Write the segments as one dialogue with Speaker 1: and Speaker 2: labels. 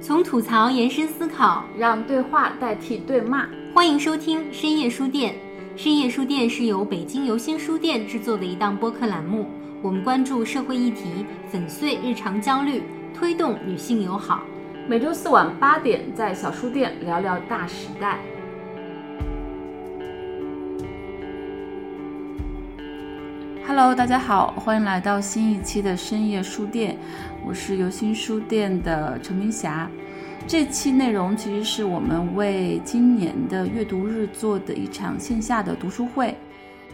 Speaker 1: 从吐槽延伸思考。
Speaker 2: 让对话代替对骂。
Speaker 1: 欢迎收听深夜书店。深夜书店是由北京由心书店制作的一档播客栏目，我们关注社会议题，粉碎日常焦虑，推动女性友好。
Speaker 2: 每周四晚八点，在小书店聊聊大时代。
Speaker 3: Hello，大家好，欢迎来到新一期的深夜书店，我是游心书店的陈明霞。这期内容其实是我们为今年的阅读日做的一场线下的读书会。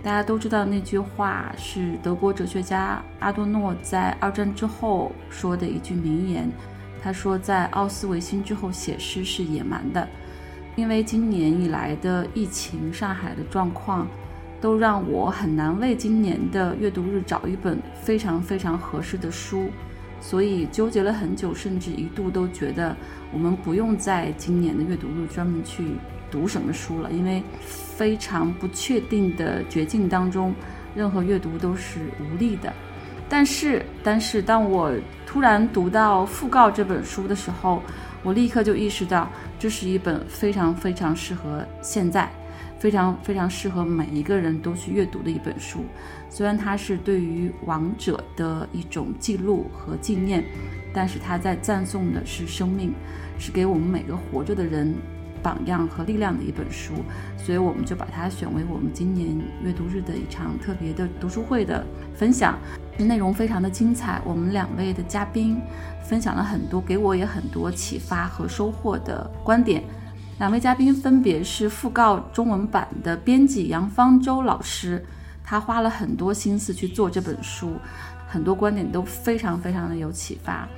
Speaker 3: 大家都知道那句话是德国哲学家阿多诺在二战之后说的一句名言，他说在奥斯维辛之后写诗是野蛮的，因为今年以来的疫情、上海的状况。都让我很难为今年的阅读日找一本非常非常合适的书，所以纠结了很久，甚至一度都觉得我们不用在今年的阅读日专门去读什么书了，因为非常不确定的绝境当中，任何阅读都是无力的。但是，但是当我突然读到《讣告》这本书的时候，我立刻就意识到这是一本非常非常适合现在。非常非常适合每一个人都去阅读的一本书，虽然它是对于亡者的一种记录和纪念，但是它在赞颂的是生命，是给我们每个活着的人榜样和力量的一本书，所以我们就把它选为我们今年阅读日的一场特别的读书会的分享，内容非常的精彩，我们两位的嘉宾分享了很多，给我也很多启发和收获的观点。两位嘉宾分别是《讣告》中文版的编辑杨方舟老师，他花了很多心思去做这本书，很多观点都非常非常的有启发。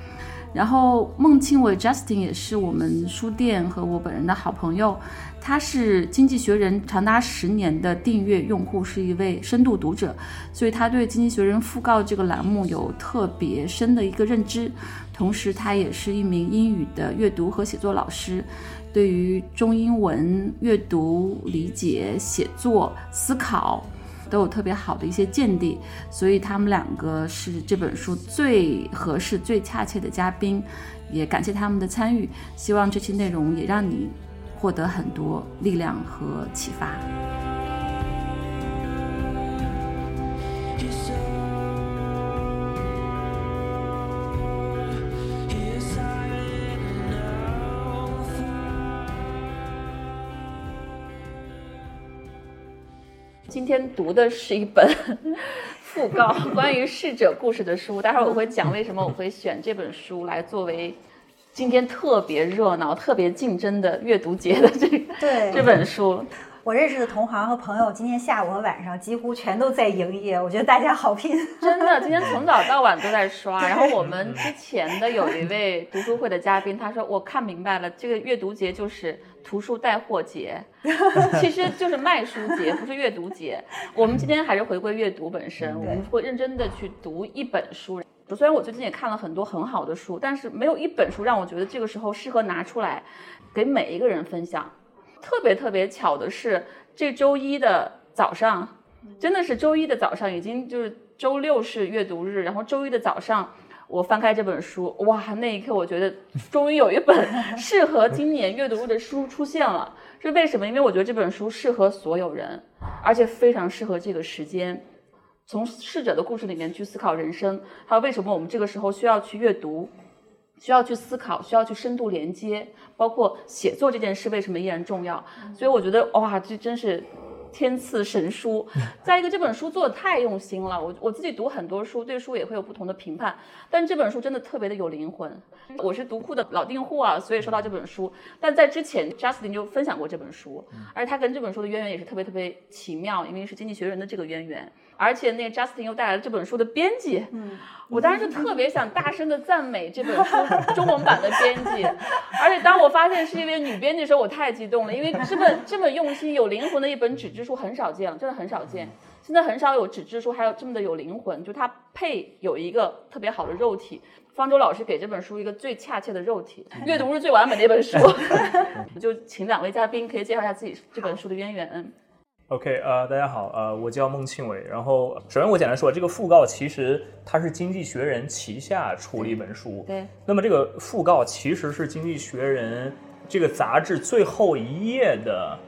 Speaker 3: 然后孟庆伟 Justin 也是我们书店和我本人的好朋友，他是《经济学人》长达十年的订阅用户，是一位深度读者，所以他对《经济学人》讣告这个栏目有特别深的一个认知。同时，他也是一名英语的阅读和写作老师，对于中英文阅读理解、写作、思考。都有特别好的一些见地，所以他们两个是这本书最合适、最恰切的嘉宾，也感谢他们的参与，希望这期内容也让你获得很多力量和启发。
Speaker 4: 今天读的是一本讣告，关于逝者故事的书。待会儿我会讲为什么我会选这本书来作为今天特别热闹、特别竞争的阅读节的这
Speaker 5: 对
Speaker 4: 这本书。
Speaker 5: 我认识的同行和朋友，今天下午和晚上几乎全都在营业，我觉得大家好拼。
Speaker 4: 真的，今天从早到晚都在刷。然后我们之前的有一位读书会的嘉宾，他说我看明白了，这个阅读节就是图书带货节，其实就是卖书节，不是阅读节。我们今天还是回归阅读本身，我们会认真的去读一本书。虽然我最近也看了很多很好的书，但是没有一本书让我觉得这个时候适合拿出来给每一个人分享。特别特别巧的是，这周一的早上，真的是周一的早上，已经就是周六是阅读日，然后周一的早上，我翻开这本书，哇，那一刻我觉得终于有一本 适合今年阅读日的书出现了。是为什么？因为我觉得这本书适合所有人，而且非常适合这个时间。从逝者的故事里面去思考人生，还有为什么我们这个时候需要去阅读，需要去思考，需要去深度连接，包括写作这件事为什么依然重要。所以我觉得哇，这真是天赐神书。再一个，这本书做的太用心了，我我自己读很多书，对书也会有不同的评判，但这本书真的特别的有灵魂。我是读库的老订户啊，所以收到这本书，但在之前 Justin 就分享过这本书，而他跟这本书的渊源也是特别特别奇妙，因为是《经济学人》的这个渊源。而且那 Justin 又带来了这本书的编辑，嗯，我当时就特别想大声的赞美这本书中文版的编辑，而且当我发现是一位女编辑的时候，我太激动了，因为这本这么用心、有灵魂的一本纸质书很少见了，真的很少见。现在很少有纸质书还有这么的有灵魂，就它配有一个特别好的肉体。方舟老师给这本书一个最恰切的肉体，阅读是 最完美的一本书。就请两位嘉宾可以介绍一下自己这本书的渊源。嗯
Speaker 6: OK，呃，大家好，呃，我叫孟庆伟。然后，首先我简单说，这个讣告其实它是《经济学人》旗下出了一本书。
Speaker 4: 对，
Speaker 6: 那么这个讣告其实是《经济学人》这个杂志最后一页的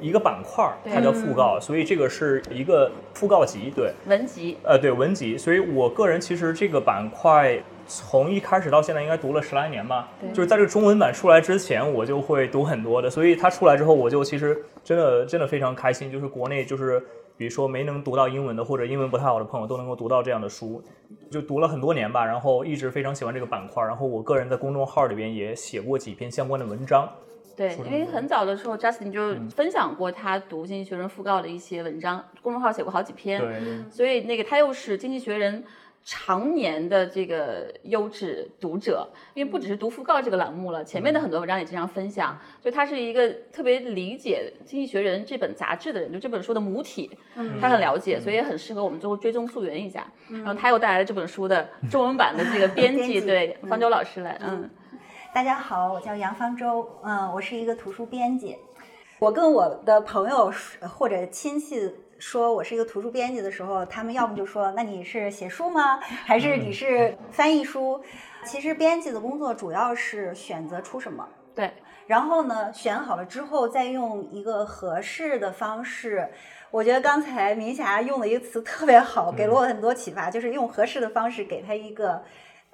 Speaker 6: 一个板块儿，它叫讣告，所以这个是一个讣告集。对，
Speaker 4: 文集
Speaker 6: 呃，对文集，所以我个人其实这个板块从一开始到现在应该读了十来年吧
Speaker 4: 对，
Speaker 6: 就是在这个中文版出来之前，我就会读很多的，所以它出来之后，我就其实真的真的非常开心，就是国内就是比如说没能读到英文的或者英文不太好的朋友都能够读到这样的书，就读了很多年吧，然后一直非常喜欢这个板块，然后我个人在公众号里边也写过几篇相关的文章，
Speaker 4: 对，因
Speaker 6: 说什
Speaker 4: 为
Speaker 6: 么
Speaker 4: 很早的时候，Justin 就分享过他读《经济学人》讣告的一些文章，公众号写过好几篇。
Speaker 6: 对，
Speaker 4: 所以那个他又是《经济学人》常年的这个优质读者，因为不只是读讣告这个栏目了，前面的很多文章也经常分享，所以他是一个特别理解《经济学人》这本杂志的人，就这本书的母体，他很了解，所以也很适合我们最后追踪溯源一下。然后他又带来了这本书的中文版的这个编
Speaker 5: 编
Speaker 4: 辑，
Speaker 5: 辑
Speaker 4: 对方舟老师来，嗯，
Speaker 5: 大家好，我叫杨方舟，嗯，我是一个图书编辑。我跟我的朋友说或者亲戚说我是一个图书编辑的时候，他们要么就说：“那你是写书吗？还是你是翻译书？”其实编辑的工作主要是选择出什么，
Speaker 4: 对，
Speaker 5: 然后呢，选好了之后，再用一个合适的方式。我觉得刚才明霞用的一个词特别好，给了我很多启发，就是用合适的方式给他一个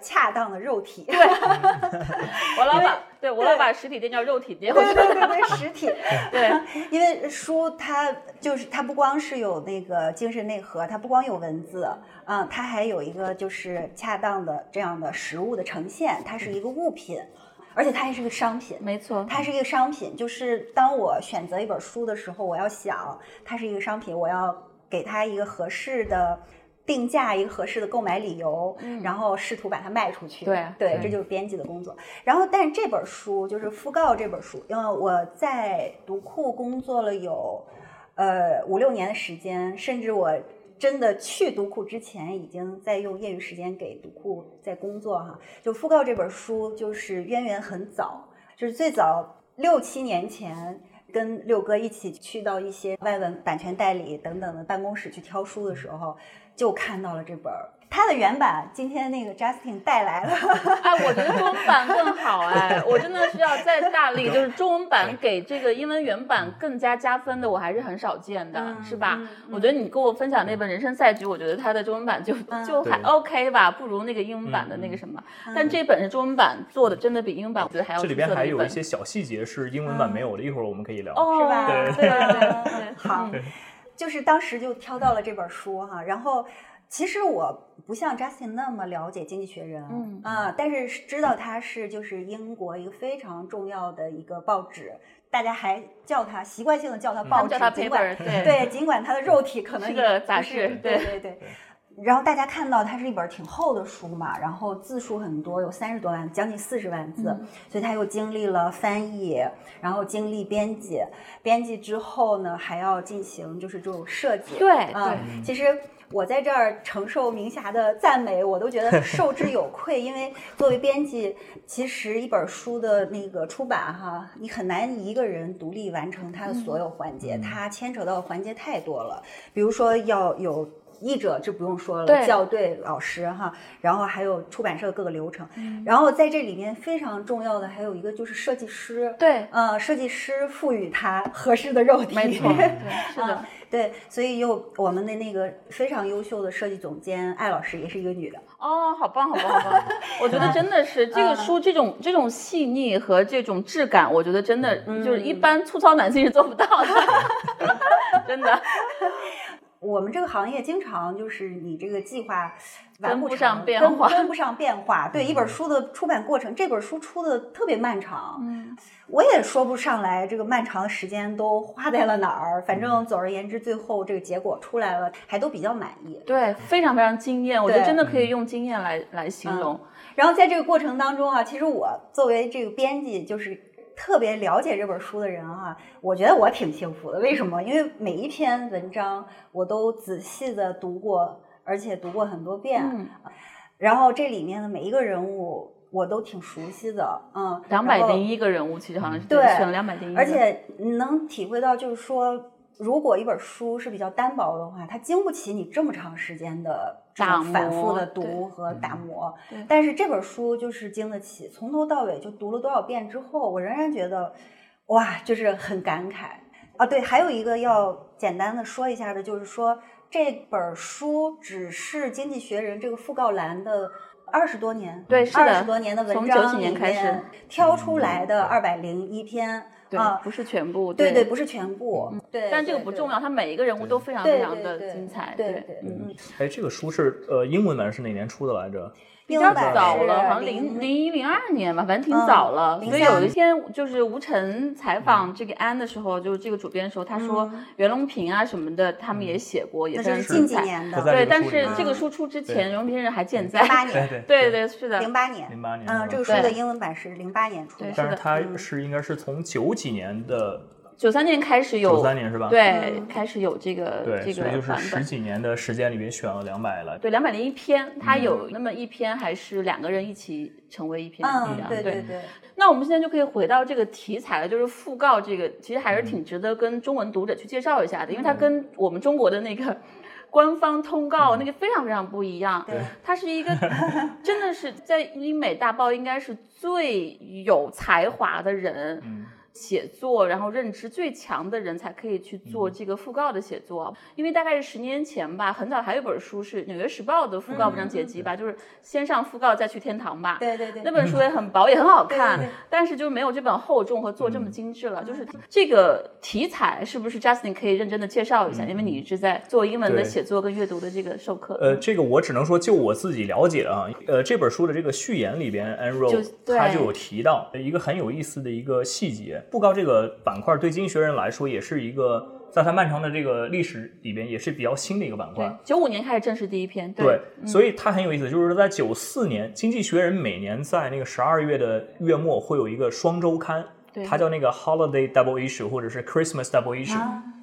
Speaker 5: 恰当的肉体。 对，
Speaker 4: 我老把对我老把实体店叫肉体店，我觉得
Speaker 5: 对对对对，实体。
Speaker 4: 对。
Speaker 5: 因为书它就是它不光是有那个精神内核，它不光有文字，啊，它还有一个就是恰当的这样的实物的呈现，它是一个物品，而且它还是个商品。
Speaker 4: 没错，
Speaker 5: 它是一个商品，就是当我选择一本书的时候，我要想它是一个商品，我要给它一个合适的定价，一个合适的购买理由，然后试图把它卖出去。
Speaker 4: 对
Speaker 5: 对，
Speaker 3: 对
Speaker 5: 这就是编辑的工作。然后，但是这本书就是《讣告》这本书，因为我在读库工作了有呃五六年的时间，甚至我。真的去读库之前，已经在用业余时间给读库在工作哈。就《讣告》这本书，就是渊源很早，就是最早六七年前跟六哥一起去到一些外文版权代理等等的办公室去挑书的时候，就看到了这本儿。它的原版今天那个 Justin 带 来了，
Speaker 4: 哎，我觉得中文版更好 哎，我真的是要再大力，就是中文版给这个英文原版更加加分的，我还是很少见的，
Speaker 5: 嗯
Speaker 4: 是吧？
Speaker 5: 嗯嗯
Speaker 4: 我觉得你跟我分享那本《人生赛局》，我觉得它的中文版就、
Speaker 5: 嗯
Speaker 4: 就还
Speaker 6: 对嗯
Speaker 4: OK 吧，不如那个英文版的那个什么。但这本是中文版做的，真的比英文版我觉得还要
Speaker 6: 这里
Speaker 4: 出
Speaker 6: 边
Speaker 4: 色的
Speaker 6: 还
Speaker 4: 一
Speaker 6: 有
Speaker 4: 本
Speaker 6: 一些小细节是英文版没有的，一会儿我们可以聊。
Speaker 4: 哦，
Speaker 5: 是吧
Speaker 4: 对
Speaker 5: 对
Speaker 4: 对对，
Speaker 5: 好
Speaker 4: 嗯
Speaker 5: 就是当时就挑到了这本书哈、然后。其实我不像 Justin 那么了解《经济学人》，
Speaker 4: 嗯
Speaker 5: 啊，但是知道它是就是英国一个非常重要的一个报纸，大家还叫它习惯性的叫它
Speaker 4: 嗯他
Speaker 5: 报
Speaker 4: 们
Speaker 5: 纸，
Speaker 4: 叫它
Speaker 5: 尽
Speaker 4: paper，
Speaker 5: 管
Speaker 4: 对
Speaker 5: 对，尽管它的肉体可能
Speaker 4: 是
Speaker 5: 也
Speaker 4: 个
Speaker 5: 不
Speaker 4: 杂
Speaker 5: 是
Speaker 4: 志
Speaker 5: 对
Speaker 4: 对
Speaker 5: 对对。然后大家看到它是一本挺厚的书嘛，然后字数很多，有三十多万，将近四十万字，
Speaker 4: 嗯
Speaker 5: 所以它又经历了翻译，然后经历编辑，编辑之后呢，还要进行就是这种设计。
Speaker 4: 对
Speaker 5: 啊、其实我在这儿承受明霞的赞美，我都觉 得受之有愧，因为作为编辑，其实一本书的那个出版哈，你很难一个人独立完成它的
Speaker 4: 嗯
Speaker 5: 所有环节，它牵扯到的环节太多了，比如说要有。译者这不用说
Speaker 4: 对
Speaker 5: 了，校对老师哈，然后还有出版社各个流程，
Speaker 4: 嗯
Speaker 5: 然后在这里面非常重要的还有一个就是设计师，
Speaker 4: 对，
Speaker 5: 呃，设计师赋予它合适的肉体，
Speaker 4: 没 错，对，是的
Speaker 5: 啊。对，所以又我们的那个非常优秀的设计总监艾老师也是一个女的，
Speaker 4: 哦，好棒，好棒，好 棒！我觉
Speaker 5: 嗯
Speaker 4: 得真的是这个书这种这种细腻和这种质感，我觉得真的
Speaker 5: 嗯
Speaker 4: 就是一般粗糙男性是做不到 的， 真的
Speaker 5: 我们这个行业经常就是你这个计划完
Speaker 4: 跟不
Speaker 5: 不
Speaker 4: 上
Speaker 5: 成
Speaker 4: 变
Speaker 5: 跟
Speaker 4: 化
Speaker 5: 跟不上变化。对，一本书的出版过程，这本书出的特别漫长，嗯，我也说不上来这个漫长的时间都花在了哪儿。反正总而言之，最后这个结果出来了，还都比较满意。
Speaker 4: 对，非常非常惊艳，我觉得
Speaker 5: 对嗯
Speaker 4: 真的可以用惊艳来来形容。
Speaker 5: 然后在这个过程当中啊，其实我作为这个编辑，就是特别了解这本书的人啊，我觉得我挺幸福的。为什么？因为每一篇文章我都仔细的读过，而且读过很多遍。
Speaker 4: 嗯，
Speaker 5: 然后这里面的每一个人物我都挺熟悉的，嗯，
Speaker 4: 两百
Speaker 5: 然后
Speaker 4: 零一个人物，其实好像是
Speaker 5: 对
Speaker 4: 选了两百零一，
Speaker 5: 而且能体会到，就是说如果一本书是比较单薄的话，它经不起你这么长时间的这种
Speaker 4: 打磨
Speaker 5: 反复的读
Speaker 4: 对嗯
Speaker 5: 和打磨
Speaker 4: 对。
Speaker 5: 但是这本书就是经得起，从头到尾就读了多少遍之后，我仍然觉得，哇，就是很感慨啊。对，还有一个要简单的说一下的，就是说这本书只是《经济学人》这个讣告栏的二十多年，
Speaker 4: 对是的
Speaker 5: 二十多年的文
Speaker 4: 从
Speaker 5: 章
Speaker 4: 90年
Speaker 5: 里
Speaker 4: 开始
Speaker 5: 面挑出
Speaker 6: 嗯
Speaker 5: 来的二百零一篇
Speaker 4: 对
Speaker 5: 啊，，
Speaker 4: 不是全部，
Speaker 5: 对对，不是全部，对，
Speaker 4: 但这个
Speaker 5: 对
Speaker 4: 不重要，，他每一个人物都非常
Speaker 5: 对
Speaker 4: 非
Speaker 5: 对
Speaker 4: 常的
Speaker 5: 对
Speaker 4: 精彩，
Speaker 5: 对对对，
Speaker 4: 嗯。
Speaker 5: 嗯，
Speaker 6: 哎，这个书是呃英文版是哪年出的来着？
Speaker 4: 比较
Speaker 5: 英版
Speaker 4: 早
Speaker 5: 是
Speaker 4: 了，好像零
Speaker 5: 零
Speaker 4: 零一零二年吧，反正挺
Speaker 5: 嗯
Speaker 4: 早了。
Speaker 5: 03
Speaker 4: 所以有一天就是吴晨采访这个安的时候，就是这个主编的时候，他说
Speaker 5: 嗯
Speaker 4: 袁隆平啊什么的，他们也写过，也
Speaker 5: 那
Speaker 4: 非
Speaker 5: 这
Speaker 4: 常
Speaker 5: 是近
Speaker 4: 精
Speaker 5: 几
Speaker 4: 彩。
Speaker 5: 年
Speaker 6: 不
Speaker 5: 的，
Speaker 6: 嗯在
Speaker 4: 对，
Speaker 6: 这个
Speaker 4: 但
Speaker 6: 书里
Speaker 4: 是
Speaker 6: 面
Speaker 4: 这个书出之
Speaker 6: 对
Speaker 4: 前，袁隆平人还健在
Speaker 5: 零。八
Speaker 6: 对
Speaker 5: 年，嗯
Speaker 6: 对
Speaker 4: 对，对，是的，
Speaker 5: 零八年，
Speaker 6: 零八年。
Speaker 5: 嗯，这个书
Speaker 4: 对
Speaker 5: 的英文版是零八年出
Speaker 4: 对
Speaker 5: 的，
Speaker 6: 但是
Speaker 4: 的
Speaker 6: 它
Speaker 5: 嗯
Speaker 6: 是应该是从九几年的
Speaker 4: 九三年开始有，
Speaker 6: 九三年是吧？
Speaker 5: 嗯
Speaker 4: 对，开始有这个
Speaker 6: 对，
Speaker 4: 这
Speaker 6: 所
Speaker 4: 个
Speaker 6: 以就是
Speaker 4: 版
Speaker 6: 十
Speaker 4: 本。
Speaker 6: 几年的时间里面选了两百来。
Speaker 4: 对，两百零一篇，它
Speaker 6: 嗯
Speaker 4: 有那么一篇还是两个人一起成为一篇这
Speaker 5: 嗯，
Speaker 4: 样。
Speaker 5: 对
Speaker 4: 对
Speaker 5: 对对，
Speaker 4: 那我们现在就可以回到这个题材了，就是讣告这个，其实还是挺值得跟中文读者去介绍一下的，因为它跟我们中国的那个 官方通告那个非常非常不一样。
Speaker 5: 对
Speaker 4: 它是一个真的是在英美大报应该是最有才华的人。
Speaker 6: 嗯，
Speaker 4: 写作，然后认知最强的人才可以去做这个讣告的写作，因为大概是十年前吧，很早还有一本书是《纽约时报》的讣告文章结集吧，就是先上讣告再去天堂吧。
Speaker 5: 对对对，
Speaker 4: 那本书也很薄，也很好看，
Speaker 5: 对对对嗯
Speaker 4: 但是就没有这本厚重和做这么
Speaker 6: 嗯
Speaker 4: 精致了。就是这个题材是不是 Justin 可以认真的介绍一下？因为你一直在做英文的
Speaker 6: 嗯对
Speaker 4: 写作跟阅读的这个授课。
Speaker 6: 呃，这个我只能说就我自己了解的啊，呃，这本书的这个序言里边 a n r o
Speaker 4: 就对
Speaker 6: 他就有提到一个很有意思的一个细节，布告这个板块对经济学人来说也是一个在它漫长的这个历史里边也是比较新的一个板块
Speaker 4: 对。，九五年开始正式第一篇，对，嗯
Speaker 6: 对，所以它很有意思，就是说在九四年，《经济学人》每年在那个十二月的月末会有一个双周刊
Speaker 4: 对，
Speaker 6: 它叫那个 Holiday Double Issue 或者是 Christmas Double Issue，、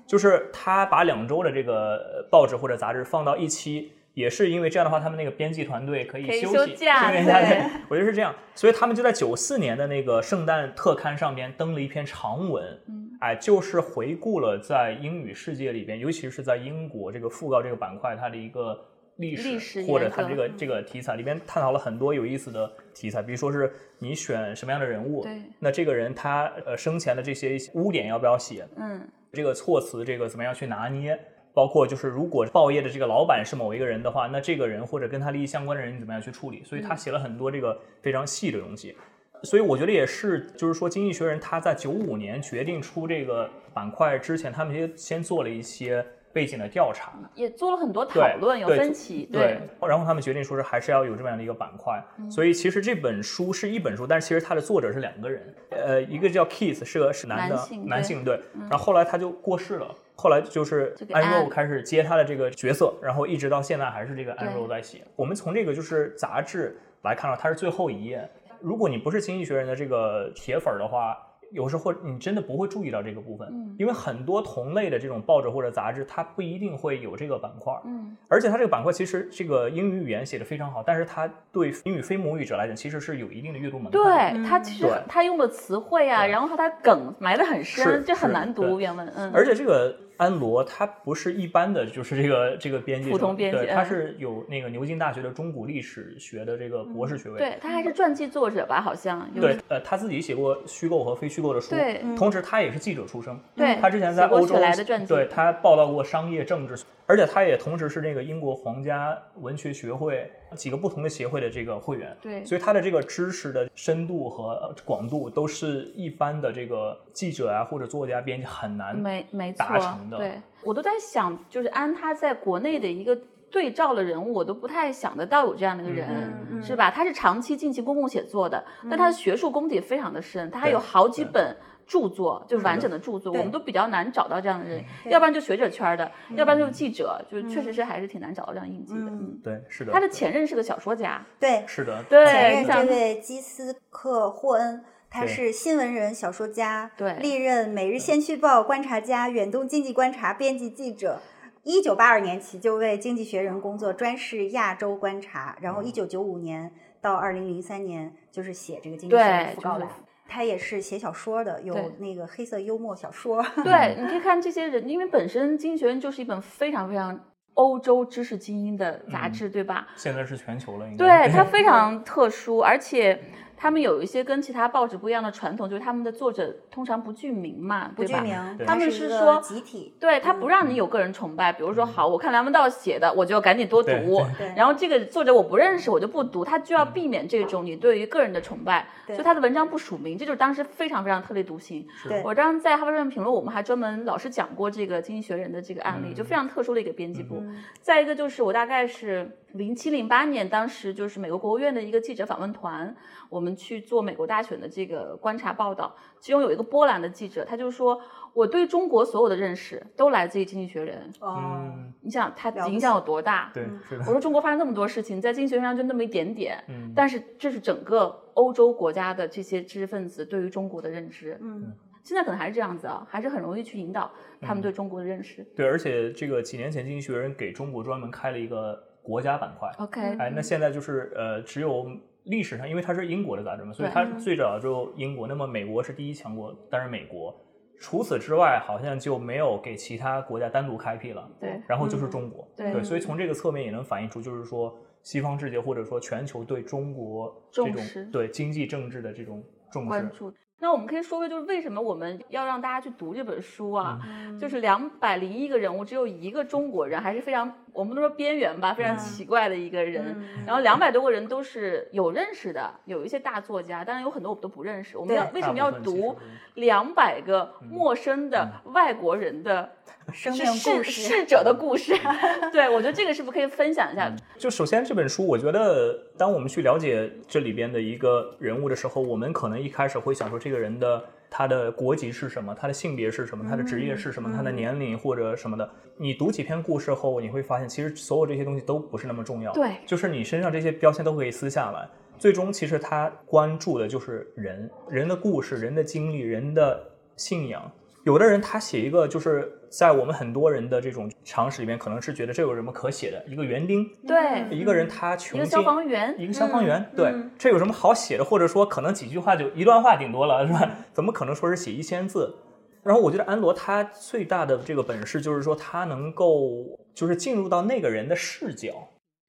Speaker 6: 就是
Speaker 4: 啊
Speaker 6: 它把两周的这个呃报纸或者杂志放到一期。也是因为这样的话，他们那个编辑团队可以
Speaker 4: 可以
Speaker 6: 休
Speaker 4: 休
Speaker 6: 息，
Speaker 4: 假
Speaker 6: 休假
Speaker 4: 对
Speaker 6: 对， 我觉得是这样，所以他们就在九四年的那个圣诞特刊上边登了一篇长文，
Speaker 4: 嗯
Speaker 6: 哎，就是回顾了在英语世界里边，尤其是在英国这个讣告这个板块它的一个历史，
Speaker 4: 历史
Speaker 6: 或者
Speaker 4: 沿
Speaker 6: 它
Speaker 4: 革
Speaker 6: 这个这个题材里边探讨了很多有意思的题材，比如说是你选什么样的人物，
Speaker 4: 对
Speaker 6: 那这个人他呃生前的这些一些污点要不要写，
Speaker 4: 嗯，
Speaker 6: 这个措辞这个怎么样去拿捏，包括就是如果报业的这个老板是某一个人的话，那这个人或者跟他利益相关的人你怎么样去处理？所以他写了很多这个非常细的东西。所以我觉得也是，就是说，《经济学人》他在九五年决定出这个板块之前，他们先先做了一些背景的调查，
Speaker 4: 也做了很多
Speaker 6: 对
Speaker 4: 讨论，有
Speaker 6: 对
Speaker 4: 分歧，
Speaker 6: 对，然后他们决定说是还是要有这么样的一个板块，所以其实这本书是一本书，但是其实它的作者是两个人，呃，一个叫 Keith 是个是男的
Speaker 4: 男性对
Speaker 6: 对，然后后来他就过世了，后来就是
Speaker 4: 这个
Speaker 6: a n r o
Speaker 4: Anne
Speaker 6: 开始接他的这个角色，然后一直到现在还是这个 a
Speaker 4: 对
Speaker 6: n r o 在写。我们从这个就是杂志来看到它是最后一页，如果你不是经济学人的这个铁粉儿的话。有时候你真的不会注意到这个部分，因为很多同类的这种报纸或者杂志，它不一定会有这个板块。
Speaker 4: 嗯，
Speaker 6: 而且它这个板块其实这个英语语言写的非常好，但是它对英语非母语者来讲，其实是有一定的阅读门槛。
Speaker 4: 对，他其实
Speaker 6: 对
Speaker 4: 他用的词汇啊，
Speaker 6: 对
Speaker 4: 然后他的梗埋得很
Speaker 6: 是
Speaker 4: 深，这很
Speaker 6: 是
Speaker 4: 难
Speaker 6: 对
Speaker 4: 读原文，嗯，
Speaker 6: 而且这个安罗他不是一般的，就是这个这个编辑，
Speaker 4: 普通编辑
Speaker 6: 对，他
Speaker 4: 嗯
Speaker 6: 是有那个牛津大学的中古历史学的这个博士学位。
Speaker 4: 嗯对他还是传记作者吧，好像有
Speaker 6: 对，呃，他自己写过虚构和非虚构的书，
Speaker 4: 对
Speaker 6: 同时他也是记者出身，
Speaker 4: 对
Speaker 6: 他之前在
Speaker 4: 写过
Speaker 6: 欧洲
Speaker 4: 雪莱的传记
Speaker 6: 对他报道过商业政治，而且他也同时是那个英国皇家文学学会几个不同的协会的这个会员，
Speaker 4: 对
Speaker 6: 所以他的这个知识的深度和呃广度都是一般的这个记者啊或者作家编辑很难
Speaker 4: 没没错
Speaker 6: 达成，的
Speaker 4: 对我都在想，就是安他在国内的一个对照的人物，我都不太想得到有这样的一个人。
Speaker 5: 嗯
Speaker 4: 是吧？他是长期进行公共写作的，但他的学术功底非常的深，他还
Speaker 6: 对
Speaker 4: 有好几
Speaker 6: 对
Speaker 4: 本著作，就是完整的著作，
Speaker 5: 对
Speaker 4: 我们都比较难找到这样的人，
Speaker 5: 对
Speaker 4: 要不然就学者圈儿的，要不然就是记者，就是确实是还是挺难找到这样印记的。
Speaker 5: 嗯
Speaker 4: 嗯，
Speaker 6: 对，是的，
Speaker 4: 他的前任是个小说 家，
Speaker 5: 对，
Speaker 6: 是的，
Speaker 5: 前
Speaker 4: 对，
Speaker 5: 任
Speaker 4: 你
Speaker 5: 这
Speaker 4: 想
Speaker 5: 位基斯克霍恩，他
Speaker 6: 对
Speaker 5: 是新闻人、小说家，
Speaker 4: 对
Speaker 5: 历任《每日先驱报》观察家、《远东经济观察》编辑记者。一九八二年起就为《经济学人》工作，专事亚洲观察。然后一九九五年到二零零三年就是写这个《经济学人
Speaker 4: 对，
Speaker 5: 讣
Speaker 4: 就
Speaker 5: 告
Speaker 4: 是
Speaker 5: 栏》他也是写小说的，有
Speaker 4: 对
Speaker 5: 那个黑色幽默小说。
Speaker 4: 对，你可以看这些人，因为本身《经济学人》就是一本非常非常欧洲知识精英的
Speaker 6: 嗯
Speaker 4: 杂志，对吧？
Speaker 6: 现在是全球了，应该
Speaker 4: 对， 它非常特殊，而且他们有一些跟其他报纸不一样的传统，就是他们的作者通常不具名嘛，
Speaker 5: 不
Speaker 4: 对
Speaker 5: 具
Speaker 4: 吧？
Speaker 5: 名，
Speaker 6: 对
Speaker 5: 它
Speaker 4: 他们
Speaker 5: 是一
Speaker 4: 是
Speaker 5: 个
Speaker 4: 说
Speaker 5: 集体，
Speaker 4: 对他不
Speaker 6: 嗯
Speaker 4: 让你有个人崇拜，比如说好，我看梁文道写的，我就赶紧多读
Speaker 6: 对对，嗯
Speaker 5: 对
Speaker 4: 然后这个作者我不认识，我就不读，他就要避免这种你对于个人的崇拜，
Speaker 5: 对
Speaker 4: 所以他的文章不署名，这就是当时非常非常特立独行。
Speaker 5: 对
Speaker 4: 我当时在《哈佛商业评论》，我们还专门老师讲过这个《经济学人》的这个案例，
Speaker 6: 嗯
Speaker 4: 就非常特殊的一个编辑部。再一个就是我大概是零七零八年，当时就是美国国务院的一个记者访问团，我们去做美国大选的这个观察报道，其中有一个波兰的记者，他就说我对中国所有的认识都来自于《经济学人》，
Speaker 5: 哦，
Speaker 6: 嗯，
Speaker 4: 你想他
Speaker 5: 了不起
Speaker 4: 影响有多大？
Speaker 6: 对，是的
Speaker 4: 嗯我，说中国发生那么多事情，在经济学上就那么一点点，
Speaker 6: 嗯，
Speaker 4: 但是这是整个欧洲国家的这些知识分子对于中国的认知，
Speaker 5: 嗯，
Speaker 4: 现在可能还是这样子啊，还是很容易去引导他
Speaker 6: 嗯
Speaker 4: 们对中国的认识。
Speaker 6: 对，而且这个几年前，经济学人给中国专门开了一个国家板块。
Speaker 4: OK，
Speaker 6: 哎，那现在就是呃，只有历史上，因为它是英国的杂志嘛，所以
Speaker 4: 对嗯
Speaker 6: 它最早就英国。那么美国是第一强国，但是美国除此之外，好像就没有给其他国家单独开辟了。
Speaker 4: 对
Speaker 6: 然后就是中国，
Speaker 4: 嗯对
Speaker 6: 对，所以从这个侧面也能反映出，就是说西方世界或者说全球对中国这
Speaker 4: 重
Speaker 6: 种
Speaker 4: 视
Speaker 6: 对经济政治的这种重视
Speaker 4: 关。注。那我们可以说说，就是为什么我们要让大家去读这本书啊？
Speaker 6: 嗯
Speaker 5: 嗯
Speaker 4: 就是两百零一个人物，只有一个中国人，还是非常我们都说边缘吧，非常
Speaker 5: 嗯
Speaker 4: 奇怪的一个人。
Speaker 5: 嗯
Speaker 4: 然后两百多个人都是有认识的，有一些大作家，当然有很多我们都不认识。我们
Speaker 5: 对
Speaker 4: 要为什么要
Speaker 6: 大部分其
Speaker 4: 读
Speaker 6: 实嗯
Speaker 4: 两百个陌生的外国人的
Speaker 5: 生
Speaker 4: 是
Speaker 5: 命
Speaker 4: 逝
Speaker 5: 故事，
Speaker 4: 逝者的故 事？ 对，我觉得这个是不是可以分享一下？
Speaker 6: 就首先这本书，我觉得当我们去了解这里边的一个人物的时候，我们可能一开始会想说这个人的他的国籍是什么，他的性别是什么，他的职业是什么，
Speaker 4: 嗯
Speaker 6: 他的年龄或者什么的。你读几篇故事后，你会发现其实所有这些东西都不是那么重要。
Speaker 4: 对
Speaker 6: 就是你身上这些标签都可以撕下来。最终，其实他关注的就是人，人的故事、人的经历、人的信仰。有的人他写一个，就是在我们很多人的这种常识里面，可能是觉得这有什么可写的？一个园丁，
Speaker 4: 对，
Speaker 6: 一个人他
Speaker 4: 一
Speaker 6: 穷
Speaker 4: 个
Speaker 6: 尽
Speaker 4: 消防员，嗯
Speaker 6: 一个消防员，对，这有什么好写的？或者说，可能几句话就一段话顶多了，是吧？怎么可能说是写一千字？然后我觉得安罗他最大的这个本事就是说，他能够就是进入到那个人的视角，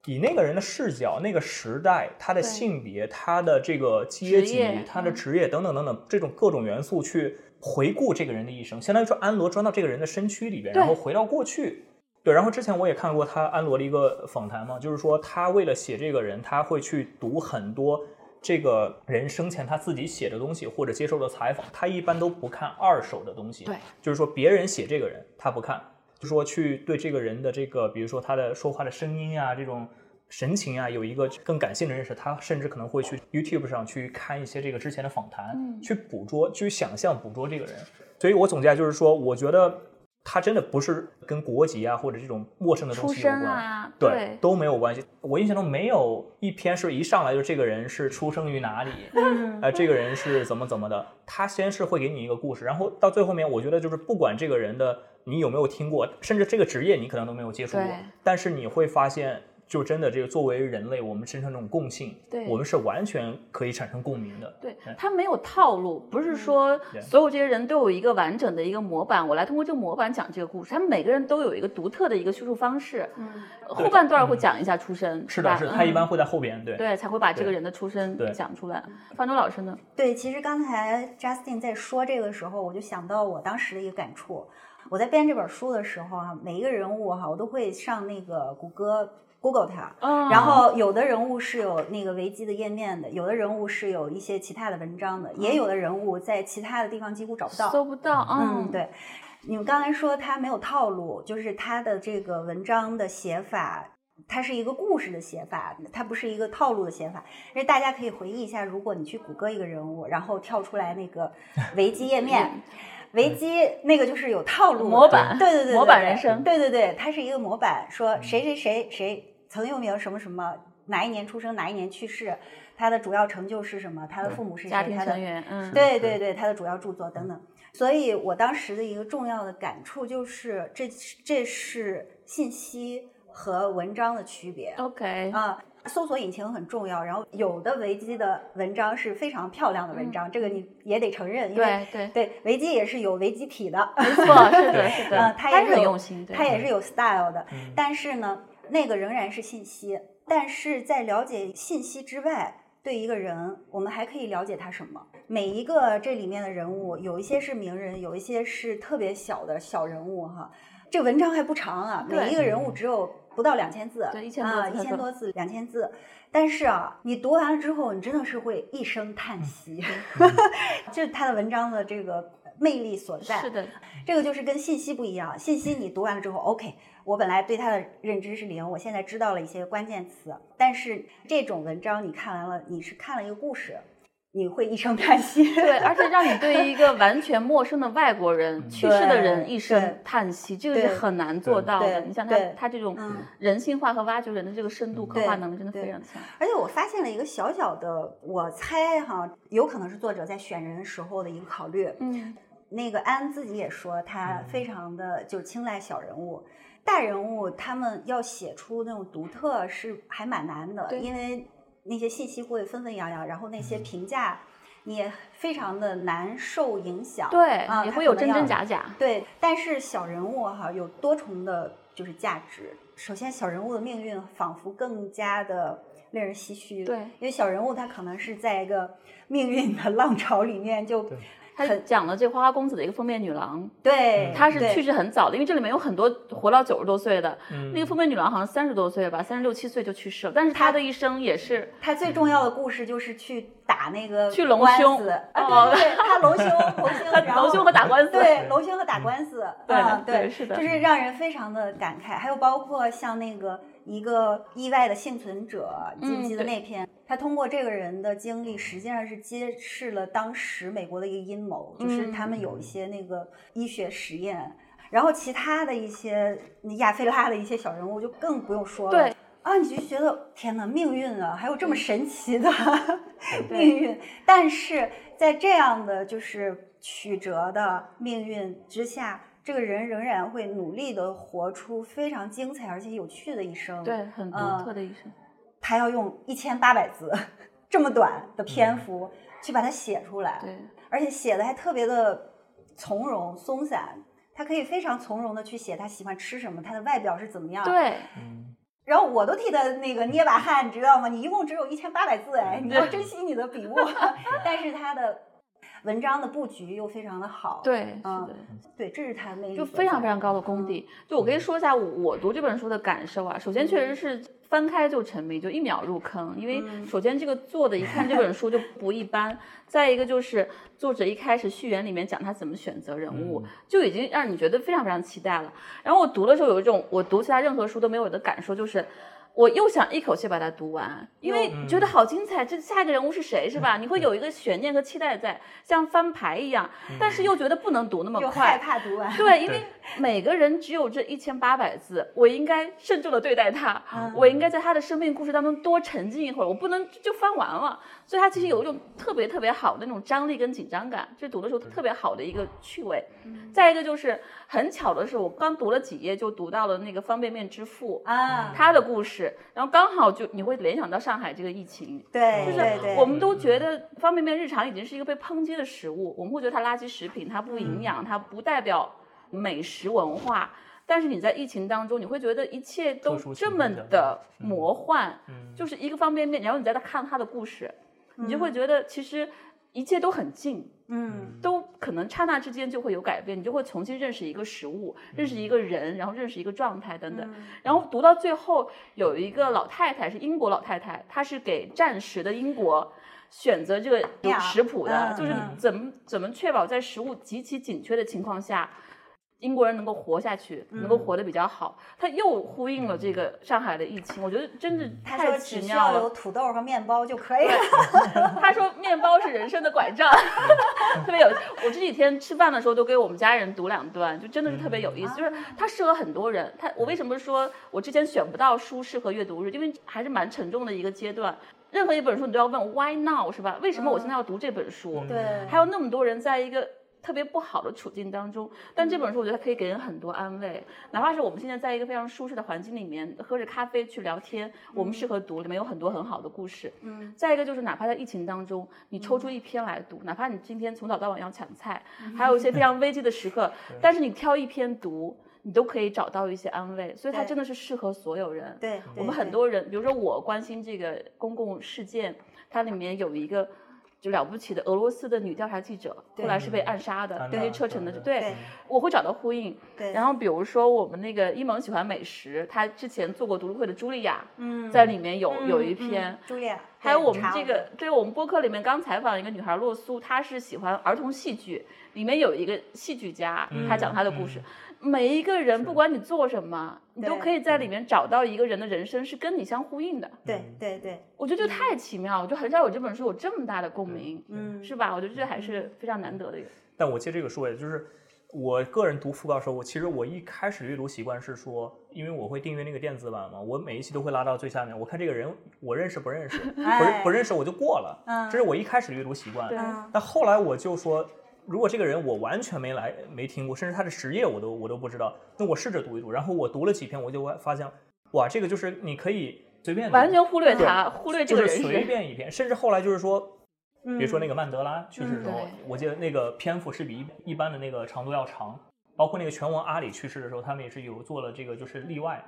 Speaker 6: 以那个人的视角、那个时代、他的性别、他的这个阶
Speaker 4: 职
Speaker 6: 级
Speaker 4: 业、嗯
Speaker 6: 他的职业等等等等这种各种元素去回顾这个人的一生，相当于说安罗钻到这个人的身躯里边，
Speaker 4: 对
Speaker 6: 然后回到过去，对，然后之前我也看过他安罗的一个访谈嘛，就是说他为了写这个人，他会去读很多这个人生前他自己写的东西或者接受的采访，他一般都不看二手的东西。
Speaker 4: 对，
Speaker 6: 就是说别人写这个人他不看，就说去对这个人的这个，比如说他的说话的声音啊，这种神情啊，有一个更感性的认识。他甚至可能会去 YouTube 上去看一些这个之前的访谈，
Speaker 4: 嗯
Speaker 6: 去捕捉，去想象捕捉这个人。所以我总结就是说，我觉得他真的不是跟国籍啊或者这种陌生的
Speaker 4: 出
Speaker 6: 东西有
Speaker 4: 身
Speaker 6: 关。
Speaker 4: 啊，
Speaker 6: 对，都没有关系。我印象中没有一篇是一上来就这个人是出生于哪里，
Speaker 4: 嗯
Speaker 6: 呃，这个人是怎么怎么的。他先是会给你一个故事，然后到最后面，我觉得就是不管这个人的你有没有听过，甚至这个职业你可能都没有接触过
Speaker 4: 对，
Speaker 6: 但是你会发现，就真的这个作为人类，我们身上这种共性，
Speaker 4: 对
Speaker 6: 我们是完全可以产生共鸣的。
Speaker 4: 对
Speaker 6: 对，
Speaker 4: 他没有套路，不是说
Speaker 6: 对
Speaker 4: 所有这些人都有一个完整的一个模板，我来通过这个模板讲这个故事。他们每个人都有一个独特的一个叙述方式。
Speaker 5: 嗯
Speaker 4: 后半段会讲一下出身，
Speaker 6: 是
Speaker 4: 吧
Speaker 6: 的，是的，他一
Speaker 4: 嗯
Speaker 6: 般会在后边，对，
Speaker 4: 对才会把这个
Speaker 6: 对
Speaker 4: 人的出身
Speaker 6: 对
Speaker 4: 讲出来。方舟老师呢？
Speaker 5: 对，其实刚才 Justin 在说这个时候，我就想到我当时的一个感触。我在编这本书的时候啊，每一个人物哈、我都会上那个谷歌 Google 它，
Speaker 6: 哦
Speaker 4: 嗯
Speaker 5: 然后有的人物是有那个维基的页面的，有的人物是有一些其他的文章的，也有的人物在其他的地方几乎找不到。
Speaker 4: 搜不到，
Speaker 5: 嗯，，对。你们刚才说他没有套路，就是他的这个文章的写法，它是一个故事的写法，它不是一个套路的写法。因为大家可以回忆一下，如果你去谷歌一个人物，然后跳出来 那个维基页面，维基那个就是有套路的
Speaker 4: 嗯模板
Speaker 5: 对对对对，
Speaker 4: 模板
Speaker 5: 对
Speaker 4: 人生嗯
Speaker 5: 对对对，它是一个模板，说谁谁谁谁曾有名什么什么，哪一年出生，哪一年去世，他的主要成就是什么，他的父母是谁，
Speaker 4: 家庭
Speaker 5: 他的
Speaker 4: 成员，嗯，
Speaker 5: 对对对，他的主要著作等等。所以我当时的一个重要的感触就是，这这是信息和文章的区别。
Speaker 4: ，OK，
Speaker 5: 啊，搜索引擎很重要，然后有的维基的文章是非常漂亮的文章，这个你也得承认，因为
Speaker 4: 对嗯对，
Speaker 5: 对维基也是有维基体的，
Speaker 4: 没错，是的，是
Speaker 5: 呃
Speaker 4: 的，
Speaker 5: 他
Speaker 4: 他
Speaker 5: 也是
Speaker 4: 很
Speaker 5: 有
Speaker 4: 用心，对
Speaker 5: 它也是有 style 的，
Speaker 6: 嗯
Speaker 5: 但是呢，那个仍然是信息。但是在了解信息之外，对一个人，我们还可以了解他什么？每一个这里面的人物，有一些是名人，有一些是特别小的小人物哈。这文章还不长啊，
Speaker 4: 对
Speaker 5: 每一个人物只有不到两千字，
Speaker 4: 对1000多
Speaker 5: 啊，
Speaker 4: 字
Speaker 5: 一千多字，两千字。但是啊，你读完了之后，你真的是会一声叹息，
Speaker 4: 嗯
Speaker 5: 这是他的文章的这个魅力所在。
Speaker 4: 是的，
Speaker 5: 这个就是跟信息不一样，信息你读完了之后，OK，我本来对它的认知是零，我现在知道了一些关键词，但是这种文章你看完了，你是看了一个故事，你会一声叹息。
Speaker 4: 对，而且让你对一个完全陌生的外国人、去世的人
Speaker 5: 对
Speaker 4: 一
Speaker 5: 对
Speaker 4: 声叹息，这个是
Speaker 5: 对
Speaker 4: 很难做到的。
Speaker 5: 对
Speaker 4: 你像他
Speaker 5: 对
Speaker 4: 他这种
Speaker 5: 嗯
Speaker 4: 人性化和挖掘人的这个深度刻画能力，真的非常强。
Speaker 5: 而且我发现了一个小小的，我猜哈，有可能是作者在选人时候的一个考虑。
Speaker 4: 嗯，
Speaker 5: 那个安自己也说，他非常的就青睐小人物。大人物他们要写出那种独特是还蛮难的，
Speaker 4: 对嗯
Speaker 5: 因为那些信息会纷纷扬扬，然后那些评价你也非常的难受影响。
Speaker 4: 对
Speaker 5: 啊，，
Speaker 4: 也
Speaker 5: 他
Speaker 4: 会有
Speaker 5: 可能
Speaker 4: 真真
Speaker 5: 要
Speaker 4: 假假。
Speaker 5: 对，但是小人物哈有多重的，就是价值。首先，小人物的命运仿佛更加的令人唏嘘。
Speaker 4: 对
Speaker 5: 因为小人物他可能是在一个命运的浪潮里面就
Speaker 6: 对
Speaker 4: 他讲了这花花公子的一个封面女郎，
Speaker 5: 对，
Speaker 4: 她嗯是
Speaker 5: 对
Speaker 4: 去世很早的，因为这里面有很多活到九十多岁的。
Speaker 6: 嗯
Speaker 4: 那个封面女郎好像三十多岁吧，三十六七岁就去世了，但是
Speaker 5: 她
Speaker 4: 她的一生也是
Speaker 5: 他最重要的故事就是去打那个
Speaker 4: 去隆
Speaker 5: 官
Speaker 4: 胸
Speaker 5: 司啊，
Speaker 4: 哦
Speaker 5: 对对对，他隆胸， 隆胸，然后
Speaker 4: 隆胸和打官司。
Speaker 5: 对隆胸和打官司，
Speaker 4: 对
Speaker 5: 啊
Speaker 4: 对
Speaker 5: 对，
Speaker 4: 是的
Speaker 5: 就是让人非常的感慨。还有包括像那个一个意外的幸存者，你记不
Speaker 4: 嗯
Speaker 5: 记得
Speaker 4: 对
Speaker 5: 那篇？他通过这个人的经历，实际上是揭示了当时美国的一个阴谋，就是
Speaker 4: 嗯
Speaker 5: 他们有一些那个医学实验。然后其他的一些亚非拉的一些小人物就更不用说了，
Speaker 4: 对
Speaker 5: 啊，你就觉得天哪，命运啊，还有这么神奇的
Speaker 4: 嗯 对
Speaker 5: 命运。但是在这样的就是曲折的命运之下，这个人仍然会努力的活出非常精彩而且有趣的一生。，
Speaker 4: 对，很独
Speaker 5: 嗯
Speaker 4: 特的一生。
Speaker 5: 他要用一千八百字这么短的篇幅去把它写出来，
Speaker 4: 嗯对，
Speaker 5: 而且写的还特别的从容松散。他可以非常从容的去写他喜欢吃什么，他的外表是怎么样，
Speaker 4: 对，
Speaker 6: 嗯
Speaker 5: 然后我都替他那个捏把汗，你知道吗？你一共只有一千八百字，
Speaker 4: 嗯
Speaker 5: 哎，你要珍惜你的 笔墨。 但是他的文章的布局又非常的好，
Speaker 4: 对，是
Speaker 5: 嗯
Speaker 4: 的。
Speaker 5: 对，这是他的嗯魅力
Speaker 4: 就
Speaker 5: 所
Speaker 4: 非常
Speaker 5: 在
Speaker 4: 非常高的功底。就我可以说一下我我读这本书的感受啊。首先确实是翻开就沉迷，就一秒入坑，因为
Speaker 5: 嗯
Speaker 4: 首先这个作者一看这本书就不一 般，再一个就是作者一开始序言里面讲他怎么选择人物，
Speaker 5: 嗯
Speaker 4: 就已经让你觉得非常非常期待了。然后我读的时候有一种我读其他任何书都没有的感受，就是。我又想一口气把它读完，因为
Speaker 6: 嗯
Speaker 4: 觉得好精彩，这下一个人物是谁是吧？你
Speaker 5: 嗯
Speaker 4: 会有一个悬念和期待在，像翻牌一样，但是又觉得不能读那么
Speaker 5: 又
Speaker 4: 快
Speaker 5: 害，怕读 完，
Speaker 4: 对，因
Speaker 6: 对
Speaker 4: 为每个人只有这一千八百字，我应该慎重的对待他，我应该在他的生命故事当中多沉浸一会儿，我不能就翻完了。所以他其实有一种特别特别好的那种张力跟紧张感，这读的时候特别好的一个趣味。再一个就是很巧的是，我刚读了几页就读到了那个方便面之父。
Speaker 5: 啊，
Speaker 4: 他的故事，然后刚好就你会联想到上海这个疫情，
Speaker 5: 对
Speaker 4: 就
Speaker 5: 对
Speaker 4: 是
Speaker 5: 对，
Speaker 4: 我们都觉得方便面日常已经是一个被抨击的食物，我们会觉得它垃圾食品，它不营养，它不代表美食文化。但是你在疫情当中，你会觉得一切都
Speaker 6: 特殊情
Speaker 4: 这
Speaker 6: 况
Speaker 4: 么
Speaker 6: 下
Speaker 4: 的魔幻，
Speaker 6: 嗯
Speaker 4: 就是一个方便面，然后你再看它的故事，你就会觉得其实一切都很近，
Speaker 5: 嗯
Speaker 4: 都可能刹那之间就会有改变，你就会重新认识一个食物，认识一
Speaker 5: 嗯
Speaker 4: 个人，然后认识一个状态等等。然后读到最后，有一个老太太是英国老太太，她是给战时的英国选择这个
Speaker 5: 呀
Speaker 4: 食谱的
Speaker 5: 嗯，
Speaker 4: 就是
Speaker 5: 嗯
Speaker 4: 怎么怎么确保在食物极其紧缺的情况下。英国人能够活下去，能
Speaker 5: 嗯
Speaker 4: 够活得比较好，她又呼应了这个上海的疫情，我觉得真的
Speaker 5: 他
Speaker 4: 太
Speaker 5: 嗯说
Speaker 4: 奇
Speaker 5: 只需
Speaker 4: 妙
Speaker 5: 要有
Speaker 4: 了。
Speaker 5: 土豆和面包就可以 了，
Speaker 4: 他说面包是人生的拐杖， 特别有。我这几天吃饭的时候都给我们家人读两段，就真的是特别有意思。就是它适合很多人。它我为什么说我之前选不到书适合阅读日，因为还是蛮沉重的一个阶段。任
Speaker 6: 嗯
Speaker 4: 何一本书你都要问 why now 是吧？为什么我现在要读这本书？
Speaker 5: 对，
Speaker 4: 还有那么多人在一个特别不好的处境当中，但这本书我觉得它可以给人很多安慰，哪怕是我们现在在一个非常舒适的环境里面，喝着咖啡去聊天，我们适合读，里面有很多很好的故事。
Speaker 5: 嗯，
Speaker 4: 再一个就是，哪怕在疫情当中，你抽出一篇来读，哪怕你今天从早到晚要抢菜，还有一
Speaker 5: 嗯
Speaker 4: 些非常危机的时刻，但是你挑一篇读，你都可以找到一些安慰，所以它
Speaker 5: 对
Speaker 4: 真的是适合所有人。
Speaker 5: 对，
Speaker 6: 我
Speaker 4: 我们
Speaker 5: 对
Speaker 4: 很多人，比如说我关心这个公共事件，它里面有一个就了不起的俄罗斯的女调查记者，
Speaker 5: 对
Speaker 4: 后来是被暗杀的，
Speaker 6: 嗯
Speaker 4: 那
Speaker 6: 对
Speaker 4: 些车臣的，
Speaker 6: 对
Speaker 5: 对
Speaker 4: 对，我会找到呼应。
Speaker 5: 对，
Speaker 4: 然后比如说我们那个伊蒙喜欢美食，他之前做过读书会的茱莉亚，
Speaker 5: 嗯，
Speaker 4: 在里面有
Speaker 5: 嗯
Speaker 4: 有一
Speaker 5: 嗯
Speaker 4: 篇。
Speaker 5: 朱莉亚，
Speaker 4: 还有
Speaker 5: 对
Speaker 4: 我们
Speaker 5: 查
Speaker 4: 这
Speaker 5: 我
Speaker 4: 个，对我们播客里面刚采访一个女孩洛苏，她是喜欢儿童戏剧，里面有一个戏剧家，她讲她的故
Speaker 6: 嗯
Speaker 4: 事。每一个人，不管你做什么，你都
Speaker 5: 对
Speaker 4: 可以在里
Speaker 6: 嗯
Speaker 4: 面找到一个人的人生是跟你相呼应的。
Speaker 5: 对对对，
Speaker 4: 我觉得就太奇妙了，我就很少有这本书有这么大的共鸣，
Speaker 5: 嗯，
Speaker 4: 是吧？我觉得这还是非常难得的一个。
Speaker 6: 但我借这个说，也就是我个人读讣告的时候，我其实我一开始的阅读习惯是说，因为我会订阅那个电子版嘛，我每一期都会拉到最下面，我看这个人我认识不认识，不
Speaker 5: 哎
Speaker 6: 认不认识我就过了，
Speaker 5: 嗯
Speaker 6: 这是我一开始的阅读习惯。
Speaker 4: 对
Speaker 5: 嗯
Speaker 6: 但后来我就说，如果这个人我完全没来没听过，甚至他的职业我都我都不知道，那我试着读一读，然后我读了几篇，我就发发现，哇，这个就是你可以随便读
Speaker 4: 完全忽略他，忽略这
Speaker 6: 嗯就
Speaker 4: 个人
Speaker 6: 是随便一篇，甚至后来就是说，
Speaker 5: 嗯
Speaker 6: 比如说那个曼德拉去世的时候，
Speaker 4: 嗯
Speaker 6: 我记得那个篇幅是比一一般的那个长度要长，包括那个拳王阿里去世的时候，他们也是有做了这个就是例外。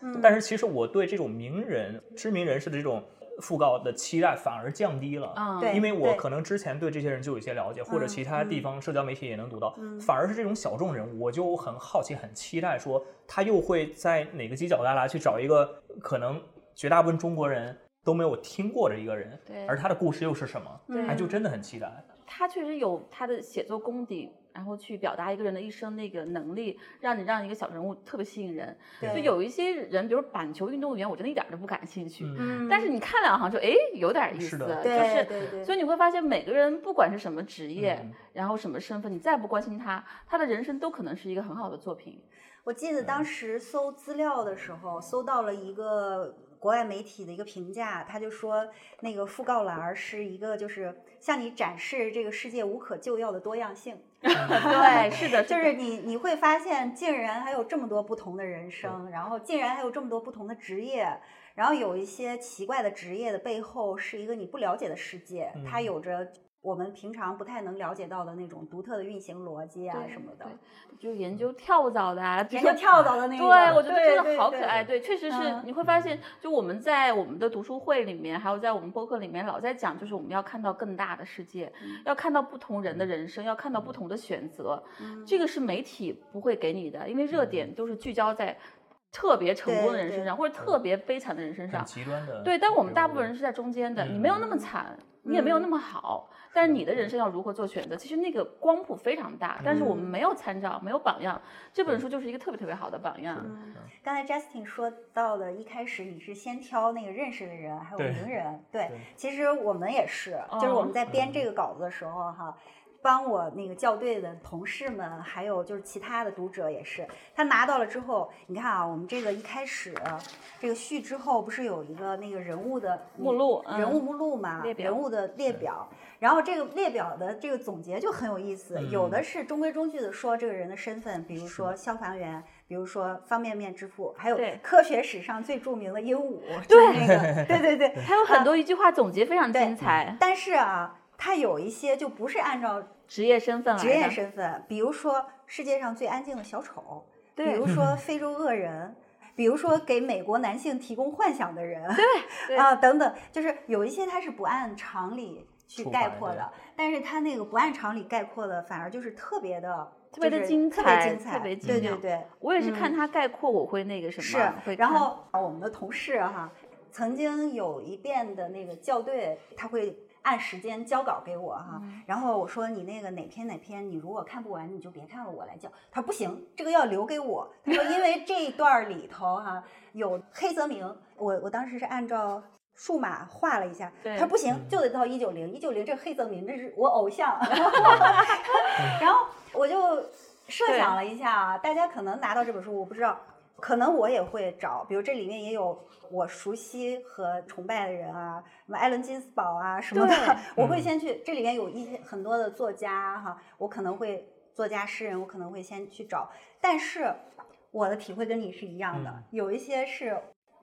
Speaker 5: 嗯
Speaker 6: 但是其实我对这种名人、知名人士的这种讣告的期待反而降低了。
Speaker 4: 嗯，
Speaker 5: 对
Speaker 6: 因为我
Speaker 5: 啊对
Speaker 6: 可能之前对这些人就有一些了解，或者
Speaker 5: 嗯
Speaker 6: 其他地
Speaker 5: 嗯
Speaker 6: 方社交媒体也能读到，
Speaker 5: 嗯
Speaker 6: 反而是这种小众人，我就很好奇、很期待，说他又会在哪个犄角旮旯去找一个可能绝大部分中国人都没有听过的一个人，
Speaker 4: 对
Speaker 6: 而他的故事又是什么？
Speaker 4: 对
Speaker 5: 嗯
Speaker 6: 哎，就真的很期待。
Speaker 4: 他确实有他的写作功底，然后去表达一个人的一生那个能力，让你让一个小人物特别吸引人。
Speaker 5: 对
Speaker 4: 就有一些人，比如板球运动员，我真的一点儿都不感兴趣，
Speaker 6: 嗯
Speaker 5: 嗯，
Speaker 4: 但是你看两行就哎有点意
Speaker 6: 是
Speaker 4: 思，
Speaker 6: 的
Speaker 5: 对
Speaker 4: 就是。
Speaker 5: 对对，
Speaker 4: 所以你会发现，每个人不管是什么职业，
Speaker 6: 嗯
Speaker 4: 然后什么身份，你再不关心他，他的人生都可能是一个很好的作品。
Speaker 5: 我记得
Speaker 4: 嗯
Speaker 5: 当时搜资料的时候，搜到了一个国外媒体的一个评价，他就说那个讣告栏儿是一个就是向你展示这个世界无可救药的多样 性，
Speaker 4: 对，是的，
Speaker 5: 就
Speaker 4: 的
Speaker 5: 是你你会发现竟然还有这么多不同的人生，然后竟然还有这么多不同的职业。然后有一些奇怪的职业的背后是一个你不了解的世界，它
Speaker 6: 嗯
Speaker 5: 有着我们平常不太能了解到的那种独特的运行逻辑啊
Speaker 4: 对
Speaker 5: 什么的。
Speaker 4: 就研究跳蚤的啊，比
Speaker 5: 人
Speaker 4: 如
Speaker 5: 家
Speaker 4: 说
Speaker 5: 跳蚤的那
Speaker 4: 对，
Speaker 5: 个，
Speaker 4: 我觉得真
Speaker 5: 对
Speaker 4: 的好可
Speaker 5: 对
Speaker 4: 爱。对，确实是
Speaker 5: 嗯，
Speaker 4: 你会发现，就我们在我们的读书会里面，还有在我们播客里面，老在讲，就是我们要看到更大的世界，
Speaker 5: 嗯
Speaker 4: 要看到不同人的人生，要看到不同的选择。
Speaker 5: 嗯
Speaker 4: 这个是媒体不会给你的，因为热点都是聚焦在特别成功的人
Speaker 5: 对
Speaker 4: 身
Speaker 5: 对
Speaker 4: 上，或者特别悲惨的人身
Speaker 6: 很
Speaker 4: 上。
Speaker 6: 极端的。
Speaker 4: 对，但我们大部分人是在中间的，你没有
Speaker 5: 嗯
Speaker 4: 那么惨，你也没有那么好，但是你的人生要如何做选择？其实那个光谱非常大，但是我们
Speaker 5: 嗯
Speaker 4: 没有参照，没有榜样。这本书就是一个特别特别好的榜样。
Speaker 6: 嗯
Speaker 5: 刚才 Justin 说到的，一开始你是先挑那个认识的人，还有
Speaker 6: 对
Speaker 5: 名人。对
Speaker 6: 对，嗯
Speaker 5: 其实我们也是，
Speaker 4: 哦
Speaker 5: 就是我们在编这个稿子的时候哈。帮我那个校对的同事们，还有就是其他的读者也是，他拿到了之后，你看啊，我们这个一开始，这个序之后不是有一个那个人物的
Speaker 4: 目录嗯
Speaker 5: 人物目录嘛，
Speaker 4: 列表
Speaker 5: 人物的列表，然后这个列表的这个总结就很有意思，
Speaker 6: 嗯
Speaker 5: 有的是中规中矩的说这个人的身份，比如说消防员，比如说方便面之父，还有
Speaker 4: 对
Speaker 5: 科学史上最著名的鹦鹉，对那个， 对对对。
Speaker 4: 还有很多一句话总结非常精彩，
Speaker 5: 但是啊，它有一些就不是按照
Speaker 4: 职业身份来
Speaker 5: 职业
Speaker 4: 的，
Speaker 5: 身份，比如说世界上最安静的小丑，
Speaker 4: 对
Speaker 5: 比如说非洲恶人。比如说，给美国男性提供幻想的人，
Speaker 4: 对
Speaker 5: 啊，等等，就是有一些它是不按常理去
Speaker 6: 出
Speaker 5: 概
Speaker 6: 牌
Speaker 5: 括
Speaker 6: 的
Speaker 5: 的，但是它那个不按常理概括的，反而就是特别的，
Speaker 4: 特别的
Speaker 5: 就是
Speaker 4: 精
Speaker 5: 特别
Speaker 4: 彩
Speaker 5: 精彩，
Speaker 4: 特别精
Speaker 5: 对对
Speaker 4: 妙
Speaker 5: 对，
Speaker 4: 我也是看他概括，我会那个什
Speaker 5: 嗯是
Speaker 4: 么，会，
Speaker 5: 然
Speaker 4: 看
Speaker 5: 后啊我们的同事哈，曾经有一遍的那个校对，他会按时间交稿给我哈。
Speaker 4: 嗯
Speaker 5: 然后我说你那个哪篇哪篇，你如果看不完，你就别看了，我来校。他说不行，这个要留给我。他说因为这一段儿里头哈、有黑泽明，我我当时是按照。数码画了一下，
Speaker 4: 对
Speaker 5: 他说不行，就得到一九零，一九零这黑泽明，这是我 偶像。然后我就设想了一下啊，大家可能拿到这本书，我不知道可能我也会找，比如这里面也有我熟悉和崇拜的人啊，什么艾伦金斯堡啊什么的，我
Speaker 6: 嗯
Speaker 5: 会先去。这里面有一些很多的作家哈，我可能会作家、诗人，我可能会先去找。但是我的体会跟你是一样的，
Speaker 6: 嗯
Speaker 5: 有一些是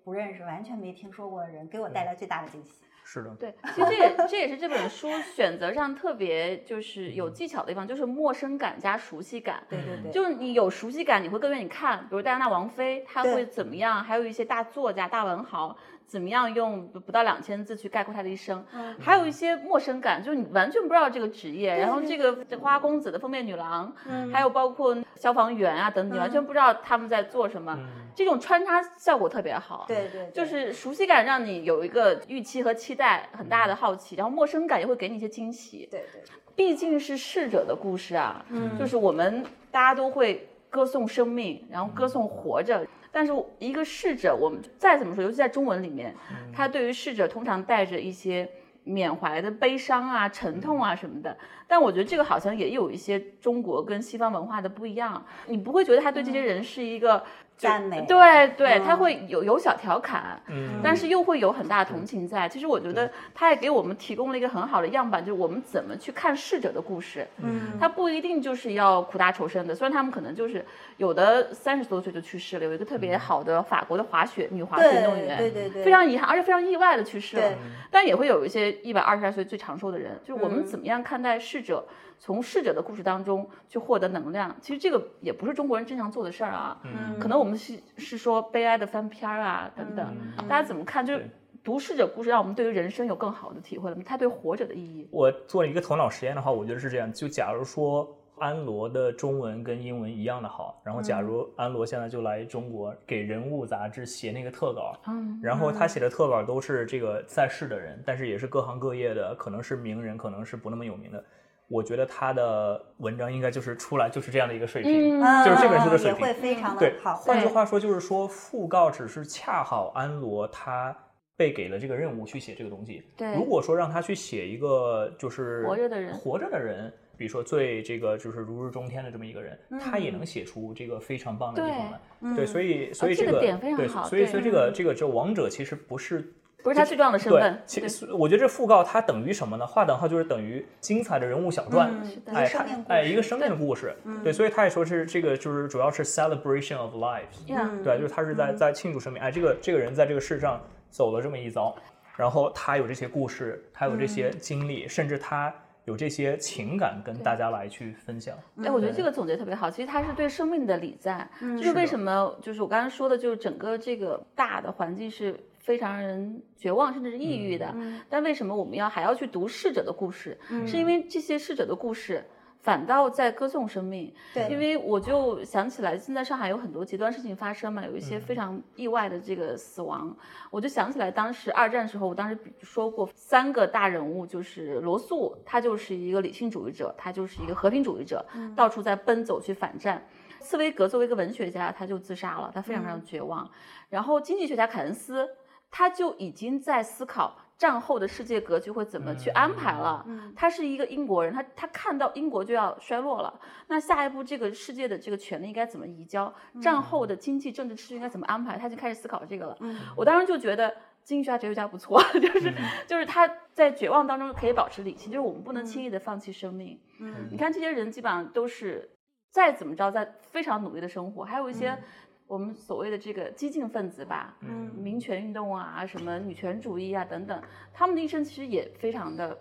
Speaker 5: 不认识、完全没听说过的人，给我带来最大的惊喜。
Speaker 6: 是的，
Speaker 4: 对，其实这也这也是这本书选择上特别就是有技巧的地方，就是陌生感加熟悉感。
Speaker 5: 对
Speaker 6: 嗯
Speaker 5: 对对，
Speaker 4: 就是你有熟悉感，你会更愿意看，比如戴安娜王妃，她
Speaker 5: 对
Speaker 4: 会怎么样？还有一些大作家、大文豪，怎么样用不不到两千字去概括他的一生？
Speaker 5: 嗯
Speaker 4: 还有一些陌生感，就是你完全不知道这个职业，
Speaker 5: 对
Speaker 4: 然后
Speaker 5: 对
Speaker 4: 这个这花花公子的封面女郎，
Speaker 5: 嗯
Speaker 4: 还有包括消防员啊等等，你完全不知道他们在做什么，
Speaker 6: 嗯，
Speaker 4: 这种穿插效果特别好。
Speaker 5: 对对，对
Speaker 4: 就是熟悉感让你有一个预期和期待，很大的好奇，然后陌生感也会给你一些惊喜。
Speaker 5: 对对，
Speaker 4: 毕竟是逝者的故事啊，
Speaker 5: 嗯
Speaker 4: 就是我们大家都会歌颂生命，然后歌颂活着。但是一个逝者，我们再怎么说，尤其在中文里面，
Speaker 5: 嗯
Speaker 4: 他对于逝者通常带着一些缅怀的悲伤啊、沉痛啊什么
Speaker 5: 嗯
Speaker 4: 的。但我觉得这个好像也有一些中国跟西方文化的不一样，你不会觉得他对这些人是一个就
Speaker 5: 赞美
Speaker 4: 对对，
Speaker 5: 嗯
Speaker 4: 他会有有小调侃，
Speaker 6: 嗯
Speaker 4: 但是又会有很大的同情在。其实我觉得他也给我们提供了一个很好的样板，就是我们怎么去看逝者的故事。
Speaker 5: 嗯
Speaker 4: 他不一定就是要苦大仇深的，虽然他们可能就是有的三十多岁就去世了，有一个特
Speaker 6: 嗯
Speaker 4: 别好的法国的滑雪女滑雪运动员，
Speaker 5: 对对对对，
Speaker 4: 非常遗憾，而且非常意外的去世了
Speaker 5: 对。
Speaker 4: 但也会有一些一百二十来岁最长寿的人，就是我们
Speaker 5: 嗯
Speaker 4: 怎么样看待逝者，从逝者的故事当中去获得能量。其实这个也不是中国人经常做的事儿啊，
Speaker 5: 嗯
Speaker 4: 可能我们是是说悲哀的翻篇儿啊等等，大家怎么看？就是
Speaker 6: 嗯对
Speaker 4: 读逝者故事，让我们对于人生有更好的体会了，他对活着的意义。
Speaker 6: 我做一个头脑实验的话，我觉得是这样：就假如说安罗的中文跟英文一样的好，然后
Speaker 4: 嗯
Speaker 6: 假如安罗现在就来中国给《人物》杂志写那个特稿，
Speaker 4: 嗯，
Speaker 6: 然后他写的特稿都是这个在世的人，但是也是各行各业的，可能是名人，可能是不那么有名的。我觉得他的文章应该就是出来就是这样的一个水平。
Speaker 5: 嗯
Speaker 6: 就是这本书的
Speaker 5: 嗯
Speaker 6: 水
Speaker 5: 也
Speaker 6: 平
Speaker 5: 会非常的
Speaker 6: 对，
Speaker 5: 好。
Speaker 6: 换句话说就是说，讣告只是恰好安罗他被给了这个任务去写这个东西。
Speaker 4: 对
Speaker 6: 如果说让他去写一个就是
Speaker 4: 活着的人
Speaker 6: 活着的人，比如说最这个就是如日中天的这么一个人，
Speaker 4: 嗯
Speaker 6: 他也能写出这个非常棒的地方来。对，所以所以
Speaker 4: 啊这
Speaker 6: 这
Speaker 4: 个
Speaker 6: 个
Speaker 4: 点非常好
Speaker 6: 所以
Speaker 4: 对嗯
Speaker 6: 所以这个这个这王者其实不是。
Speaker 4: 不是他最重要的身
Speaker 6: 对
Speaker 4: 份，
Speaker 6: 其
Speaker 4: 对
Speaker 6: 实我觉得这讣告它等于什么呢？划等号就是等于精彩的人物小传，
Speaker 5: 嗯是的
Speaker 6: 哎，
Speaker 5: 一个生
Speaker 6: 它
Speaker 5: 命故事
Speaker 6: 哎一个生命故事，
Speaker 4: 嗯
Speaker 6: 对，所以他也说是这个就是主要是 celebration of life，
Speaker 4: 呀
Speaker 6: 对，就是他是
Speaker 4: 嗯
Speaker 6: 在在庆祝生命，哎，这个这个人在这个世上走了这么一遭，然后他有这些故事，他有这些
Speaker 4: 嗯
Speaker 6: 经历，甚至他有这些情感跟大家来去分享。
Speaker 4: 哎，我觉得这
Speaker 6: 对
Speaker 4: 个总结特别好。其实它是对生命的礼赞，就是
Speaker 6: 是
Speaker 4: 为
Speaker 6: 的
Speaker 4: 什么就是我刚才说的，就是整个这个大的环境是非常让人绝望甚至是抑郁的。但为什么我们要还要去读逝者的故事？是因为这些逝者的故事。反倒在歌颂生命，
Speaker 5: 对
Speaker 4: 因为我就想起来，现在上海有很多极端事情发生嘛，有一些非常意外的这个死亡，我就想起来当时二战时候，我当时比说过三个大人物，就是罗素，他就是一个理性主义者，他就是一个和平主义者，到处在奔走去反战。茨威格作为一个文学家，他就自杀了，他非常非常绝望。然后经济学家凯恩斯，他就已经在思考战后的世界格局会怎么去安排了。
Speaker 5: 嗯
Speaker 4: 他是一个英国人，他他看到英国就要衰落了，那下一步这个世界的这个权利应该怎么移交？战后的经济政治秩序应该怎么安排？他已经开始思考这个
Speaker 5: 嗯
Speaker 4: 了。我当时就觉得经济学家、哲学家不错， 就是、就是他在绝望当中可以保持理性，就是我们不能轻易的放弃生命。
Speaker 5: 嗯
Speaker 4: 你看这些人基本上都是再怎么着，在非常努力的生活，还有一些我们所谓的这个激进分子吧，
Speaker 5: 嗯
Speaker 4: 民权运动啊，什么女权主义啊等等，他们的一生其实也非常的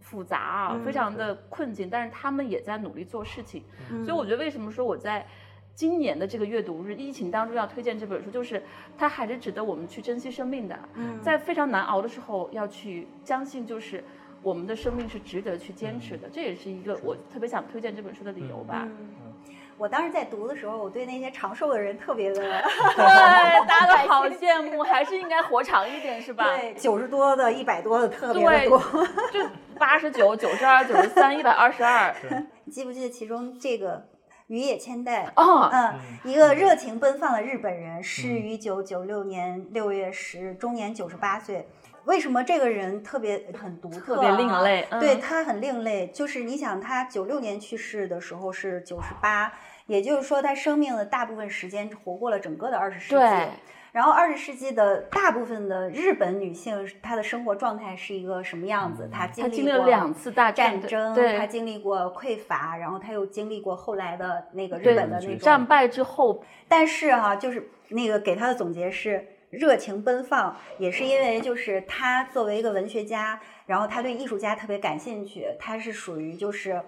Speaker 4: 复杂啊，
Speaker 5: 嗯
Speaker 4: 非常的困境，但是他们也在努力做事情。
Speaker 5: 嗯
Speaker 4: 所以我觉得为什么说我在今年的这个阅读日疫情当中要推荐这本书，就是它还是值得我们去珍惜生命的。嗯
Speaker 6: 嗯
Speaker 5: 嗯
Speaker 4: 在非常难熬的时候，要去相信就是。我们的生命是值得去坚
Speaker 5: 嗯
Speaker 4: 持的，这也是一个我特别想推荐这本书的理由吧。
Speaker 5: 我当时在读的时候，我对那些长寿的人特别的，
Speaker 4: 对， 大家都好羡慕，还是应该活长一点，是吧？
Speaker 5: 对九十多的、一百多的特别的
Speaker 4: 对
Speaker 5: 多。，
Speaker 4: 就八十九、九十二、九十 三、一百二十二。
Speaker 5: 你记不记得其中这个于野千代？
Speaker 4: 哦，
Speaker 5: 嗯，一个热情奔放的日本
Speaker 4: 嗯
Speaker 5: 人，逝于一九九六年六月十日，终年九十八岁。为什么这个人特别很独特、啊
Speaker 4: 特别另？类。嗯
Speaker 5: 对，他很另类，就是你想，他九六年去世的时候是九十八，也就是说，他生命的大部分时间活过了整个的二十世纪。
Speaker 4: 对，
Speaker 5: 然后二十世纪的大部分的日本女性，她的生活状态是一个什么样子？她经
Speaker 4: 他嗯
Speaker 5: 历
Speaker 4: 经历了
Speaker 5: 过
Speaker 4: 两次大
Speaker 5: 战
Speaker 4: 的
Speaker 5: 争，她
Speaker 4: 对
Speaker 5: 经历过匮乏，然后她又经历过后来的那个日
Speaker 4: 对
Speaker 5: 本的那
Speaker 4: 战
Speaker 5: 种。
Speaker 4: 败之后，
Speaker 5: 但是哈、就是那个给她的总结是热情奔放，也是因为就是她作为一个文学家，然后她对艺术家特别感兴趣，她是属于就是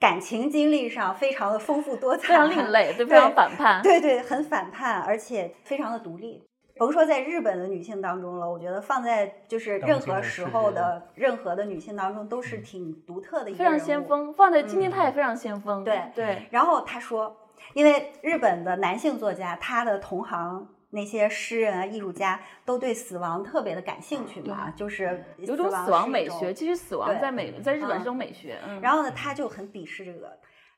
Speaker 5: 感情经历上非常的丰富多彩，
Speaker 4: 非常另类， 对，非
Speaker 5: 对
Speaker 4: 常反叛。
Speaker 5: 对对，很反叛，而且非常的独立。甭说在日本的女性当中了，我觉得放在就是
Speaker 6: 当
Speaker 5: 任
Speaker 6: 今
Speaker 5: 何
Speaker 6: 的
Speaker 5: 时
Speaker 6: 世
Speaker 5: 候
Speaker 6: 界嗯
Speaker 5: 的任何的女性当中，都是挺独特的一个
Speaker 4: 非常
Speaker 5: 人
Speaker 4: 先
Speaker 5: 物。
Speaker 4: 锋，放在今天他也非常先锋。
Speaker 5: 嗯对
Speaker 4: 对，
Speaker 5: 然后他说，因为日本的男性作家，他的同行那些诗人啊、艺术家都对死亡特别的感兴趣嘛，就是
Speaker 4: 有种死
Speaker 5: 是
Speaker 4: 亡
Speaker 5: 一
Speaker 4: 美
Speaker 5: 种
Speaker 4: 学，其实死亡
Speaker 5: 对
Speaker 4: 在美在日本
Speaker 5: 嗯
Speaker 4: 是种美学。嗯，
Speaker 5: 然后呢，他就很鄙视这个，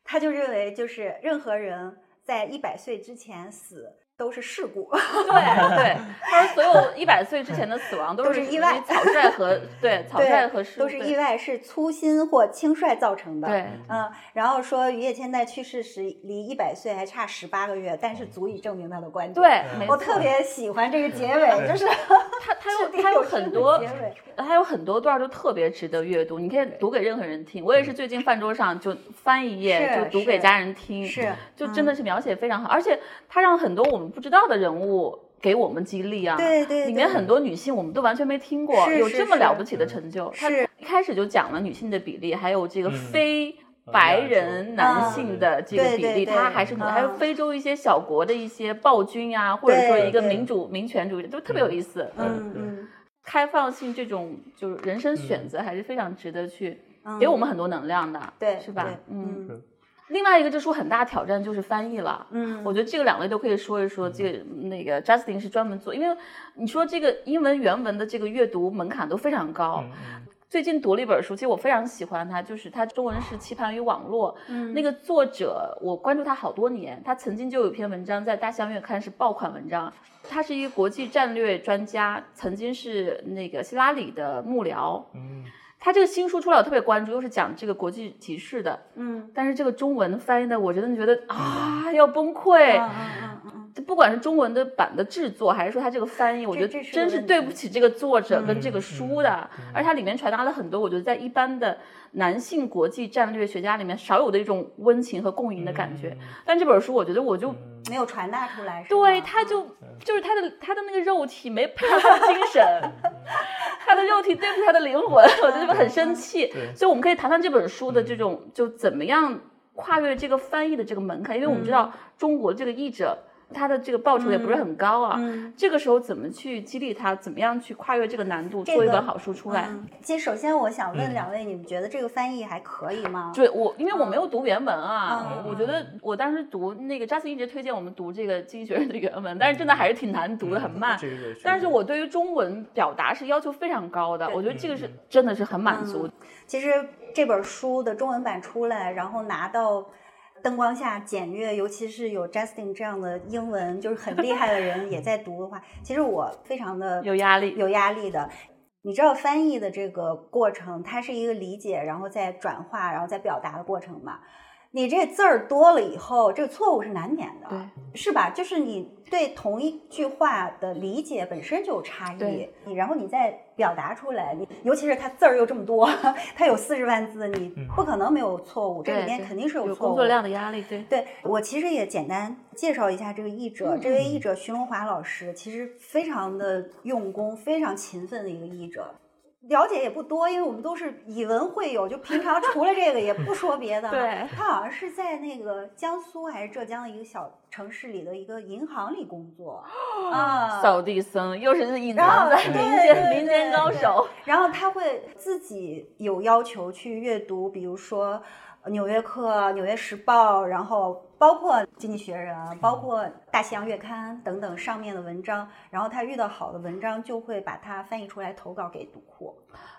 Speaker 5: 他就认为就是任何人在一百岁之前死都是事故。
Speaker 4: 对 对，他说所有一百岁之前的死亡都
Speaker 5: 都
Speaker 4: 是
Speaker 5: 是意外
Speaker 4: 因为草率 和对草
Speaker 5: 对
Speaker 4: 率和失误
Speaker 5: 都是意
Speaker 4: 外。
Speaker 5: 外，是粗心或轻率造成的。，
Speaker 4: 对，
Speaker 5: 嗯，然后说于野千代去世时离一百岁还差十八个月，但是足以证明他的观点。
Speaker 4: 嗯对，没
Speaker 5: 我
Speaker 4: 错，
Speaker 5: 特别喜欢这个结尾，就是
Speaker 4: 他他
Speaker 5: 这
Speaker 4: 有
Speaker 5: 里
Speaker 4: 他有
Speaker 5: 这个
Speaker 4: 很多
Speaker 5: 结尾。
Speaker 4: 还有很多段儿都特别值得阅读，你可以读给任何人听。我也是最近饭桌上就翻一页，
Speaker 5: 是
Speaker 4: 就读给
Speaker 5: 是
Speaker 4: 家人听，
Speaker 5: 是，嗯
Speaker 4: 就真的是啊描写非常好，而且他让很多我们不知道的人物给我们激励啊。
Speaker 5: 对对
Speaker 4: 里面
Speaker 5: 对
Speaker 4: 很多女性我们都完全没听过，
Speaker 5: 是
Speaker 4: 有
Speaker 5: 是
Speaker 4: 这么
Speaker 5: 是
Speaker 4: 了不起的成就。他
Speaker 5: 是
Speaker 4: 一开始就讲了女性的比例，还有这个
Speaker 6: 嗯
Speaker 4: 非。
Speaker 6: 呃
Speaker 4: 白
Speaker 6: 亚洲
Speaker 4: 人男
Speaker 5: 啊
Speaker 4: 性的这个
Speaker 5: 对
Speaker 4: 比
Speaker 5: 对
Speaker 4: 例，
Speaker 5: 对
Speaker 4: 他还是很，
Speaker 5: 啊
Speaker 4: 还有非洲一些小国的一些暴君啊，或者
Speaker 5: 对
Speaker 4: 说一个
Speaker 5: 对
Speaker 4: 民主民权主义，都特别有意思。
Speaker 5: 嗯
Speaker 6: 对
Speaker 5: 嗯
Speaker 4: 开放性这种就是人
Speaker 6: 嗯
Speaker 4: 生选择，还是非常值得去
Speaker 5: 嗯，
Speaker 4: 给我们很多能量的，
Speaker 5: 对
Speaker 4: 是吧
Speaker 5: 对？
Speaker 4: 嗯。
Speaker 5: 嗯
Speaker 4: 另外一个这书很大挑战就是翻译了，
Speaker 5: 嗯，
Speaker 4: 我觉得这个两位都可以说一说，
Speaker 6: 嗯
Speaker 4: 这个那个 Justin 是专门做，因为你说这个英文原文的这个阅读门槛都非常高。
Speaker 6: 嗯嗯
Speaker 4: 最近读了一本书，其实我非常喜欢它，就是它中文是《期盼与网络》。
Speaker 5: 嗯
Speaker 4: 那个作者我关注他好多年，他曾经就有一篇文章在《大象月刊》是爆款文章。他是一个国际战略专家，曾经是那个希拉里的幕僚。
Speaker 6: 嗯
Speaker 4: 他这个新书出来，我特别关注，又是讲这个国际局势的。
Speaker 5: 嗯
Speaker 4: 但是这个中文翻译的，我真的觉得啊，要崩溃。
Speaker 5: 嗯嗯嗯嗯，
Speaker 4: 不管是中文的版的制作，还是说它这个翻译，我觉
Speaker 5: 这
Speaker 4: 得
Speaker 5: 是个
Speaker 4: 真是
Speaker 5: 问
Speaker 4: 对
Speaker 5: 题
Speaker 4: 不起这个作者跟这个书的。
Speaker 6: 嗯
Speaker 4: 而它里面传达了很多，我觉得在一般的男性国际战略学家里面少有的一种温情和共赢的感觉。
Speaker 6: 嗯
Speaker 4: 但这本书，我觉得我就。
Speaker 5: 没有传达出来是吗。
Speaker 4: 对，
Speaker 6: 啊
Speaker 4: 他就
Speaker 6: 嗯
Speaker 4: 就是他的他的那个肉体没配上他的精神， 他的肉体对不起他的灵魂，我就很生气。
Speaker 6: 对嗯
Speaker 4: 所以我们可以谈谈这本书的这种就怎么样跨越这个翻译的这个门槛，因为我们知道
Speaker 6: 嗯
Speaker 4: 中国这个译者他的这个报酬也不是很高啊。
Speaker 5: 嗯
Speaker 4: 这个时候怎么去激励他？怎么样去跨越这个难度，
Speaker 5: 这
Speaker 4: 做一
Speaker 5: 个
Speaker 4: 本好书出来？
Speaker 5: 嗯，其实首先我想问
Speaker 6: 嗯
Speaker 5: 两位，你们觉得这个翻译还可以吗？
Speaker 4: 对我，因为我没有读原文啊，
Speaker 5: 嗯
Speaker 4: 我觉得我当时读那个 Justin 一直推荐我们读这个《经济学人》的原文，但是真的还是挺难读的，很慢。
Speaker 6: 嗯这个确实
Speaker 4: 但是我对于中文表达是要求非常高的，
Speaker 5: 对嗯
Speaker 4: 我觉得这个是真的是很满足。
Speaker 5: 其实这本书的中文版出来，然后拿到灯光下检阅，尤其是有 Justin 这样的英文就是很厉害的人也在读的话，其实我非常的
Speaker 4: 有压力
Speaker 5: 有压力的。你知道翻译的这个过程，它是一个理解，然后再转化，然后再表达的过程嘛。你这字儿多了以后，这个错误是难免的，是吧？就是你对同一句话的理解本身就有差异
Speaker 4: 对，
Speaker 5: 你然后你再表达出来，你尤其是它字儿又这么多， 它有四十万字，你
Speaker 6: 嗯
Speaker 5: 不可能没有错误，这
Speaker 4: 对
Speaker 5: 里面
Speaker 4: 对
Speaker 5: 肯定是
Speaker 4: 有
Speaker 5: 错误。
Speaker 4: 工作量的压力，对，
Speaker 5: 对我其实也简单介绍一下这个译者，这位译者徐荣华老师，其实非常的用功，非常勤奋的一个译者。了解也不多，因为我们都是以文会友，就平常除了这个也不说别的。
Speaker 4: 对，
Speaker 5: 他好像是在那个江苏还是浙江的一个小城市里的一个银行里工作啊，
Speaker 4: 扫地僧又是隐
Speaker 5: 然
Speaker 4: 藏
Speaker 5: 后
Speaker 4: 在
Speaker 5: 啊对
Speaker 4: 民
Speaker 5: 对
Speaker 4: 间
Speaker 5: 对
Speaker 4: 民间高手，
Speaker 5: 然后他会自己有要求去阅读，比如说《纽约客》《纽约时报》，然后包括《经济学人》，啊包括《大西洋月刊》等等上面的文章。然后他遇到好的文章，就会把它翻译出来投稿给读库。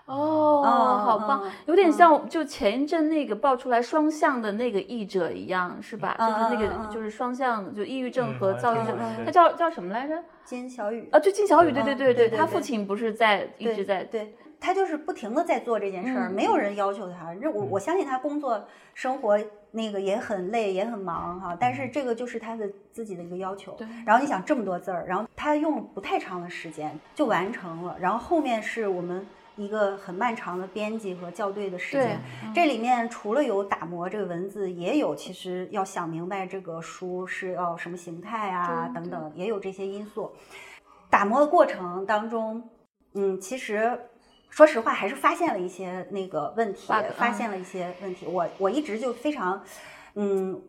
Speaker 4: 哦，
Speaker 5: 嗯
Speaker 4: 好棒
Speaker 5: 嗯，
Speaker 4: 有点像就前一阵那个爆出来双向的那个译者一样，是吧？就
Speaker 5: 嗯
Speaker 4: 是那
Speaker 5: 嗯嗯
Speaker 4: 个
Speaker 5: 嗯
Speaker 4: 就是双向，就抑郁症
Speaker 6: 嗯
Speaker 4: 和
Speaker 6: 好像
Speaker 4: 躁郁
Speaker 6: 听
Speaker 4: 症
Speaker 6: 说过，
Speaker 4: 他叫叫什么来着？
Speaker 5: 金小雨
Speaker 4: 啊，就靳小雨，对
Speaker 5: 嗯
Speaker 4: 对对
Speaker 5: 对对
Speaker 4: 他
Speaker 5: 对
Speaker 4: 父亲不是在一
Speaker 5: 对
Speaker 4: 直在
Speaker 5: 对。他就是不停的在做这件事儿，
Speaker 4: 嗯
Speaker 5: 没有人要求他。这我我相信他工作生活那个也很累，也很忙哈。但是这个就是他的自己的一个要求。
Speaker 4: 对
Speaker 5: 然后你想这么多字儿，然后他用不太长的时间就完成了，然后后面是我们一个很漫长的编辑和校对的时
Speaker 4: 对
Speaker 5: 间。这里面除了有打磨这个文字，也有其实要想明白这个书是要什么形态啊
Speaker 4: 对
Speaker 5: 等等，也有这些因素。打磨的过程当中，嗯，其实说实话还是发现了一些那个问题
Speaker 4: bug，
Speaker 5: 发
Speaker 4: 嗯
Speaker 5: 现了一些问题。我我一直就非常嗯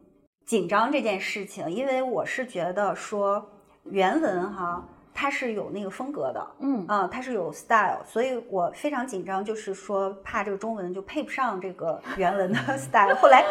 Speaker 5: 紧张这件事情，因为我是觉得说原文哈它是有那个风格的，
Speaker 4: 嗯，
Speaker 5: 啊、它是有 style，所以我非常紧张，就是说怕这个中文就配不上这个原文
Speaker 4: 嗯
Speaker 5: 的 style。后来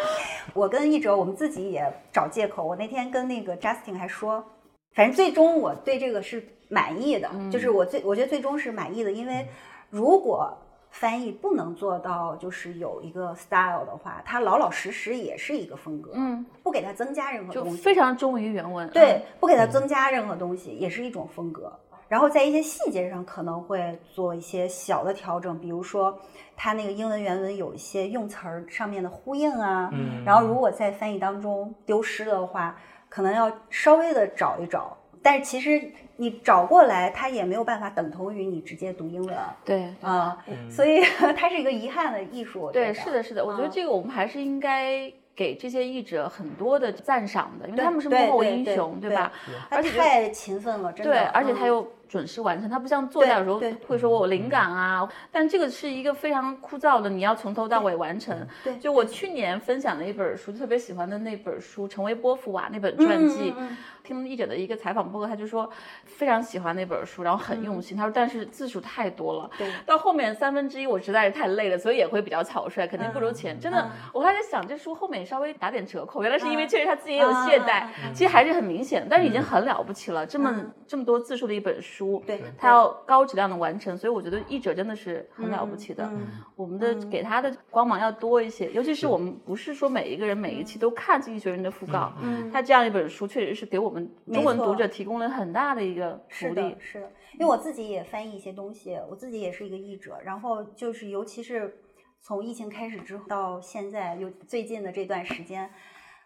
Speaker 5: 我跟一哲，我们自己也找借口。我那天跟那个 Justin 还说，反正最终我对这个是满意的，
Speaker 4: 嗯
Speaker 5: 就是我最我觉得最终是满意的，因为如果翻译不能做到就是有一个 style 的话，它老老实实也是一个风格，
Speaker 4: 嗯，
Speaker 5: 不给它增加任何
Speaker 4: 就
Speaker 5: 东西，
Speaker 4: 非常忠于原文。
Speaker 5: 对，不
Speaker 4: 嗯
Speaker 5: 给它增加任何东西，也是一种风格。然后在一些细节上可能会做一些小的调整，比如说它那个英文原文有一些用词儿上面的呼应啊，
Speaker 6: 嗯
Speaker 5: 然后如果在翻译当中丢失的话，可能要稍微的找一找。但是其实你找过来，它也没有办法等同于你直接读英文啊、
Speaker 4: 嗯对
Speaker 5: 所以 它是一个遗憾的艺术。我觉
Speaker 4: 对，
Speaker 5: 得
Speaker 4: 是，的，是的，我觉得
Speaker 5: 嗯
Speaker 4: 这个我们还是应该给这些译者很多的赞赏的，因为
Speaker 5: 对
Speaker 4: 他们是
Speaker 5: 对
Speaker 4: 幕后
Speaker 5: 对
Speaker 4: 英
Speaker 5: 对
Speaker 4: 雄，对
Speaker 5: 对
Speaker 4: 吧？
Speaker 5: 它
Speaker 4: 而且
Speaker 5: 太勤奋了，真的。
Speaker 4: 对，而且他
Speaker 5: 嗯
Speaker 4: 又准时完成，他不像作家有时候
Speaker 5: 对嗯
Speaker 4: 会说我有灵感啊，但这个是一个非常枯燥的，你要从头到尾完成。
Speaker 5: 对对
Speaker 4: 就我去年分享的一本书，特别喜欢的那本书《成为波伏娃》那本传记，
Speaker 5: 嗯嗯嗯
Speaker 4: 听译者的一个采访播客，他就说非常喜欢那本书，然后很用心。他说，但是字数太多了，
Speaker 5: 嗯对
Speaker 4: 到后面三分之一我实在是太累了，所以也会比较草率，肯定不如
Speaker 5: 嗯
Speaker 4: 前。真的，我还在想这书后面稍微打点折扣，原来是
Speaker 5: 嗯
Speaker 4: 因为确实他自己也有懈
Speaker 5: 啊啊
Speaker 4: 怠
Speaker 5: 啊，
Speaker 4: 其实还是很明显，但是已经很了不起了。这么
Speaker 5: 嗯
Speaker 4: 这么多字数的一本书，
Speaker 5: 对
Speaker 4: 他要高质量的完成，所以我觉得译者真的是很了不起的。
Speaker 5: 嗯嗯
Speaker 4: 我们的
Speaker 5: 嗯
Speaker 4: 给他的光芒要多一些，尤其是我们不是说每一个人每一期都看经济学人的讣告，
Speaker 5: 嗯
Speaker 4: 他这样一本书确实是给我们中文
Speaker 5: 没错
Speaker 4: 读者提供了很大的一个
Speaker 5: 是
Speaker 4: 福
Speaker 5: 的
Speaker 4: 利，。嗯
Speaker 5: 是的，因为我自己也翻译一些东西，我自己也是一个译者，然后就是尤其是从疫情开始之后到现在，有最近的这段时间，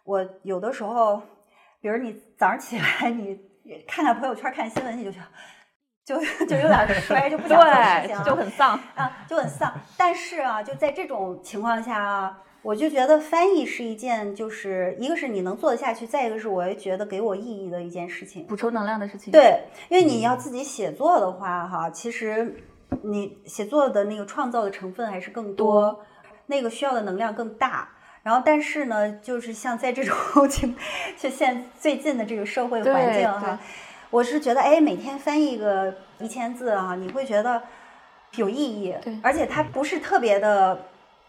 Speaker 5: 我有的时候，比如你早上起来你看看朋友圈、看新闻，你就觉得就就有点衰，就不想做事
Speaker 4: 对，
Speaker 5: 情、啊，
Speaker 4: 就很 丧。
Speaker 5: 啊，就很丧。但是啊，就在这种情况下啊，我就觉得翻译是一件，就是一个是你能做得下去，再一个是我也觉得给我意义的一件事情。
Speaker 4: 补充能量的事情。，
Speaker 5: 对，因为
Speaker 4: 嗯
Speaker 5: 你要自己写作的话，哈，其实你写作的那个创造的成分还是更多，那个需要的能量更大。然后，但是呢，就是像在这种 情，就现最近的这个社会环
Speaker 4: 对
Speaker 5: 境哈，我是觉得，哎，每天翻译个一千字啊，你会觉得有意义
Speaker 4: 对，嗯
Speaker 5: 而且它不是特别的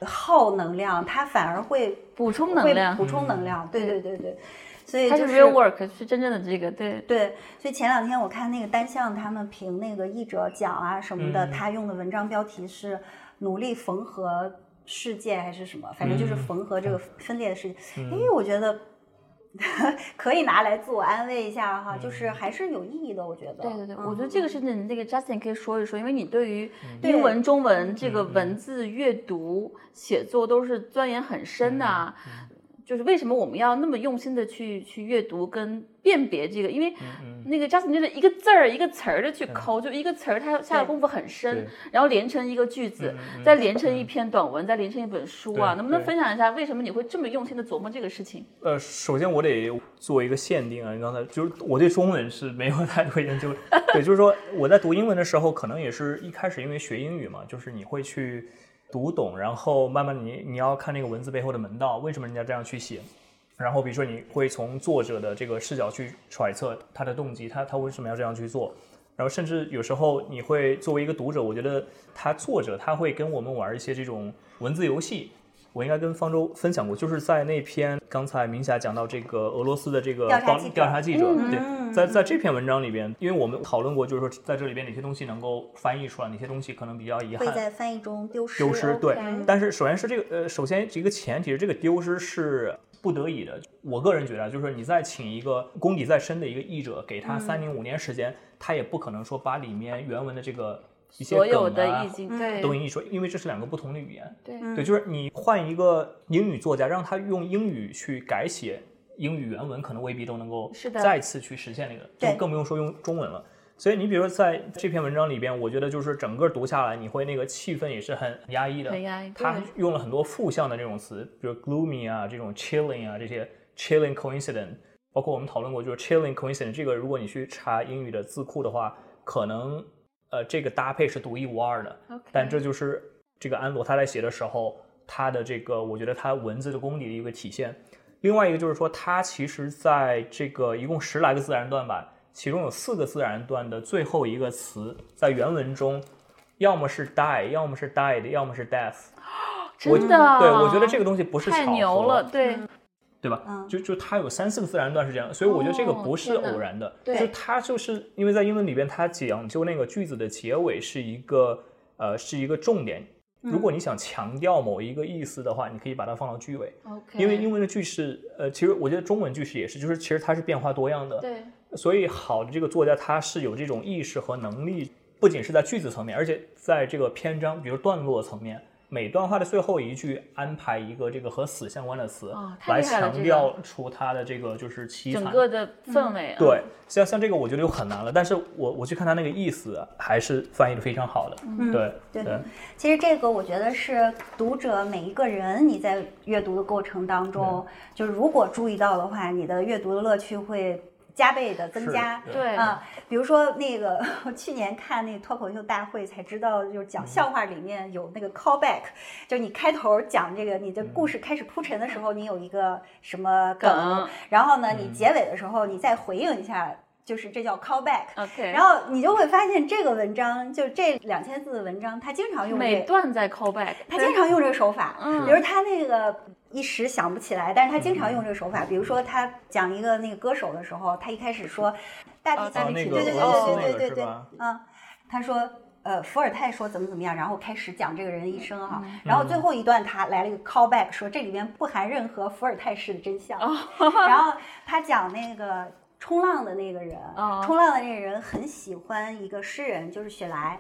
Speaker 5: 耗能量，它反而会
Speaker 4: 补充能
Speaker 5: 会
Speaker 4: 量，嗯
Speaker 5: 补充能量。对对对对，所以
Speaker 4: 它
Speaker 5: 就是
Speaker 4: real work，是真正的这个对。
Speaker 5: 对，所以前两天我看那个单向他们评那个译者奖啊什么的，
Speaker 6: 嗯
Speaker 5: 他用的文章标题是“努力缝合世界”还是什么，反正就是
Speaker 6: 嗯
Speaker 5: 缝合这个分裂的世界。因为我觉得 可以拿来自我安慰一下哈，
Speaker 6: 嗯
Speaker 5: 就是还是有意义的，我觉得。
Speaker 4: 对对对，
Speaker 5: 嗯
Speaker 4: 我觉得这个是你那个 Justin 可以说一说，因为你对于
Speaker 6: 嗯
Speaker 5: 对
Speaker 4: 英文、中文这个文字阅读、写作都是钻研很深的、啊。
Speaker 6: 嗯
Speaker 4: 就是为什么我们要那么用心的去去阅读跟辨别这个？因
Speaker 6: 嗯
Speaker 4: 为那个 Justin 就是一个字儿一个词儿的去抠，就一个词儿他下的
Speaker 5: 对
Speaker 4: 功夫很深
Speaker 6: 对，
Speaker 4: 然后连成一个句子
Speaker 6: 嗯嗯，嗯
Speaker 4: 再连成一篇短文，再连成一本书啊！
Speaker 6: 对
Speaker 4: 能不能
Speaker 6: 对
Speaker 4: 分享一下为什么你会这么用心的琢磨这个事情？
Speaker 6: 呃，首先我得做一个限定啊，你刚才就是我对中文是没有太多研究，对，就是说我在读英文的时候，可能也是一开始因为学英语嘛，就是你会去读懂，然后慢慢你你要看那个文字背后的门道，为什么人家这样去写，然后比如说你会从作者的这个视角去揣测他的动机，他他为什么要这样去做，然后甚至有时候你会作为一个读者，我觉得他作者他会跟我们玩一些这种文字游戏。我应该跟方舟分享过，就是在那篇刚才明霞讲到这个俄罗斯的这个
Speaker 5: 调查
Speaker 6: 帮
Speaker 5: 记者
Speaker 6: 调查记者，
Speaker 5: 嗯
Speaker 6: 对，在在这篇文章里边，因为我们讨论过，就是说在这里边哪些东西能够翻译出来，哪些东西可能比较遗
Speaker 5: 会
Speaker 6: 憾。
Speaker 5: 在翻译中丢失。
Speaker 6: 丢失。对
Speaker 5: OK，
Speaker 6: 但是首先是这个呃，首先一个前提是这个丢失是不得已的。我个人觉得啊，就是你再请一个功
Speaker 4: 嗯
Speaker 6: 底再深的一个译者，给他三年五年时间，他也不可能说把里面原文的这个一些
Speaker 4: 所有
Speaker 6: 梗啊
Speaker 4: 的意境，对
Speaker 6: 抖音艺术，因为这是两个不同的语言。
Speaker 4: 对
Speaker 6: 对，就是你换一个英语作家，让他用英语去改写英语原文，可能未必都能够
Speaker 4: 是的
Speaker 6: 再次去实现那个，
Speaker 5: 对
Speaker 6: 就更不用说用中文了。所以你比如说在这篇文章里边，我觉得就是整个读下来，你会那个气氛也是很压抑的，
Speaker 4: 很压抑
Speaker 6: 他
Speaker 4: 对
Speaker 6: 用了很多负向的这种词，比如 gloomy 啊，这种 chilling 啊，这些 chilling coincident，包括我们讨论过，就是 chilling coincident 这个，如果你去查英语的字库的话，可能呃这个搭配是独一无二的。
Speaker 4: OK
Speaker 6: 但这就是这个安罗他在写的时候，他的这个我觉得他文字的功底的一个体现。另外一个就是说，他其实在这个一共十来个自然段吧，其中有四个自然段的最后一个词，在原文中要么是 die，要么是 died，要么是 death。我
Speaker 4: 真的，啊
Speaker 6: 对，我觉得这个东西不是
Speaker 4: 哦太
Speaker 6: 巧合
Speaker 4: 牛了，，对
Speaker 6: 对吧？
Speaker 5: 嗯
Speaker 6: 就就它有三四个自然段是这样，所以我觉得这个不是偶然的，
Speaker 4: 哦天哪
Speaker 6: 就
Speaker 4: 对
Speaker 6: 它就是因为在英文里边，它讲究那个句子的结尾是一个呃是一个重点。
Speaker 4: 嗯
Speaker 6: 如果你想强调某一个意思的话，你可以把它放到句尾，
Speaker 4: ，OK，
Speaker 6: 因为英文的句式，呃，其实我觉得中文句式也是，就是其实它是变化多样的，
Speaker 4: 对
Speaker 6: 所以好的这个作家他是有这种意识和能力，不仅是在句子层面，而且在这个篇章，比如段落层面，每段话的最后一句安排一个这个和死相关的词，
Speaker 4: 哦太
Speaker 6: 来
Speaker 4: 厉害了
Speaker 6: 强调出他的这个就是凄惨。
Speaker 4: 整个的氛围，啊
Speaker 5: 嗯
Speaker 6: 对，像像这个我觉得就很难了，但是我我去看他那个意思还是翻译的非常好的，
Speaker 4: 嗯
Speaker 6: 对
Speaker 5: 嗯对
Speaker 6: 对
Speaker 5: 其实这个我觉得是读者每一个人，你在阅读的过程当中，就如果注意到的话，你的阅读的乐趣会加倍的增
Speaker 6: 是
Speaker 5: 加。
Speaker 6: 对
Speaker 4: 对，
Speaker 5: 啊，比如说那个，我去年看那个脱口秀大会才知道，就是
Speaker 4: 嗯
Speaker 5: 讲笑话里面有那个 callback，、就是你开头讲这个你的故事开始铺陈的时候，你有一个什么梗，
Speaker 4: 嗯梗嗯
Speaker 5: 然后呢，你结尾的时候你再回应一下，就是这叫 callback。
Speaker 4: ，OK，
Speaker 5: 然后你就会发现，这个文章就这两千字的文章，它经常用这
Speaker 4: 每
Speaker 5: 个
Speaker 4: 段在 callback，
Speaker 5: 他经常用这个手法，
Speaker 4: 嗯
Speaker 5: 比如他那个一时想不起来，但是他经常用这个手法。比如说他讲一个那个歌手的时候，他一开始说大
Speaker 4: 哦
Speaker 5: 提
Speaker 4: 大
Speaker 5: 琴，
Speaker 4: 提
Speaker 5: 对
Speaker 4: 琴
Speaker 5: 对对
Speaker 4: 俄罗斯
Speaker 5: 对对
Speaker 6: 那个
Speaker 5: 对
Speaker 6: 是
Speaker 5: 对
Speaker 6: 吧，
Speaker 5: 嗯，他说。呃，伏尔泰说怎么怎么样，然后开始讲这个人一生哈、
Speaker 4: 嗯
Speaker 5: 然后最后一段他来了一个 callback，说这里面不含任何伏尔泰式的真相。
Speaker 4: 哦
Speaker 5: 然后他讲那个冲浪的那个人，
Speaker 4: 哦
Speaker 5: 冲浪的那个人很喜欢一个诗人，就是雪莱。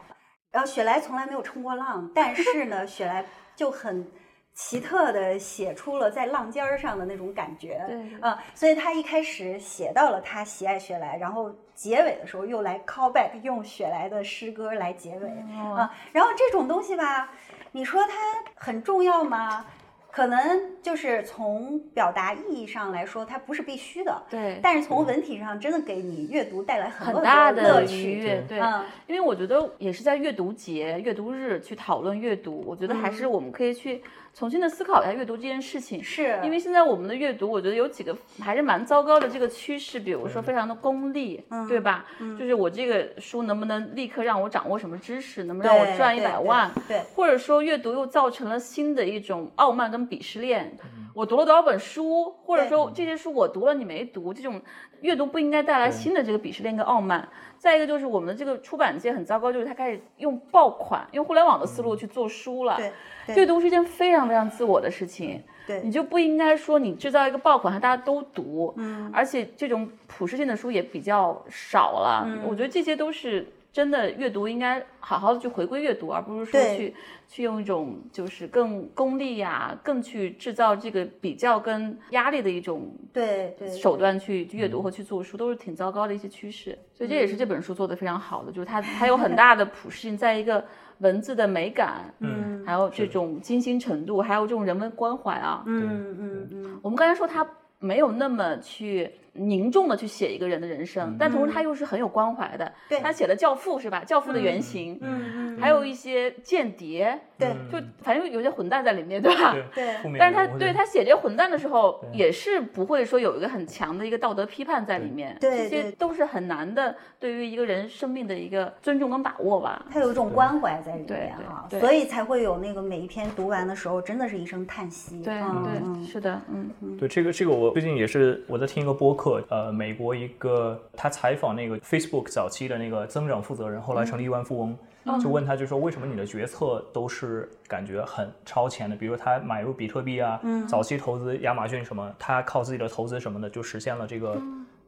Speaker 5: 然后雪莱从来没有冲过浪，但是呢，雪莱就很奇特的写出了在浪尖儿上的那种感觉。
Speaker 4: 对
Speaker 5: 啊、所以他一开始写到了他喜爱雪莱，然后结尾的时候又来 callback 用雪莱的诗歌来结尾
Speaker 4: 嗯
Speaker 5: 啊、然后这种东西吧，你说它很重要吗？可能就是从表达意义上来说，它不是必须的，
Speaker 4: 对，
Speaker 5: 但是从文体上真的给你阅读带来很
Speaker 4: 很
Speaker 5: 多
Speaker 4: 大
Speaker 5: 多
Speaker 4: 的
Speaker 5: 乐
Speaker 4: 愉
Speaker 5: 趣。
Speaker 4: 悦，对，
Speaker 5: 嗯，
Speaker 4: 因为我觉得也是在阅读节、阅读日去讨论阅读，我觉得还是我们可以去重新的思考一下阅读这件事情。
Speaker 5: 嗯是
Speaker 4: 因为现在我们的阅读，我觉得有几个还是蛮糟糕的这个趋势，比如说非常的功利，
Speaker 5: 嗯
Speaker 4: 对吧？就是我这个书能不能立刻让我掌握什么知识，能不能让我
Speaker 5: 对
Speaker 4: 赚一
Speaker 5: 对
Speaker 4: 百
Speaker 5: 对
Speaker 4: 万？
Speaker 5: 对
Speaker 4: 或者说阅读又造成了新的一种傲慢跟鄙视链。我读了多少本书，或者说这些书我读了你没读，这种阅读不应该带来新的这个鄙视链跟傲慢。再一个就是我们的这个出版界很糟糕，就是它开始用爆款、用互联网的思路去做书了。
Speaker 5: 对对
Speaker 4: 阅读是一件非常非常自我的事情。
Speaker 5: 对
Speaker 4: 你就不应该说你制造一个爆款，让大家都读，嗯，而且这种普适性的书也比较少了。
Speaker 5: 嗯
Speaker 4: 我觉得这些都是真的阅读应该好好的去回归阅读，而不是说
Speaker 5: 对
Speaker 4: 去去用一种就是更功利呀、更去制造这个比较跟压力的一种
Speaker 5: 对对，
Speaker 4: 手段去阅
Speaker 5: 嗯
Speaker 4: 读和去做书，都是挺糟糕的一些趋势。所以这也是这本书做的非常好的，就是它它有很 大的普适性，在一个文字的美感，
Speaker 6: 嗯，
Speaker 4: 还有这种精心程度，还有这种人文关怀啊。
Speaker 5: 嗯嗯嗯，
Speaker 4: 我们刚才说他没有那么去凝重的去写一个人的人生，但同时他又是很有关怀的。
Speaker 5: 嗯对
Speaker 4: 他写了《教父》是吧？《教父》的原型，
Speaker 5: 嗯嗯，
Speaker 4: 还有一些间谍，
Speaker 5: 对
Speaker 6: 嗯
Speaker 4: 就反正有些混蛋在里面，对吧？
Speaker 6: 对
Speaker 5: 对
Speaker 6: 负面
Speaker 4: 但是
Speaker 6: 人
Speaker 4: 他
Speaker 6: 物
Speaker 4: 对他写这混蛋的时候，也是不会说有一个很强的一个道德批判在里面，
Speaker 5: 对对
Speaker 4: 这些
Speaker 5: 对
Speaker 4: 都是很难的，对于一个人生命的一个尊重跟把握吧。
Speaker 5: 它有一种关怀在里
Speaker 4: 对
Speaker 5: 面
Speaker 4: 对
Speaker 5: 哈，
Speaker 4: 对
Speaker 5: 所以才会有那个每一篇读完的时候，真的是一声叹息。
Speaker 4: 对
Speaker 5: 嗯
Speaker 4: 对，
Speaker 5: 嗯
Speaker 4: 是的，嗯，
Speaker 6: 对这个这个，我最近也是我在听一个播客，呃，美国一个他采访那个 Facebook 早期的那个增长负责人，后来成了亿万富翁，就问他就说为什么你的决策都是感觉很超前的，比如他买入比特币啊，早期投资亚马逊什么，他靠自己的投资什么的就实现了这个、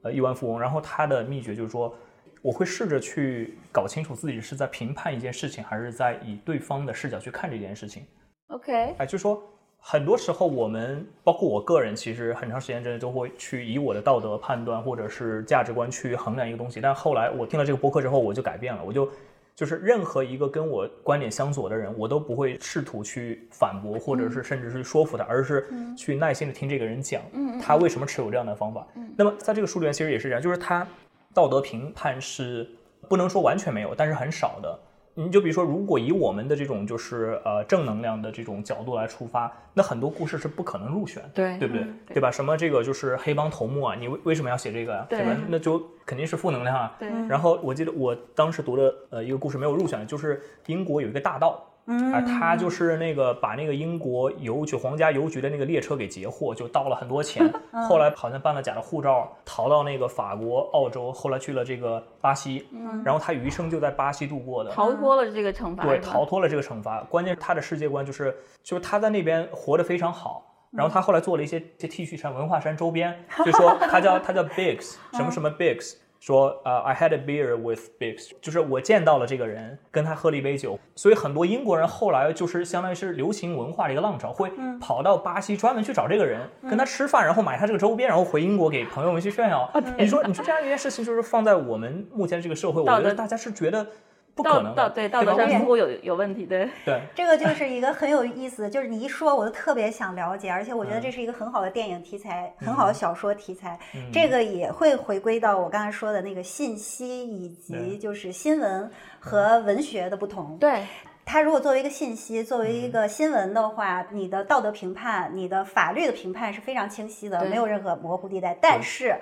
Speaker 6: 呃亿万富翁，然后他的秘诀就是说。我会试着去搞清楚自己是在评判一件事情，还是在以对方的视角去看这件事情。
Speaker 4: OK，
Speaker 6: 哎，就说很多时候我们，包括我个人，其实很长时间真的都会去以我的道德判断或者是价值观去衡量一个东西。但后来我听了这个播客之后，我就改变了，我就就是任何一个跟我观点相左的人，我都不会试图去反驳或者是甚至是说服他，而是去耐心的听这个人讲，他为什么持有这样的方法。那么在这个书里面其实也是这样，就是他道德评判是不能说完全没有，但是很少的。你就比如说，如果以我们的这种就是呃正能量的这种角度来出发，那很多故事是不可能入选，
Speaker 4: 对
Speaker 6: 对不对？
Speaker 4: 嗯对
Speaker 6: 对吧？什么这个就是黑帮头目啊，你为为什么要写这个呀、
Speaker 4: 对嗯
Speaker 6: 吧？那就肯定是负能量啊。
Speaker 4: 对
Speaker 6: 然后我记得我当时读的呃一个故事没有入选的，就是英国有一个大盗，
Speaker 4: 嗯
Speaker 6: 啊、他就是那个把那个英国邮局皇家邮局的那个列车给截获，就盗了很 多钱，
Speaker 4: 嗯
Speaker 6: 后来好像办了假的护照，逃到那个法国、澳洲，后来去了这个巴西，
Speaker 4: 嗯
Speaker 6: 然后他余生就在巴西度过的。
Speaker 4: 逃脱了这个惩罚，
Speaker 6: 对，
Speaker 4: 是吧
Speaker 6: 逃脱了这个惩罚。关键是他的世界观就是，就是他在那边活得非常好。然后他后来做了一些一些 T 恤衫、文化衫周边，就说他叫他叫 Biggs 什么
Speaker 4: 嗯
Speaker 6: 什么 Biggs，说呃、I had a beer with Biggs，就是我见到了这个人，跟他喝了一杯酒。所以很多英国人后来就是相当于是流行文化的一个浪潮，会
Speaker 4: 嗯
Speaker 6: 跑到巴西专门去找这个人，跟他吃饭，然后买他这个周边，然后回英国给朋友们去炫
Speaker 4: 啊
Speaker 6: 耀。你说你说这样一件事情，就是放在我们目前这个社会，我
Speaker 4: 道
Speaker 6: 觉
Speaker 4: 德
Speaker 6: 得大家是觉得不可
Speaker 4: 道
Speaker 6: 能
Speaker 4: 道
Speaker 6: 的，
Speaker 4: 对道
Speaker 6: 吧
Speaker 4: 德上
Speaker 5: 对
Speaker 4: 似乎有有问题，对
Speaker 6: 对。
Speaker 5: 这个就是一个很有意思，就是你一说，我就特别想了解，而且我觉得这是一个很好的电影题材，很好的小说题材。这个也会回归到我刚才说的那个信息以及
Speaker 6: 对
Speaker 5: 就是新闻和文学的不同。
Speaker 4: 对
Speaker 5: 它如果作为一个信息，作为一
Speaker 6: 嗯
Speaker 5: 个新闻的话，你的道德评判、你的法律的评判是非常清晰的，
Speaker 4: 对
Speaker 5: 没有任何模糊地带。但是，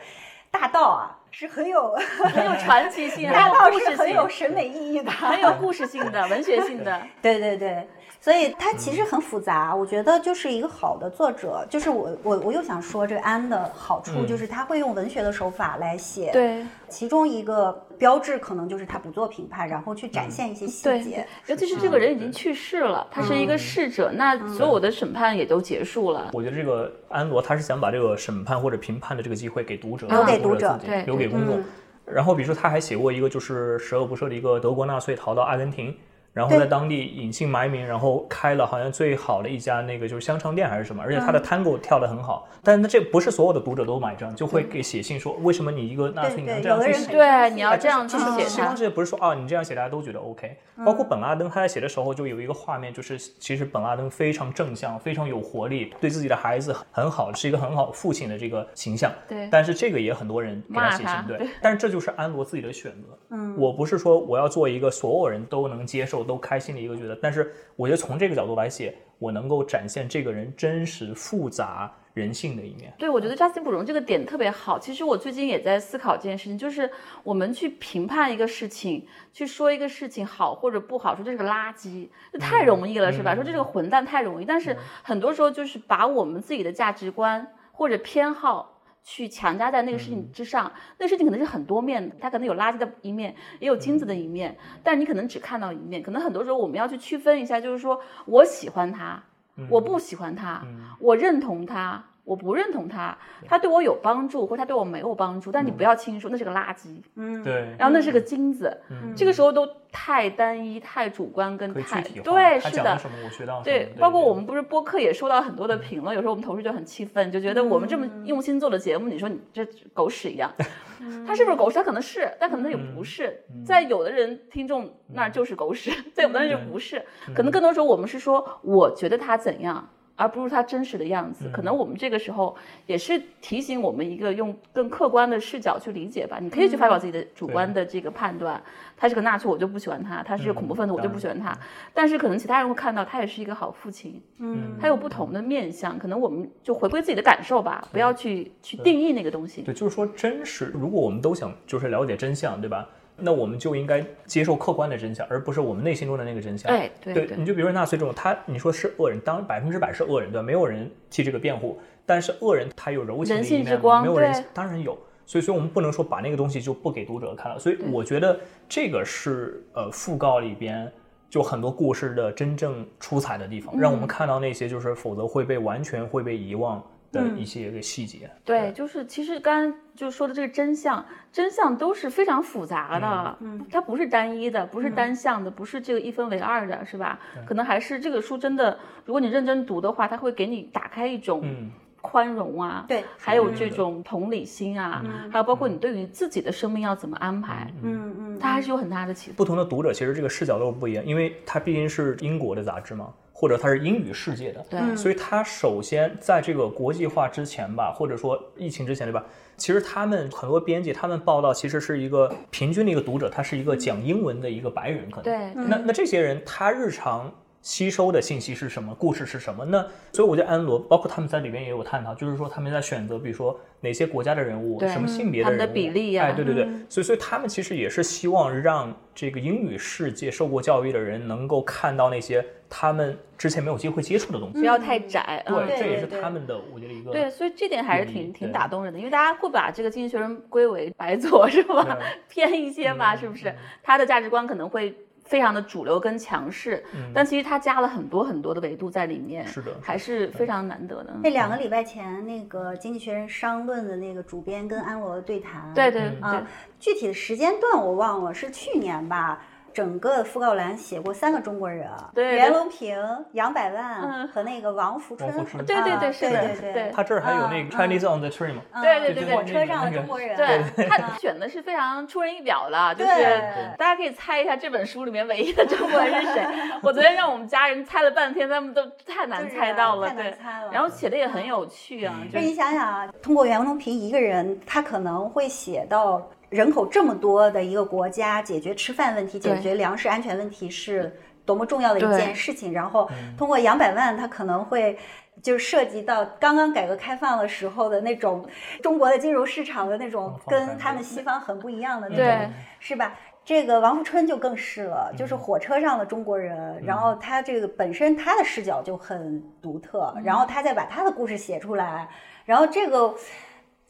Speaker 5: 大道啊是很 有，
Speaker 4: 很有传奇性，很
Speaker 5: 大
Speaker 4: 有
Speaker 5: 道
Speaker 4: 故
Speaker 5: 是
Speaker 4: 事
Speaker 5: 很有
Speaker 4: 性，
Speaker 5: 审美意义的，
Speaker 4: 很有故事性的文学性的，
Speaker 5: 对对对，所以它其
Speaker 6: 嗯
Speaker 5: 实很复杂。我觉得就是一个好的作者，就是我我我又想说这个安的好处，
Speaker 6: 嗯
Speaker 5: 就是他会用文学的手法来写。，
Speaker 4: 对
Speaker 5: 其中一个标志可能就是他不做评判，然后去
Speaker 6: 嗯
Speaker 5: 展现一些细
Speaker 4: 对
Speaker 5: 节。，
Speaker 4: 尤其是这个人已经去世了，他
Speaker 6: 嗯
Speaker 4: 是一个逝者，那所有的审判也都结束了，
Speaker 6: 我觉得这个安罗他是想把这个审判或者评判的这个机会给读者，
Speaker 5: 留给
Speaker 6: 读
Speaker 5: 读者嗯
Speaker 6: 自己
Speaker 4: 对
Speaker 6: 留给公众。然后比如说他还写过一个就是十恶不赦的一个德国纳粹逃到阿根廷，然后
Speaker 5: 对
Speaker 6: 在当地隐姓埋名，然后开了好像最好的一家那个就是香肠店还是什么，而且
Speaker 5: 嗯
Speaker 6: 他的 tango 跳得很好。但是这不是所有的读者都买账，就会给写信说为什么你一个纳粹
Speaker 5: 对
Speaker 6: 你能
Speaker 5: 对
Speaker 6: 这样
Speaker 5: 有的
Speaker 6: 去
Speaker 5: 人
Speaker 6: 写
Speaker 5: 很？
Speaker 4: 对，你要这样去
Speaker 6: 哎就是
Speaker 4: 写嗯
Speaker 6: 希望
Speaker 4: 他，
Speaker 6: 这不是说啊，你这样写大家都觉得 OK。包括本拉登他在写的时候，就有一个画面，就是其实本拉登非常正向，非常有活力，对自己的孩子很好，是一个很好父亲的这个形象。
Speaker 4: 对
Speaker 6: 但是这个也很多人给
Speaker 4: 骂
Speaker 6: 他写信
Speaker 4: 他，
Speaker 6: 对
Speaker 4: 对。
Speaker 6: 但是这就是安罗自己的选择。嗯，我不是说我要做一个所有人都能接受、都开心的一个角色，但是我觉得从这个角度来写，我能够展现这个人真实、复杂人性的一面。
Speaker 4: 对，我觉得扎西不容这个点特别好。其实我最近也在思考这件事情，就是我们去评判一个事情，去说一个事情好或者不好，说这是个垃圾，这太容易了，是吧？说
Speaker 6: 嗯
Speaker 4: 这是个混蛋太容易，但是很多时候就是把我们自己的价值观或者偏好。去强加在那个事
Speaker 6: 嗯
Speaker 4: 情之上，那个事情可能是很多面的，它可能有垃圾的一面，也有金子
Speaker 6: 嗯
Speaker 4: 的一面，但你可能只看到一面。可能很多时候我们要去区分一下，就是说我喜欢他，
Speaker 6: 嗯
Speaker 4: 我不喜欢他，我认同他，我不认同他，他对我有帮助，或者他对我没有帮助，但你不要轻易说那是个垃圾，
Speaker 5: 嗯，
Speaker 6: 对，
Speaker 4: 然后那是个金子，
Speaker 6: 嗯嗯
Speaker 4: 这个时候都太单一、太主观跟
Speaker 6: 可以具
Speaker 4: 太
Speaker 6: 体化。
Speaker 4: 对，
Speaker 6: 他
Speaker 4: 是
Speaker 6: 讲了
Speaker 4: 啊的
Speaker 6: 什。么，我学到什么。
Speaker 4: 对，包括我们不是播客也收到很多的评论，有时候我们同事就很气愤，就觉得我们这么用心做的节目，你说你这狗屎一样， 他是不是狗屎？他可能是，但可能他也不是，在有的人听众那儿就是狗屎，在有的人就不是，可能更多时候我们是说我觉得他怎样。而不是他真实的样子，可能我们这个时候也是提醒我们一个用更客观的视角去理解吧。你可以去发表自己的主观的这个判断，他是个纳粹，我就不喜欢他；他是个恐怖分子，我就
Speaker 6: 嗯
Speaker 4: 不喜欢他。但是可能其他人会看到他也是一个好父亲，
Speaker 5: 嗯，
Speaker 4: 他有不同的面相，可能我们就回归自己的感受吧，不要去去定义那个东西。
Speaker 6: 对，就是说真实。如果我们都想就是了解真相，对吧？那我们就应该接受客观的真相，而不是我们内心中的那个真相。
Speaker 4: 哎对对
Speaker 6: 你就比如说纳粹这种，他你说是恶人，当然百分之百是恶人，对吧？没有人替这个辩护，但是恶人他有柔情的
Speaker 4: 人
Speaker 6: 一
Speaker 4: 性
Speaker 6: 面
Speaker 4: 之
Speaker 6: 吗
Speaker 4: 光
Speaker 6: 没有人
Speaker 4: 对
Speaker 6: 当然有。所以，所以我们不能说把那个东西就不给读者看了。所以，我觉得这个是呃讣告里边就很多
Speaker 4: 嗯
Speaker 6: 故事的真正出彩的地方，让我们看到那些就是否则会被完全会被遗忘的
Speaker 5: 嗯
Speaker 6: 一些个细节。
Speaker 4: 对，就是其实刚刚就说的这个真相，真相都是非常复杂的，
Speaker 5: 嗯嗯嗯
Speaker 4: 它不是单一的，不是单向的，不是这个一分为二的，是吧？可能还是这个书真的，如果你认真读的话，它会给你打开一种
Speaker 6: 嗯，
Speaker 4: 宽容啊，
Speaker 5: 对
Speaker 4: 还有
Speaker 6: 嗯
Speaker 4: 这种同理心啊，
Speaker 5: 嗯
Speaker 4: 还有包括你对于自己的生命要怎么安排，
Speaker 5: 嗯嗯，
Speaker 4: 它还是有很大的起伏。
Speaker 6: 不同的读者其实这个视角都是不一样，因为它毕竟是英国的杂志嘛，或者它是英语世界的，
Speaker 4: 对，
Speaker 5: 嗯
Speaker 6: 所以它首先在这个国际化之前吧，或者说疫情之前对吧？其实他们很多编辑他们报道其实是一个平均的一个读者，他是一个讲英文的一个白人可能。
Speaker 4: 对，
Speaker 6: 那那这些人他日常吸收的信息是什么？故事是什么？那所以我觉得安罗，包括他们在里面也有探讨，就是说他们在选择，比如说哪些国家的人物，
Speaker 4: 对
Speaker 6: 什么性别
Speaker 4: 他
Speaker 6: 人
Speaker 4: 们
Speaker 6: 物，
Speaker 4: 的比例呀嗯
Speaker 6: 哎，对对对，所以所以他们其实也是希望让这个英语世界受过教育的人能够看到那些他们之前没有机会接触的东西。
Speaker 4: 不要太窄，嗯。
Speaker 6: 对，这也是
Speaker 5: 对对
Speaker 6: 他们的，我觉得一个
Speaker 4: 对，所以这点还是
Speaker 6: 嗯
Speaker 4: 挺挺
Speaker 6: 对
Speaker 4: 打动人的，因为大家会把这个经济学人归为白左是吧？偏一些吧，
Speaker 6: 嗯
Speaker 4: 是不是？他的价值观可能会非常的主流跟强势，但其实他加了很多很多的维度在里面，
Speaker 6: 嗯是的是的
Speaker 4: 还是非常难得的。
Speaker 5: 那两个礼拜前，那个《经济学人》商论的那个主编跟安罗的对谈，
Speaker 4: 对对
Speaker 6: 嗯
Speaker 4: 对
Speaker 5: 啊，具体的时间段我忘了，是去年吧。整个讣告栏写过三个中国人，
Speaker 4: 对
Speaker 5: 袁
Speaker 4: 对
Speaker 5: 隆平、杨百万
Speaker 4: 嗯
Speaker 5: 和那个王福春
Speaker 6: 王福，春
Speaker 4: 对对对
Speaker 5: 啊
Speaker 4: 是的
Speaker 5: 对对
Speaker 4: 对
Speaker 6: 他这儿还有那
Speaker 5: 嗯
Speaker 6: 个 Chinese on the train 嘛，
Speaker 5: 嗯
Speaker 4: 对对对对
Speaker 5: 火车上的中国人，
Speaker 4: 对他选的是非常出人意表的，就是
Speaker 5: 对
Speaker 4: 大家可以猜一下这本书里面唯一的中国人是谁。我昨天让我们家人猜了半天，他们都太难
Speaker 5: 就是
Speaker 4: 猜到了，
Speaker 5: 太难
Speaker 4: 对
Speaker 5: 猜了。
Speaker 4: 然后写的也很有趣啊，
Speaker 5: 就
Speaker 4: 就是
Speaker 5: 你想想啊，通过袁隆平一个人，他可能会写到人口这么多的一个国家，解决吃饭问题、解
Speaker 4: 对
Speaker 5: 决粮食安全问题是多么重要的一
Speaker 4: 对
Speaker 5: 件事情。然后
Speaker 4: 嗯
Speaker 5: 通过杨百万，他可能会。就涉及到刚刚改革开放的时候的那种中国的金融市场的那种
Speaker 6: 嗯
Speaker 5: 跟他们西方很不一样的那种
Speaker 4: 对。嗯
Speaker 5: 是吧？这个王富春就更是了，就是火车上的中国人，然后他这个本身他的视角就很独特，
Speaker 4: 嗯
Speaker 5: 然后他再把他的故事写出来，然后这个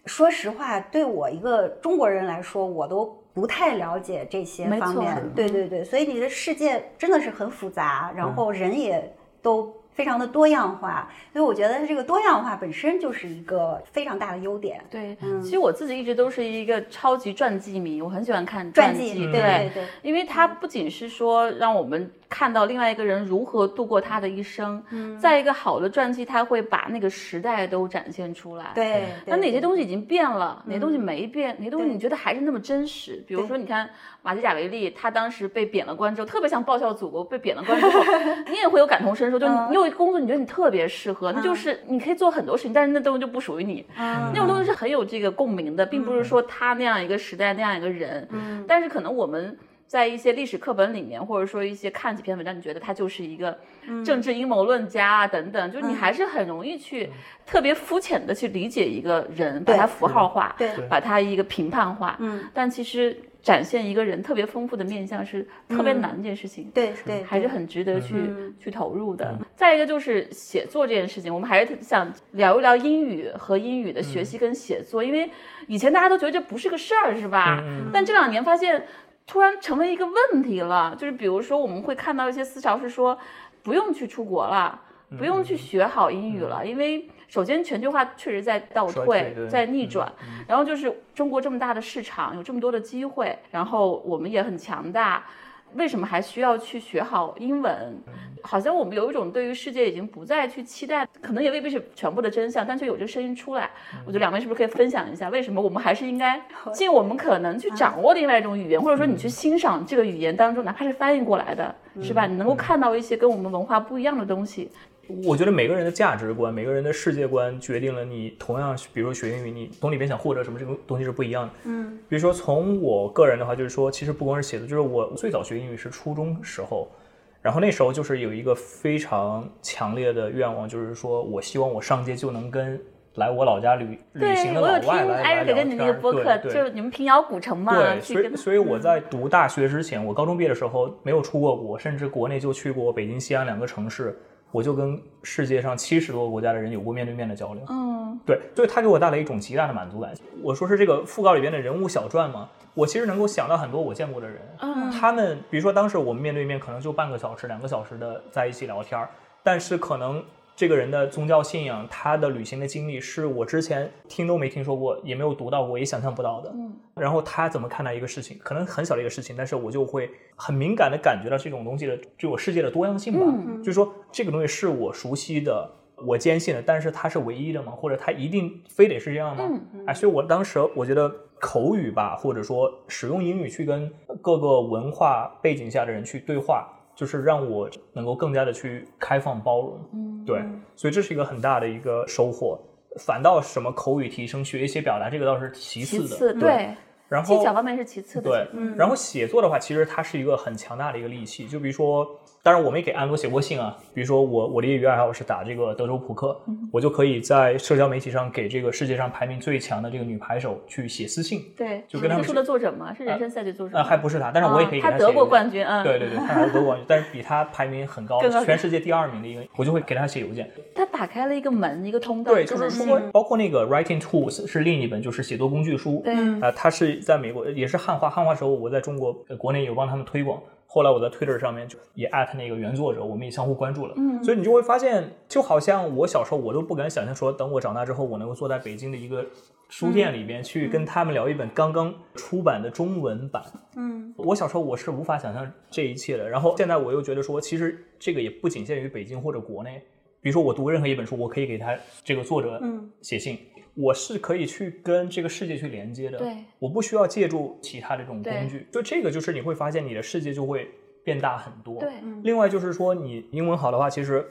Speaker 5: 说实话，对我一个中国人来说，我都不太了解这些
Speaker 4: 没
Speaker 5: 方
Speaker 4: 错
Speaker 5: 面，对对对，所以你的世界真的是很复杂，然后人也都非常的多样化，所以我觉得这个多样化本身就是一个非常大的优点。
Speaker 4: 对，
Speaker 5: 嗯
Speaker 4: 其实我自己一直都是一个超级传记迷，我很喜欢看
Speaker 5: 传
Speaker 4: 记，
Speaker 5: 记，对
Speaker 4: 对。
Speaker 5: 对对，
Speaker 4: 因为它不仅是说让我们看到另外一个人如何度过他的一生，
Speaker 5: 嗯
Speaker 4: 在一个好的传记，他会把那个时代都展现出来。，
Speaker 5: 对，
Speaker 4: 那哪些
Speaker 5: 对嗯
Speaker 4: 东西已经变了，哪些东西没变，哪些东西
Speaker 5: 对
Speaker 4: 你觉得还是那么真实？比如
Speaker 5: 对
Speaker 4: 说，你看马基贾维利，他当时被贬了官之后，特别像报效祖国。被贬了官之 后，你也会有感同身受，就
Speaker 5: 嗯
Speaker 4: 你有一个工作，你觉得你特别适合，那就是你可以做很多事情，但是那东西就不属于你。
Speaker 5: 嗯
Speaker 4: 那种东西是很有这个共鸣的，并不是说他那样一个时代那样一个人，
Speaker 5: 嗯
Speaker 4: 但是可能我们。在一些历史课本里面，或者说一些看几篇文章，你觉得他就是一个
Speaker 5: 嗯
Speaker 4: 政治阴谋论家啊等等，就是你还是很容易去
Speaker 6: 嗯
Speaker 4: 特别肤浅的去理解一个人，把
Speaker 5: 对
Speaker 4: 他符号化，
Speaker 5: 对
Speaker 6: 对
Speaker 4: 把他一个评判化。
Speaker 5: 嗯，
Speaker 4: 但其实展现一个人特别丰富的面相是特别难的一件事情。
Speaker 5: 嗯对对，
Speaker 4: 还是
Speaker 5: 对
Speaker 4: 很值得去、
Speaker 5: 嗯
Speaker 4: 去投入的。再一个就是写作这件事情，我们还是想聊一聊英语和英语的学
Speaker 6: 嗯
Speaker 4: 习跟写作，因为以前大家都觉得这不是个事儿，是吧？
Speaker 6: 嗯
Speaker 4: 但这两年发现，突然成为一个问题了。就是比如说，我们会看到一些思潮是说，不用去出国了，不用
Speaker 6: 嗯
Speaker 4: 去学好英语了，因为首先全球化确实在倒
Speaker 6: 衰
Speaker 4: 退
Speaker 6: 退对，嗯
Speaker 4: 在逆转。然后就是中国这么大的市场，有这么多的机会，然后我们也很强大。为什么还需要去学好英文？
Speaker 6: 嗯
Speaker 4: 好像我们有一种对于世界已经不再去期待，可能也未必是全部的真相，但却有这个声音出来。我觉得两位是不是可以分享一下，为什么我们还是应该尽我们可能去掌握另外一种语言，或者说你去
Speaker 6: 嗯
Speaker 4: 欣赏这个语言当中，哪怕是翻译过来的，是吧？你
Speaker 6: 嗯
Speaker 4: 能够看到一些跟我们文化不一样的东西。
Speaker 6: 我觉得每个人的价值观、每个人的世界观决定了你同样，比如说学英语，你从里边想获得什么，这个东西是不一样的。嗯，比如说从我个人的话，就是说，其实不光是写作，就是我最早学英语是初中时候，然后那时候就是有一个非常强烈的愿望，就是说我希望我上街就能跟来我老家旅旅行的
Speaker 4: 我
Speaker 6: 老
Speaker 4: 有
Speaker 6: 外
Speaker 4: 听
Speaker 6: 来来
Speaker 4: 艾瑞
Speaker 6: 聊
Speaker 4: 克
Speaker 6: 天
Speaker 4: 跟
Speaker 6: 儿。
Speaker 4: 你那个播客，
Speaker 6: 对对
Speaker 4: 就是你们平遥古城嘛，
Speaker 6: 对，
Speaker 4: 去
Speaker 6: 所以
Speaker 4: 跟嗯
Speaker 6: 所以我在读大学之前，我高中毕业的时候没有出过国，甚至国内就去过北京、西安两个城市，我就跟世界上七十多个国家的人有过面对面的交流。
Speaker 4: 嗯，
Speaker 6: 对，所以它给我带来一种极大的满足感。我说是这个讣告里边的人物小传嘛，我其实能够想到很多我见过的人，
Speaker 4: 嗯
Speaker 6: 他们比如说当时我们面对面可能就半个小时、两个小时的在一起聊天儿，但是可能。这个人的宗教信仰，他的旅行的经历，是我之前听都没听说过，也没有读到过，也想象不到的。
Speaker 4: 嗯，
Speaker 6: 然后他怎么看待一个事情，可能很小的一个事情，但是我就会很敏感的感觉到这种东西的这我世界的多样性吧。
Speaker 4: 嗯
Speaker 6: 就是说这个东西是我熟悉的，我坚信的，但是它是唯一的吗？或者它一定非得是这样吗？
Speaker 4: 嗯
Speaker 6: 哎，所以我当时我觉得口语吧，或者说使用英语去跟各个文化背景下的人去对话，就是让我能够更加的去开放包容。
Speaker 4: 嗯，
Speaker 6: 对，所以这是一个很大的一个收获。反倒什么口语提升、学一些表达，这个倒是其
Speaker 4: 其
Speaker 6: 次的。
Speaker 4: 次，
Speaker 6: 对，
Speaker 4: 对，
Speaker 6: 然后
Speaker 4: 技巧方面是其次的。
Speaker 6: 对，然后写作的话，其实它是一个很强大的一个利器。就比如说，当然我们也给安罗写过信啊。比如说我我的业余爱好是打这个德州扑克，
Speaker 4: 嗯
Speaker 6: 我就可以在社交媒体上给这个世界上排名最强的这个女排手去写私信。
Speaker 4: 对，
Speaker 6: 就跟他
Speaker 4: 这
Speaker 6: 们
Speaker 4: 个书的作者嘛，是人生赛季作者
Speaker 6: 呃，
Speaker 4: 吗，
Speaker 6: 还不是她，但是我也可以给
Speaker 4: 啊
Speaker 6: 她
Speaker 4: 他
Speaker 6: 写一个。
Speaker 4: 得过冠军，嗯，
Speaker 6: 对对对，她拿了德国冠军，但是比她排名很高
Speaker 4: 更高，
Speaker 6: 全世界第二名的一个，我就会给她写邮件。
Speaker 4: 他打开了一个门，一个通道，
Speaker 6: 对，就是
Speaker 4: 可能
Speaker 6: 说，包括那个 Writing Tools 是另一本就是写作工具书，
Speaker 4: 对，
Speaker 5: 嗯
Speaker 6: 啊，它是在美国，也是汉化。汉化时候，我在中国、呃国内有帮他们推广，后来我在 Twitter 上面就也艾特那个原作者，我们也相互关注了。
Speaker 4: 嗯
Speaker 6: 所以你就会发现，就好像我小时候，我都不敢想象说，等我长大之后，我能够坐在北京的一个书店里边去跟他们聊一本刚刚出版的中文版。
Speaker 5: 嗯
Speaker 6: 我小时候我是无法想象这一切的。然后现在我又觉得说，其实这个也不仅限于北京或者国内。比如说我读任何一本书，我可以给他这个作者
Speaker 5: 嗯
Speaker 6: 写信，我是可以去跟这个世界去连接的。
Speaker 4: 对，
Speaker 6: 我不需要借助其他的这种工具。就这个就是你会发现你的世界就会变大很多。
Speaker 4: 对，
Speaker 6: 另外就是说，你英文好的话，其实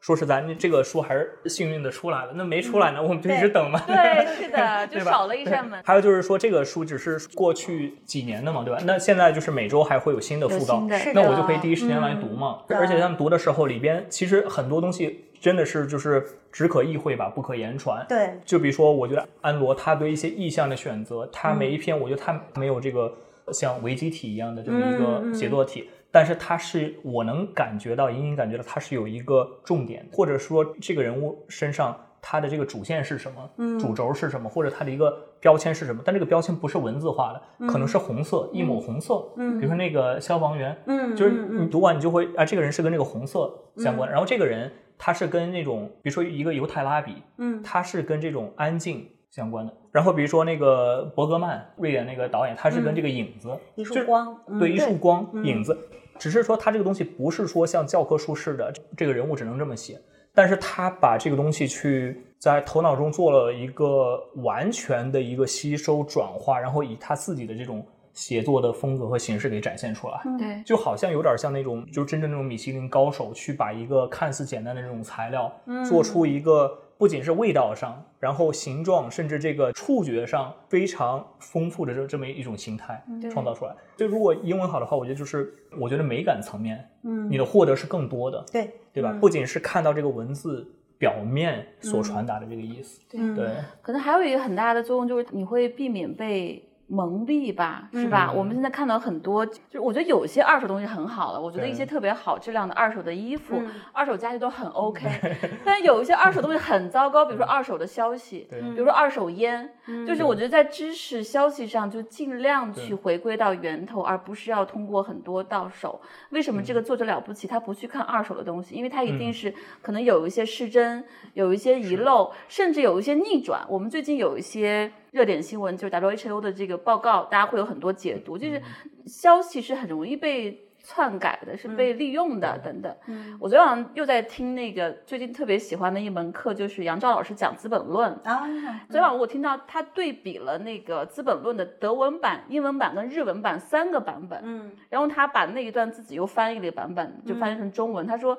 Speaker 6: 说实在，你这个书还是幸运的出来了。那没出来呢，我们就一直等嘛。
Speaker 4: 对，是的，就
Speaker 6: 对吧
Speaker 4: 少了一扇
Speaker 6: 对
Speaker 4: 门。
Speaker 6: 还有就是说，这个书只是过去几年的嘛，对吧？那现在就是每周还会有新
Speaker 4: 有
Speaker 6: 的辅导
Speaker 4: 新，的，
Speaker 5: 是
Speaker 6: 那
Speaker 5: 的
Speaker 6: 我就可以第一时间来读嘛。
Speaker 5: 嗯
Speaker 6: 而且他们读的时候，里边其实很多东西真的是就是只可意会吧，不可言传。
Speaker 5: 对，
Speaker 6: 就比如说，我觉得安罗他对一些意象的选择，他
Speaker 5: 嗯
Speaker 6: 每一篇，我觉得他没有这个像维基体一样的这么一
Speaker 5: 嗯
Speaker 6: 个写作体，但是他是我能感觉到，隐隐感觉到他是有一个重点，或者说这个人物身上他的这个主线是什么，
Speaker 5: 嗯
Speaker 6: 主轴是什么，或者他的一个标签是什么，但这个标签不是文字化的，可能是红色、一抹红色，
Speaker 5: 嗯
Speaker 6: 比如说那个消防员，
Speaker 5: 嗯
Speaker 6: 就是
Speaker 5: 嗯
Speaker 6: 你
Speaker 5: 嗯
Speaker 6: 读完你就会啊，这个人是跟这个红色相关的，然后这个人他是跟那种，比如说一个犹太拉比，
Speaker 5: 嗯
Speaker 6: 他是跟这种安静相关的。然后比如说那个伯格曼，瑞典那个导演，他是跟这个影子，
Speaker 5: 一束
Speaker 6: 就
Speaker 5: 嗯
Speaker 6: 是
Speaker 5: 光，嗯
Speaker 6: 对一束光、
Speaker 5: 嗯
Speaker 6: 影子，只是说他这个东西不是说像教科书似的，这这个人物只能这么写，但是他把这个东西去在头脑中做了一个完全的一个吸收转化，然后以他自己的这种写作的风格和形式给展现出来。
Speaker 4: 对，
Speaker 6: 就好像有点像那种，就真正那种米其林高手去把一个看似简单的这种材料，做出一个不仅是味道上，然后形状，甚至这个触觉上非常丰富的这这么一种形态
Speaker 4: 对
Speaker 6: 创造出来。所以如果英文好的话，我觉得就是我觉得美感层面，
Speaker 5: 嗯
Speaker 6: 你的获得是更多的，
Speaker 5: 对
Speaker 6: 对吧？
Speaker 5: 嗯
Speaker 6: 不仅是看到这个文字表面所传达的这个意思，
Speaker 5: 嗯
Speaker 6: 对，
Speaker 4: 可能还有一个很大的作用就是你会避免被蒙蔽吧，是吧？
Speaker 6: 嗯
Speaker 4: 我们现在看到很多，就是我觉得有些二手东西很好了，我觉得
Speaker 6: 对
Speaker 4: 一些特别好质量的二手的衣服、
Speaker 5: 嗯
Speaker 4: 二手家具都很 OK，但 有一些二手东西很糟糕，比如说二手的消息，
Speaker 6: 对
Speaker 4: 比如说二手烟，就是我觉得在知识消息上就尽量去
Speaker 6: 嗯对
Speaker 4: 回归到源头，而不是要通过很多到手。为什么这个作者了不起？他不去看二手的东西，因为他一定
Speaker 6: 嗯
Speaker 4: 是可能有一些失真，有一些遗漏，甚至有一些逆转。我们最近有一些热点新闻，就是 WHO 的这个报告，大家会有很多解读，
Speaker 6: 嗯
Speaker 4: 就是消息是很容易被。篡改的是
Speaker 6: 嗯
Speaker 4: 被利用的、等等，我昨天晚上又在听那个最近特别喜欢的一门课，就是杨照老师讲《资本论》，
Speaker 5: 啊，
Speaker 4: 昨天晚上我听到他对比了那个《资本论》的德文版、英文版跟日文版三个版本，
Speaker 5: 嗯
Speaker 4: 然后他把那一段自己又翻译了一个版本，就翻译成中文。他说，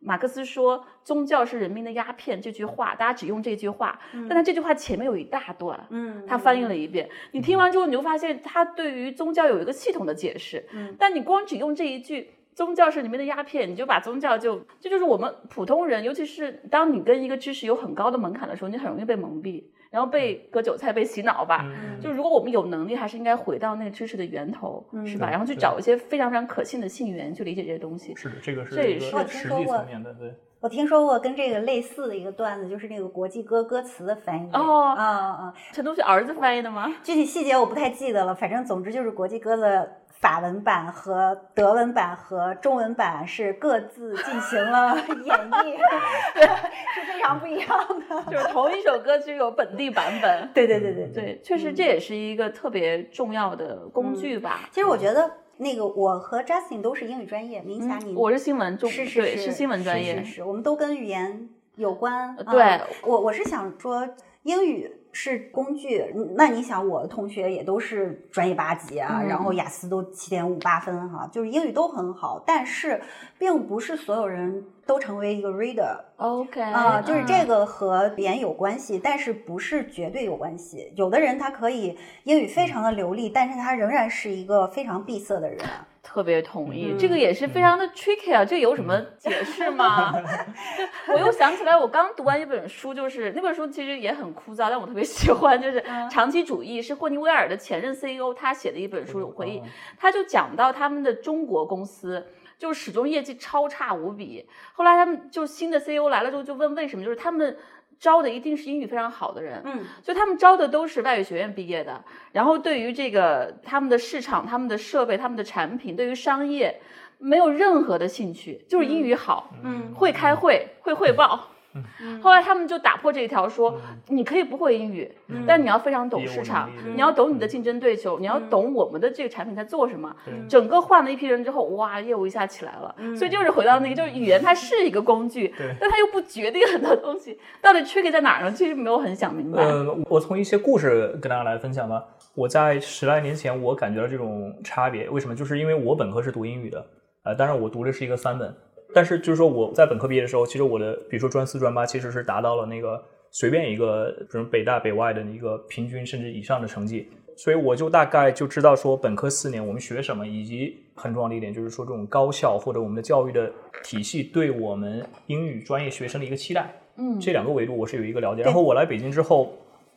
Speaker 4: 马克思说“宗教是人民的鸦片”这句话，大家只用这句话，但他这句话前面有一大段，
Speaker 5: 嗯，
Speaker 4: 他翻译了一遍。你听完之后，你就发现他对于宗教有一个系统的解释。
Speaker 5: 嗯，
Speaker 4: 但你光只用这一句。宗教是里面的鸦片，你就把宗教就这就是我们普通人，尤其是当你跟一个知识有很高的门槛的时候，你很容易被蒙蔽，然后被割韭菜、被洗脑吧。
Speaker 6: 嗯
Speaker 4: 就如果我们有能力，还是应该回到那个知识的源头，是吧？
Speaker 6: 嗯对
Speaker 4: 然后去
Speaker 6: 对
Speaker 4: 找一些非常非常可信的信源去理解这些东西。
Speaker 6: 是的，这个是
Speaker 4: 这也
Speaker 6: 一
Speaker 4: 是
Speaker 6: 个
Speaker 5: 我听
Speaker 6: 实
Speaker 5: 说
Speaker 6: 际
Speaker 5: 过
Speaker 6: 层面的，对。
Speaker 5: 我听说过跟这个类似的一个段子，就是那个国际歌歌词的翻译。
Speaker 4: 哦
Speaker 5: 啊啊啊！
Speaker 4: 陈东是儿子翻译的吗？
Speaker 5: 具体细节我不太记得了，反正总之就是国际歌的法文版和德文版和中文版是各自进行 了演绎，是非常不一样的。
Speaker 4: 就是同一首歌只有本地版本。
Speaker 5: 对对对对对。嗯
Speaker 4: 对，确实这也是一个特别重要的工具吧。
Speaker 5: 其实我觉得那个我和 Justin 都是英语专业，明霞你
Speaker 4: 嗯我是新闻中，
Speaker 5: 是是
Speaker 4: 对，是新闻专业呃
Speaker 5: 是。是，我们都跟语言有关。
Speaker 4: 对
Speaker 5: 啊我我是想说，英语是工具。嗯那你想，我的同学也都是专业八级啊，然
Speaker 4: 嗯
Speaker 5: 后雅思都七点五八分哈、就是英语都很好，但是并不是所有人都成为一个 reader。
Speaker 4: OK，嗯
Speaker 5: 啊、就是这个和语言有关系，但是不是绝对有关系。有的人他可以英语非常的流利，但是他仍然是一个非常闭塞的人。啊
Speaker 4: 特别同
Speaker 5: 嗯
Speaker 4: 意，这个也是非常的 tricky 啊，这有什么解 释吗？ 我又想起来，我刚读完一本书，就是那本书其实也很枯燥，但我特别喜欢，就是
Speaker 5: 嗯
Speaker 4: 《长期主义》，是霍尼韦尔的前任 CEO 他写的一本
Speaker 5: 哦
Speaker 4: 书回忆，
Speaker 6: 嗯
Speaker 4: 他就讲到他们的中国公司。就始终业绩超差无比。后来他们就新的 CEO 来了之后，就问为什么，就是他们招的一定是英语非常好的人，
Speaker 5: 嗯，
Speaker 4: 就他们招的都是外语学院毕业的。然后对于这个他们的市场、他们的设备、他们的产品，对于商业没有任何的兴趣，就是英语好，
Speaker 5: 嗯，
Speaker 4: 会开会，会汇报。后来他们就打破这一条说，
Speaker 5: 嗯
Speaker 4: 你可以不会英语，
Speaker 6: 嗯
Speaker 4: 但你要非常懂
Speaker 6: 业务
Speaker 4: 市场
Speaker 6: 能力，嗯
Speaker 4: 你要懂你的竞争对手，你要懂我们的这个产品在做什么。
Speaker 6: 对
Speaker 4: 整个换了一批人之后，哇，业务一下起来了。所以就是回到那个，就是语言它是一个工具
Speaker 6: 对，
Speaker 4: 但它又不决定很多东西。到底 tricky 在哪儿呢？其实没有很想明白。
Speaker 6: 呃，我从一些故事跟大家来分享吧。我在十来年前，我感觉到这种差别，为什么？就是因为我本科是读英语的，呃，当然我读的是一个三本，但是就是说我在本科毕业的时候，其实我的比如说专四、专八，其实是达到了那个随便一个，比如北大、北外的一个平均甚至以上的成绩，所以我就大概就知道说本科四年我们学什么，以及很重要的一点就是说这种高校或者我们的教育的体系对我们英语专业学生的一个期待。
Speaker 4: 嗯
Speaker 6: 这两个维度我是有一个了解。然后我来北京之后，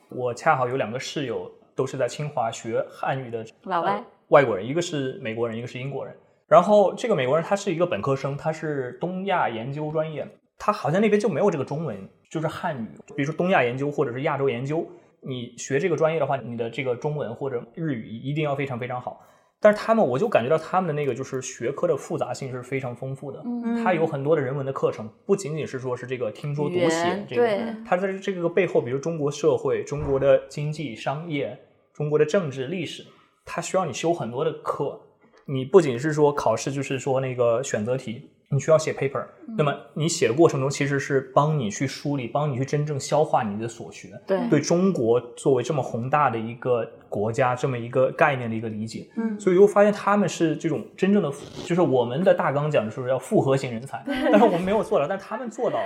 Speaker 6: 我恰好有两个室友都是在清华学汉语的
Speaker 4: 老外
Speaker 6: 呃外国人，一个是美国人，一个是英国人。然后这个美国人他是一个本科生，他是东亚研究专业，他好像那边就没有这个中文，就是汉语，比如说东亚研究或者是亚洲研究。你学这个专业的话，你的这个中文或者日语一定要非常非常好。但是他们，我就感觉到他们的那个就是学科的复杂性是非常丰富的。
Speaker 4: 嗯
Speaker 6: 它有很多的人文的课程，不仅仅是说是这个听说读
Speaker 4: 语言
Speaker 6: 写这个
Speaker 4: 对，
Speaker 6: 它在这个背后，比如中国社会、中国的经济、商业、中国的政治、历史，它需要你修很多的课。你不仅是说考试，就是说那个选择题，你需要写 paper。那
Speaker 4: 嗯
Speaker 6: 么你写的过程中，其实是帮你去梳理，帮你去真正消化你的所学。
Speaker 4: 对
Speaker 6: 对中国作为这么宏大的一个国家，这么一个概念的一个理解，
Speaker 5: 嗯
Speaker 6: 所以我发现他们是这种真正的，就是我们的大纲讲的是要复合型人才，但是我们没有做到，但是他们做到了。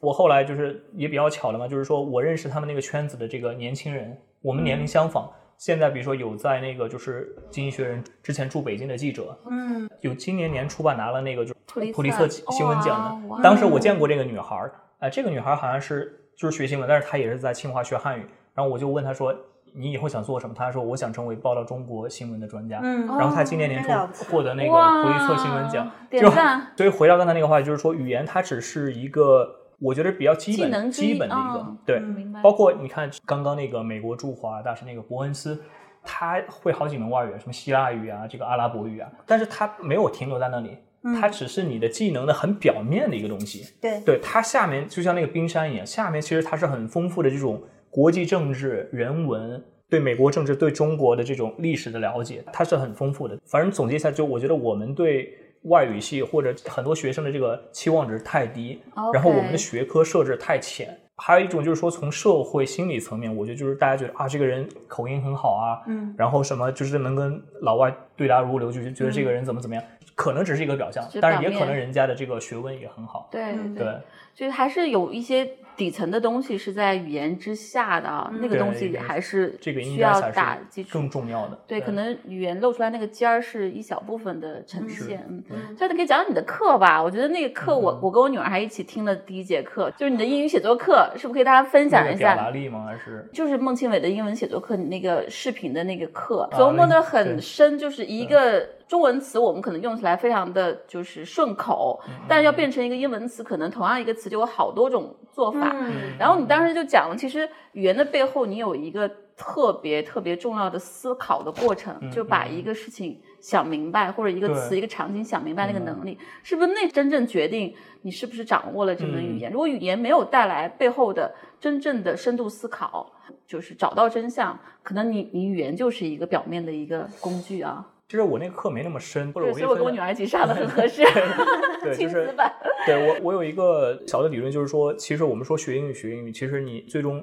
Speaker 6: 我后来就是也比较巧了嘛，就是说我认识他们那个圈子的这个年轻人，我们年龄相仿。现在比如说有在那个就是《经济学人》之前驻北京的记者，
Speaker 5: 嗯
Speaker 6: 有今年年初吧拿了那个就是普利
Speaker 4: 普
Speaker 6: 策
Speaker 4: 利策
Speaker 6: 新闻奖
Speaker 4: 哇哦
Speaker 6: 的
Speaker 4: 哇。
Speaker 6: 当时我见过这个女孩儿，哎、这个女孩儿好像是就是学新闻，但是她也是在清华学汉语。然后我就问她说：“你以后想做什么？”她说：“我想成为报道中国新闻的专家。”
Speaker 5: 嗯
Speaker 6: 然后
Speaker 4: 哦
Speaker 6: 她今年年初
Speaker 5: 真了不起
Speaker 6: 获得那个
Speaker 4: 哇
Speaker 6: 普利策新闻奖，
Speaker 4: 点
Speaker 6: 就
Speaker 4: 赞。
Speaker 6: 所以回到刚才那个话，就是说语言它只是一个我觉得比较基
Speaker 4: 技能
Speaker 6: 本
Speaker 4: 之一
Speaker 6: 基本的一个、
Speaker 4: 嗯
Speaker 6: 对，
Speaker 4: 明白
Speaker 6: 包括你看刚刚那个美国驻华大使那个伯恩斯，他会好几门外语，什么希腊语啊，这个阿拉伯语啊，但是他没有停留在那里，
Speaker 5: 嗯
Speaker 6: 他只是你的技能的很表面的一个东西。
Speaker 5: 对
Speaker 6: 对，它下面就像那个冰山一样，下面其实它是很丰富的这种国际政治、人文。对美国政治、对中国的这种历史的了解，它是很丰富的。反正总结一下，就我觉得我们对外语系或者很多学生的这个期望值太低
Speaker 4: OK
Speaker 6: 然后我们的学科设置太浅。还有一种就是说，从社会心理层面，我觉得就是大家觉得啊，这个人口音很好啊，
Speaker 5: 嗯，
Speaker 6: 然后什么就是能跟老外对答如流，就是觉得这个人怎么怎么样，可能只是一个表象
Speaker 4: 嗯是，
Speaker 6: 但是
Speaker 4: 表
Speaker 6: 也可能
Speaker 4: 面
Speaker 6: 人家的这个学问也很好。
Speaker 4: 对
Speaker 5: 嗯
Speaker 4: 对，
Speaker 6: 对，
Speaker 4: 就是还是有一些底层的东西是在语言之下的啊，那个
Speaker 6: 对
Speaker 4: 东
Speaker 6: 这
Speaker 4: 西
Speaker 6: 个
Speaker 4: 还是
Speaker 6: 这个应
Speaker 4: 需
Speaker 6: 该
Speaker 4: 要
Speaker 6: 才
Speaker 4: 打
Speaker 6: 是
Speaker 4: 基础
Speaker 6: 更重要的。
Speaker 4: 对，可能语言露出来那个尖儿是一小部分的呈
Speaker 6: 是
Speaker 4: 现。嗯，
Speaker 6: 嗯
Speaker 4: 所以你可以讲讲你的课吧。我觉得那个课我，我、跟我女儿还一起听了第一节课，就是你的英语写作课，是不是可以大家分
Speaker 6: 那
Speaker 4: 享
Speaker 6: 个
Speaker 4: 一
Speaker 6: 表达
Speaker 4: 下？
Speaker 6: 力吗？还是
Speaker 4: 就是孟庆伟的英文写作课，你那个视频的那个课，
Speaker 6: 啊
Speaker 4: 琢磨的
Speaker 6: 那个
Speaker 4: 很
Speaker 6: 对嗯
Speaker 4: 深，就是一个中文词，我们可能用起来非常的就是顺口，
Speaker 6: 嗯
Speaker 4: 但是要变成一个英文词，可能同样一个词就有好多种做法。
Speaker 5: 嗯
Speaker 4: 然后你当时就讲了，其实语言的背后你有一个特别特别重要的思考的过程，
Speaker 6: 嗯
Speaker 4: 就把一个事情想明白，或者一个
Speaker 6: 对
Speaker 4: 词、一个场景想明白那个
Speaker 6: 明白
Speaker 4: 能力，是不是那真正决定你是不是掌握了这门
Speaker 6: 嗯
Speaker 4: 语言？如果语言没有带来背后的真正的深度思考，就是找到真相，可能你你语言就是一个表面的一个工具啊。
Speaker 6: 其实我那个课没那么深，或
Speaker 4: 对，
Speaker 6: 者我
Speaker 4: 所
Speaker 6: 可
Speaker 4: 以
Speaker 6: 以
Speaker 4: 我跟
Speaker 6: 分
Speaker 4: 我女儿一起上的很合适，
Speaker 6: 对，
Speaker 4: 亲
Speaker 6: 就
Speaker 4: 子
Speaker 6: 是
Speaker 4: 版。
Speaker 6: 对我，我有一个小的理论，就是说，其实我们说学英语学英语，其实你最终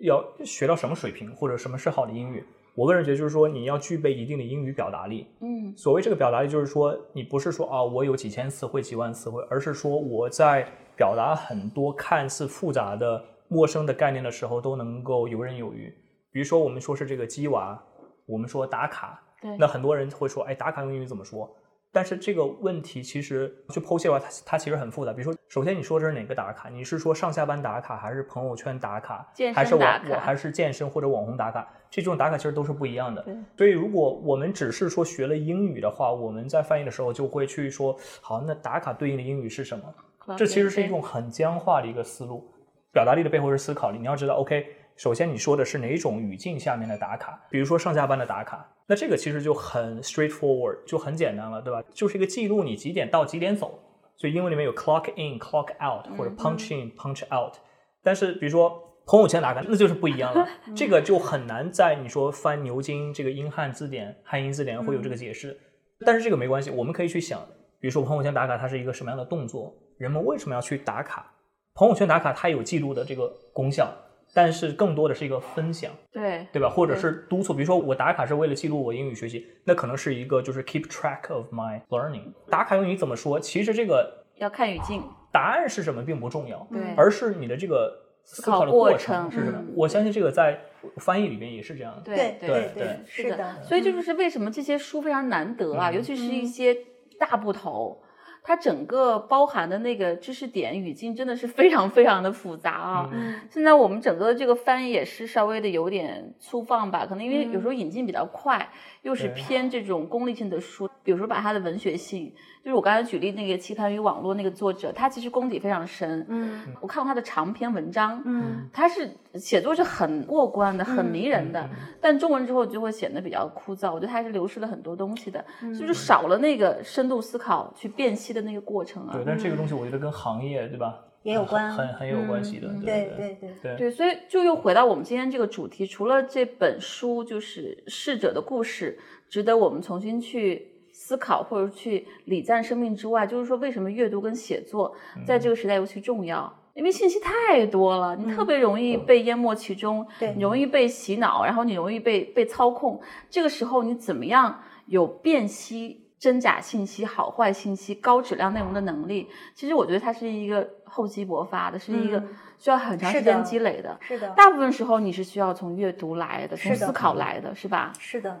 Speaker 6: 要学到什么水平，或者什么是好的英语，我个人觉得就是说，你要具备一定的英语表达力。
Speaker 4: 嗯，
Speaker 6: 所谓这个表达力，就是说，你不是说啊我有几千词汇、几万词汇，而是说我在表达很多看似复杂的陌生的概念的时候，都能够游刃有余。比如说，我们说是这个鸡娃，我们说打卡，
Speaker 4: 对
Speaker 6: 那很多人会说，哎，打卡用英语怎么说？但是这个问题其实去剖析的话，它它其实很复杂。比如说，首先你说这是哪个打卡？你是说上下班打卡，还是朋友圈打卡
Speaker 4: 健，身
Speaker 6: 还是网
Speaker 4: 打卡
Speaker 6: 我还是健身或者网红打卡？这种打卡其实都是不一样的
Speaker 4: 对。
Speaker 6: 所以，如果我们只是说学了英语的话，我们在翻译的时候就会去说，好，那打卡对应的英语是什么？这其实是一种很僵化的一个思路。表达力的背后是思考力，你要知道，OK，首先你说的是哪种语境下面的打卡，比如说上下班的打卡，那这个其实就很 straightforward，就很简单了，对吧？就是一个记录你几点到几点走，所以英文里面有 clock in、clock out 或者 punch in、punch out。但是比如说朋友圈打卡，那就是不一样了，这个就很难在你说翻牛津这个英汉字典、汉英字典会有这个解释。但是这个没关系，我们可以去想，比如说朋友圈打卡，它是一个什么样的动作？人们为什么要去打卡？朋友圈打卡它有记录的这个功效，但是更多的是一个分享，
Speaker 4: 对
Speaker 6: 对吧？或者是督促，比如说我打卡是为了记录我英语学习，那可能是一个就是 keep track of my learning。打卡用语怎么说？其实这个
Speaker 4: 要看语境，
Speaker 6: 答案是什么并不重要，
Speaker 4: 对
Speaker 6: 而是你的这个思考的
Speaker 4: 思考过
Speaker 6: 过程
Speaker 4: 程
Speaker 6: 是什么
Speaker 4: 嗯。
Speaker 6: 我相信这个在翻译里面也是这样的。
Speaker 4: 对
Speaker 6: 对
Speaker 5: 对
Speaker 6: 对
Speaker 5: 是
Speaker 4: 的
Speaker 5: 的，
Speaker 4: 所以这就是为什么这些书非常难得啊，
Speaker 6: 嗯
Speaker 4: 尤其是一些大部头，它整个包含的那个知识点语境真的是非常非常的复杂啊。
Speaker 6: 嗯
Speaker 4: 现在我们整个这个翻译也是稍微的有点粗放吧，可能因为有时候引进比较快，又是
Speaker 6: 对
Speaker 4: 偏这种功利性的书，比如说把它的文学性，就是我刚才举例那个《棋盘与网络》那个作者，他其实功底非常深。
Speaker 5: 嗯
Speaker 4: 我看过他的长篇文章，
Speaker 5: 嗯
Speaker 4: 他是写作是很过关的，很迷人
Speaker 6: 嗯
Speaker 4: 的，但中文之后就会显得比较枯燥。我觉得它还是流失了很多东西的，就是少了那个深度思考去辨析的那个过程啊
Speaker 6: 对，。但是这个东西我觉得跟行业对吧
Speaker 5: 也有关
Speaker 6: 很很很有关系的。
Speaker 5: 对
Speaker 6: 对
Speaker 5: 对对，
Speaker 6: 对
Speaker 4: 对，所以就又回到我们今天这个主题，除了这本书就是《逝者的故事》，值得我们重新去思考或者去礼赞生命之外，就是说为什么阅读跟写作
Speaker 5: 嗯
Speaker 4: 在这个时代尤其重要？因为信息太多了，你特别容易被淹没其中，
Speaker 5: 嗯对
Speaker 4: 你容易被洗脑，然后你容易被被操控。这个时候你怎么样有辨析真假信息、好坏信息、高质量内容的能力？其实我觉得它是一个厚积薄发的，是一个
Speaker 5: 嗯
Speaker 4: 需要很长时
Speaker 5: 是的
Speaker 4: 间积累的。
Speaker 5: 是的，
Speaker 4: 大部分时候你是需要从阅读来的，从
Speaker 5: 是的
Speaker 4: 思考来的，是吧？
Speaker 5: 是的。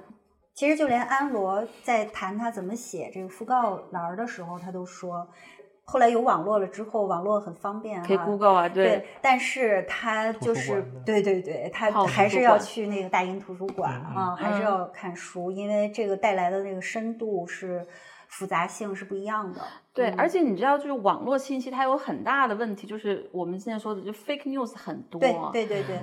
Speaker 5: 其实就连安罗在谈他怎么写这个讣告栏儿的时候，他都说，后来有网络了之后，网络很方便
Speaker 4: 可以
Speaker 5: 啊。
Speaker 4: Google 啊，对，
Speaker 5: 但是他
Speaker 6: 图
Speaker 5: 就
Speaker 6: 书
Speaker 5: 是
Speaker 6: 馆
Speaker 5: 对对对，他
Speaker 4: 泡图
Speaker 5: 还
Speaker 4: 书
Speaker 5: 是要
Speaker 4: 馆
Speaker 5: 去那个大英图书馆
Speaker 6: 嗯
Speaker 5: 啊，还是要看书，因为这个带来的那个深度是复杂性是不一样的。
Speaker 4: 对，
Speaker 5: 嗯
Speaker 4: 而且你知道，就是网络信息它有很大的问题，就是我们现在说的，就 fake news 很多，
Speaker 5: 对对对对，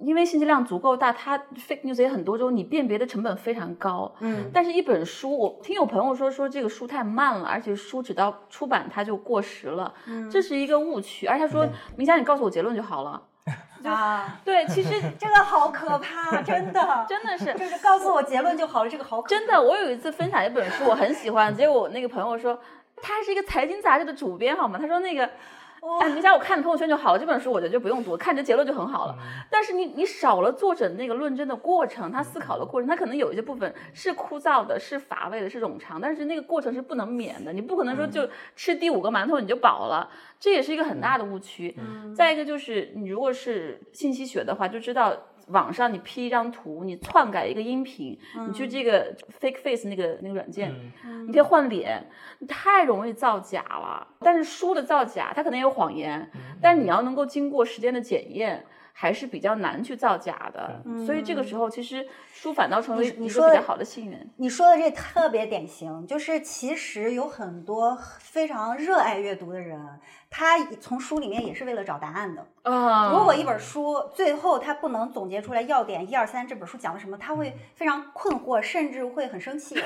Speaker 4: 因为信息量足够大，它 fake news 也很多，之后你辨别的成本非常高。
Speaker 5: 嗯
Speaker 4: 但是，一本书，我听有朋友说说这个书太慢了，而且书只到出版它就过时了，
Speaker 5: 嗯
Speaker 4: 这是一个误区。而且他说，明霞，你告诉我结论就好 了。
Speaker 5: 啊，
Speaker 4: 对，其实
Speaker 5: 这个好可怕，真 的，
Speaker 4: 真的是
Speaker 5: 就是告诉我结论就好了，这个好可怕。
Speaker 4: 真的，我有一次分享一本书，我很喜欢，结果我那个朋友说。他是一个财经杂志的主编，好吗？他说那个，
Speaker 5: 哦
Speaker 4: 哎，明霞，我看你朋友圈就好了。这本书我觉得就不用读，看这结论就很好了。
Speaker 6: 嗯
Speaker 4: 但是你你少了作者那个论证的过程，他思考的过程，他可能有一些部分是枯燥的，是乏味的，是冗长，但是那个过程是不能免的。你不可能说就吃第五个馒头你就饱了，这也是一个很大的误区。再一个就是，你如果是信息学的话，就知道网上你 P 一张图，你篡改一个音频，你去这个 Fake Face 那个那个软件，
Speaker 6: 嗯
Speaker 4: 你可以换脸，你太容易造假了。但是书的造假，它可能也有谎言，但是你要能够经过时间的检验。还是比较难去造假的，所以这个时候其实书反倒成为
Speaker 5: 嗯你
Speaker 4: 一个
Speaker 5: 你
Speaker 4: 比
Speaker 5: 说
Speaker 4: 较好的信源。
Speaker 5: 你说的这特别典型，就是其实有很多非常热爱阅读的人，他从书里面也是为了找答案的。
Speaker 4: 啊
Speaker 5: 如果一本书最后它不能总结出来要点一二三，这本书讲了什么，他会非常困惑，甚至会很生气。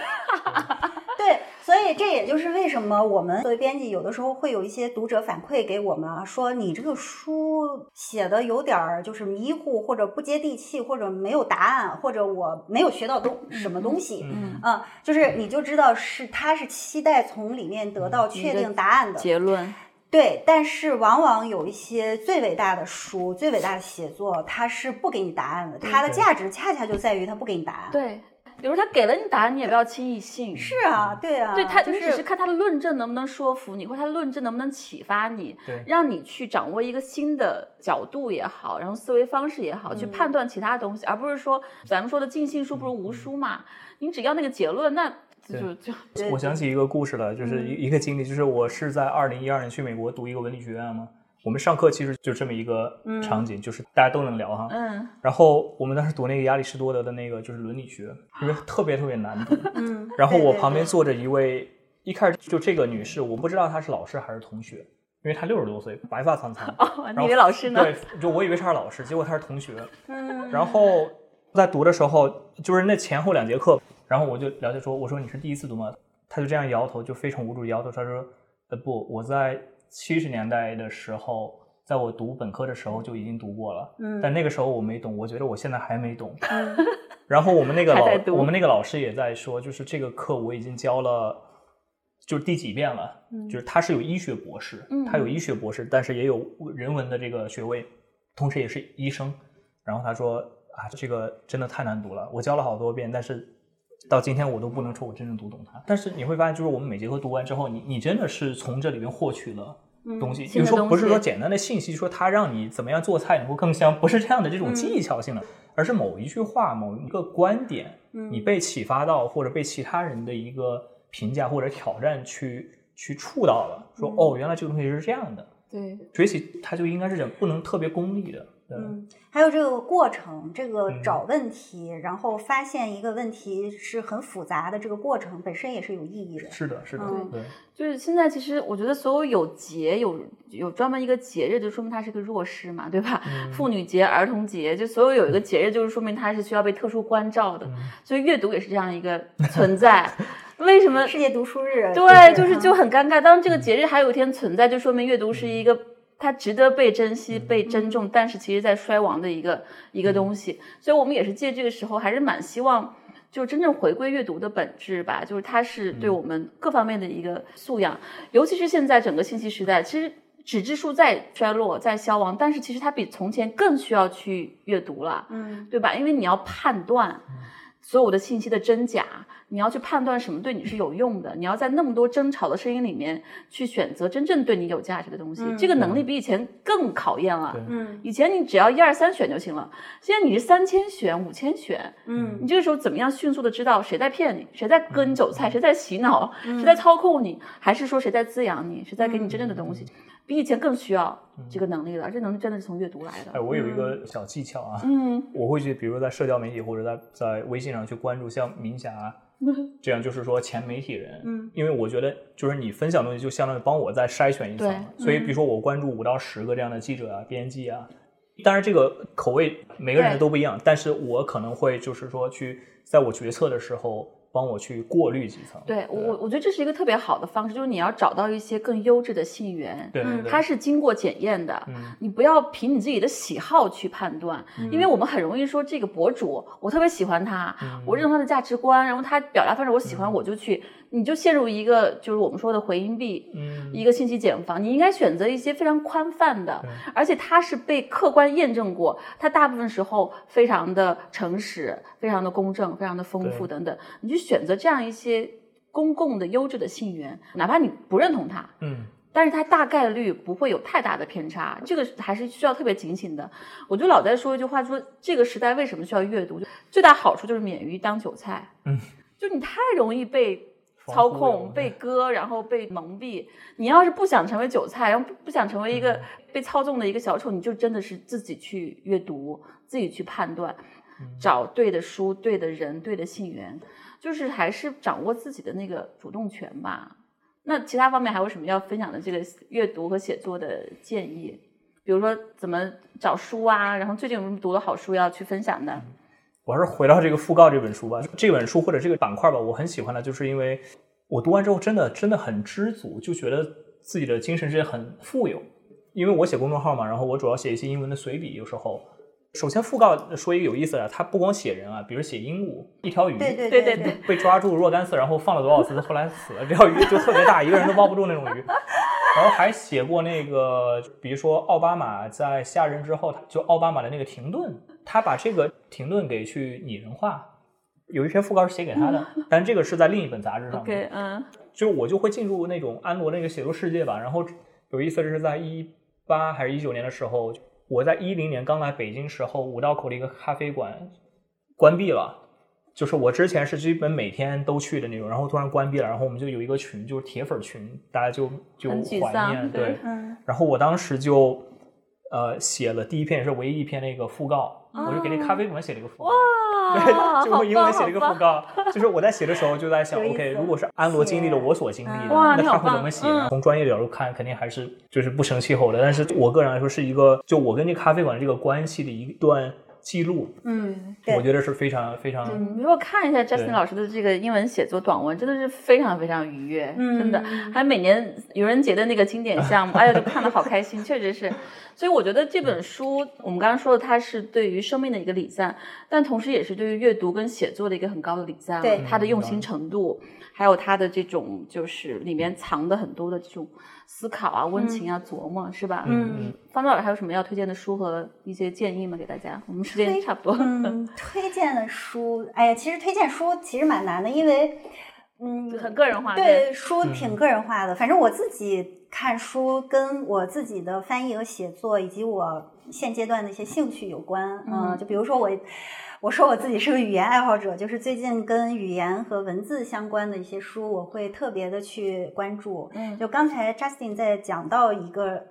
Speaker 5: 对，所以这也就是为什么我们作为编辑，有的时候会有一些读者反馈给我们啊，说你这个书写的有点儿就是迷糊，或者不接地气，或者没有答案，或者我没有学到东什么东西。
Speaker 6: 嗯，
Speaker 5: 嗯，就是你就知道是他是期待从里面得到确定答案的，
Speaker 4: 结论，
Speaker 5: 对，但是往往有一些最伟大的书、最伟大的写作，它是不给你答案的，它的
Speaker 6: 对
Speaker 5: 价值恰恰就在于它不给你答案。，
Speaker 4: 对，有时候他给了你答案，你也不要轻易信。是
Speaker 5: 是啊，对啊，
Speaker 4: 对他，
Speaker 5: 就
Speaker 4: 你只是
Speaker 5: 是
Speaker 4: 看他的论证能不能说服你，或者他的论证能不能启发你
Speaker 6: 对，
Speaker 4: 让你去掌握一个新的角度也好，然后思维方式也好，去
Speaker 6: 嗯
Speaker 4: 判断其他东西，而不是说咱们说的尽信书不如无书嘛。你只要那个结论，那
Speaker 6: 对
Speaker 4: 就 就
Speaker 5: 对
Speaker 6: 我想起一个故事来，就是一一个经历，就是我是在二零一二年去美国读一个文理学院嘛，我们上课其实就这么一个场景，就是大家都能聊哈。
Speaker 4: 嗯，
Speaker 6: 然后我们当时读那个亚里士多德的那个就是伦理学，因为特别特别难读。
Speaker 5: 嗯。
Speaker 6: 然后
Speaker 5: 对
Speaker 6: 我
Speaker 5: 对
Speaker 6: 旁边
Speaker 5: 对
Speaker 6: 坐着一位，一开始就这个女士，我不知道她是老师还是同学，因为她六十多岁，白发苍苍。
Speaker 4: 哦，你以为
Speaker 6: 然后
Speaker 4: 老师呢？
Speaker 6: 对，就我以为是她是老师，结果她是同学。
Speaker 5: 嗯
Speaker 6: 然后在读的时候，就是那前后两节课，然后我就了解说，我说你是第一次读吗？她就这样摇头，就非常无助地摇头。她说，呃，不，我在七十年代的时候。在我读本科的时候就已经读过了，
Speaker 5: 嗯
Speaker 6: 但那个时候我没懂，我觉得我现在还没懂。 然后我们那个
Speaker 4: 嗯还
Speaker 6: 老
Speaker 4: 在读
Speaker 6: 我们那个老师也在说，就是这个课我已经教了，就是第几遍了，
Speaker 4: 嗯
Speaker 6: 就是他是有医学博士，他有医学博士，但是也有人文的这个学位，同时也是医生。然后他说啊，这个真的太难读了，我教了好多遍，但是到今天我都不能说我真正读懂它。但是你会发现，就是我们每节课读完之后，你你真的是从这里面获取了。东西，
Speaker 4: 嗯新
Speaker 6: 就
Speaker 4: 的
Speaker 6: 是说
Speaker 4: 东
Speaker 6: 不是
Speaker 4: 西
Speaker 6: 说简单的信息，说它让你怎么样做菜能够更香，不是这样的这
Speaker 4: 嗯
Speaker 6: 种技巧性的，而是某一句话、某一个观点，
Speaker 5: 嗯
Speaker 6: 你被启发到，或者被其他人的一个评价或者挑战去去触到了，
Speaker 4: 嗯
Speaker 6: 说哦，原来这个东西是这样的，
Speaker 4: 对，
Speaker 6: 崛起它就应该是这样，不能特别功利的，对
Speaker 5: 嗯，还有这个过程，这个
Speaker 6: 嗯
Speaker 5: 找问题，然后发现一个问题是很复杂的，这个过程本身也是有意义的。
Speaker 6: 是的，是的，
Speaker 5: 嗯
Speaker 6: 对，
Speaker 4: 就是现在，其实我觉得所有有节有有专门一个节日，就说明它是个弱势嘛，对吧？
Speaker 6: 嗯
Speaker 4: 妇女节、儿童节，就所有有一个节日，就是说明它是需要被特殊关照
Speaker 6: 嗯
Speaker 4: 的。所以阅读也是这样一个存在。 为什么？
Speaker 5: 世界读书日，
Speaker 4: 呃对，就是
Speaker 5: 嗯
Speaker 4: 就很尴尬。当这个节日还有一天存在，就说明阅读是一个它值得被珍惜、被珍重，但是其实在衰亡的一个一个东西。所以我们也是借这个时候，还是蛮希望。就真正回归阅读的本质吧，就是它是对我们各方面的一个素养，尤其是现在整个信息时代，其实纸质书在衰落、在消亡，但是其实它比从前更需要去阅读了。
Speaker 5: 嗯
Speaker 4: 对吧？因为你要判断
Speaker 6: 嗯
Speaker 4: 所有的信息的真假，你要去判断什么对你是有用的，你要在那么多争吵的声音里面去选择真正对你有价值的东西。
Speaker 5: 嗯
Speaker 4: 这个能力比以前更考验了。
Speaker 6: 对
Speaker 5: 嗯
Speaker 4: 以前你只要一二三选就行了，现在你是三千选、五千选，
Speaker 5: 嗯
Speaker 4: 你这个时候怎么样迅速的知道谁在骗你，谁在割
Speaker 6: 嗯
Speaker 4: 你韭菜，谁在洗脑，
Speaker 5: 嗯
Speaker 4: 谁在操控你，还是说谁在滋养你，谁在给你真正的东西？
Speaker 6: 嗯
Speaker 4: 比以前更需要这个嗯能力了，这能力真的是从阅读来
Speaker 6: 哎，
Speaker 4: 的。
Speaker 6: 我有一个小技巧啊，
Speaker 4: 嗯，
Speaker 6: 我会去，比如说在社交媒体或者在在微信上去关注像 明霞这样，就是说前媒体人，
Speaker 5: 嗯，
Speaker 6: 因为我觉得就是你分享东西就相当于帮我再筛选一层
Speaker 4: 对嗯
Speaker 6: 了，所以比如说我关注五到十个这样的记者啊、编辑啊，当然这个口味每个人的
Speaker 4: 对
Speaker 6: 都不一样，但是我可能会就是说去在我决策的时候帮我去过滤几层，
Speaker 4: 对我，我我觉得这是一个特别好的方式，就是你要找到一些更优质的信源，
Speaker 6: 对对对，
Speaker 4: 它嗯是经过检验的。
Speaker 6: 嗯
Speaker 4: 你不要凭你自己的喜好去判断，因为我们很容易说这个博主，我特别喜欢他，
Speaker 6: 嗯
Speaker 4: 我认同他的价值观，然后他表达方式我喜欢，我就去，你就陷入一个就是我们说的回音壁，
Speaker 6: 嗯
Speaker 4: 一个信息茧房，你应该选择一些非常宽泛的
Speaker 6: 对，
Speaker 4: 而且它是被客观验证过，它大部分时候非常的诚实、非常的公正、非常的丰富
Speaker 6: 对
Speaker 4: 等等。你去选择这样一些公共的优质的信源，哪怕你不认同它，
Speaker 6: 嗯
Speaker 4: 但是它大概率不会有太大的偏差，这个还是需要特别警醒的。我就老在说一句话说，这个时代为什么需要阅读？就最大好处就是免于当韭菜。
Speaker 6: 嗯，
Speaker 4: 就你太容易被
Speaker 6: 防
Speaker 4: 操
Speaker 6: 忽悠
Speaker 4: 控、被割，然后被蒙蔽。你要是不想成为韭菜，然后不不想成为一
Speaker 6: 嗯
Speaker 4: 个被操纵的一个小丑，你就真的是自己去阅读，自己去判断，
Speaker 6: 嗯
Speaker 4: 找对的书、对的人、对的信源，就是还是掌握自己的那个主动权吧。那其他方面还有什么要分享的这个阅读和写作的建议？比如说怎么找书啊，然后最近有什么读的好书要去分享的？
Speaker 6: 我还是回到这个《讣告》这本书吧，这本书或者这个板块吧，我很喜欢的，就是因为我读完之后真的真的很知足，就觉得自己的精神世界很富有。因为我写公众号嘛，然后我主要写一些英文的随笔，有时候。首先，讣告说一个有意思的，它不光写人啊，比如写鹦鹉，一条鱼，
Speaker 5: 对对
Speaker 4: 对
Speaker 5: 对
Speaker 4: 对对
Speaker 6: 被抓住若干次，然后放了多少次，后来死了。这条鱼就特别大，一个人都包不住那种鱼。然后还写过那个，比如说奥巴马在下任之后，就奥巴马的那个停顿，他把这个停顿给去拟人化。有一篇讣告是写给他的，但这个是在另一本杂志上面。
Speaker 4: OK，嗯，
Speaker 6: 就是我就会进入那种安罗那个写作世界吧。然后有意思的是，在一八还是一九年的时候，我在一零年刚来北京时候，五道口的一个咖啡馆关闭了。就是我之前是基本每天都去的那种，然后突然关闭了，然后我们就有一个群，就是铁粉群，大家就就
Speaker 4: 很沮
Speaker 6: 怀
Speaker 4: 丧
Speaker 6: 念
Speaker 4: 对
Speaker 6: 对。
Speaker 5: 嗯，
Speaker 6: 然后我当时就呃写了第一篇，也是唯一一篇那个讣告，我就给那咖啡馆写了一个讣告。
Speaker 4: 哦哇，
Speaker 6: 对，就
Speaker 4: 好
Speaker 6: 用英文
Speaker 4: 棒，
Speaker 6: 写了一个讣
Speaker 4: 嗯哦好棒！
Speaker 6: 告，就是我在写的时候就在想
Speaker 5: 有意思
Speaker 6: ，OK，如果是安罗经历了我所经历
Speaker 5: 嗯
Speaker 6: 的，
Speaker 5: 哇
Speaker 6: 那
Speaker 4: 你
Speaker 6: 他
Speaker 4: 好
Speaker 6: 会怎
Speaker 4: 棒
Speaker 6: 么写呢？从专业角度看，肯定还是就是不成气候的。但是我个人来说，是一个就我跟这咖啡馆这个关系的一段记录，
Speaker 5: 嗯，对
Speaker 6: 我觉得是非常非常
Speaker 4: 嗯你如果看一下
Speaker 6: 对
Speaker 4: Justin 老师的这个英文写作短文，真的是非常非常愉悦，
Speaker 5: 嗯
Speaker 4: 真的。还每年愚人节的那个经典项 目，哎呀，就看得好开心，确实是。所以我觉得这本书，我们刚刚说的，它是对于生命的一个礼赞，但同时也是对于阅读跟写作的一个很高的礼赞。啊
Speaker 5: 对
Speaker 4: 它的用心程度，还有它的这种就是里面藏的很多的这种思考啊、温情啊、琢磨，是吧？
Speaker 6: 嗯嗯。
Speaker 4: 方老师还有什么要推荐的书和一些建议吗？给大家，我们时间差不多。
Speaker 5: 嗯，推荐的书，哎呀，其实推荐书其实蛮难的，因为，
Speaker 4: 就
Speaker 5: 嗯，
Speaker 4: 很个人化。
Speaker 5: 对书挺个人化的。反正我自己看书，跟我自己的翻译和写作，以及我现阶段的一些兴趣有关。嗯，就比如说我，我说我自己是个语言爱好者，就是最近跟语言和文字相关的一些书，我会特别的去关注。
Speaker 4: 嗯
Speaker 5: 就刚才 Justin 在讲到一个。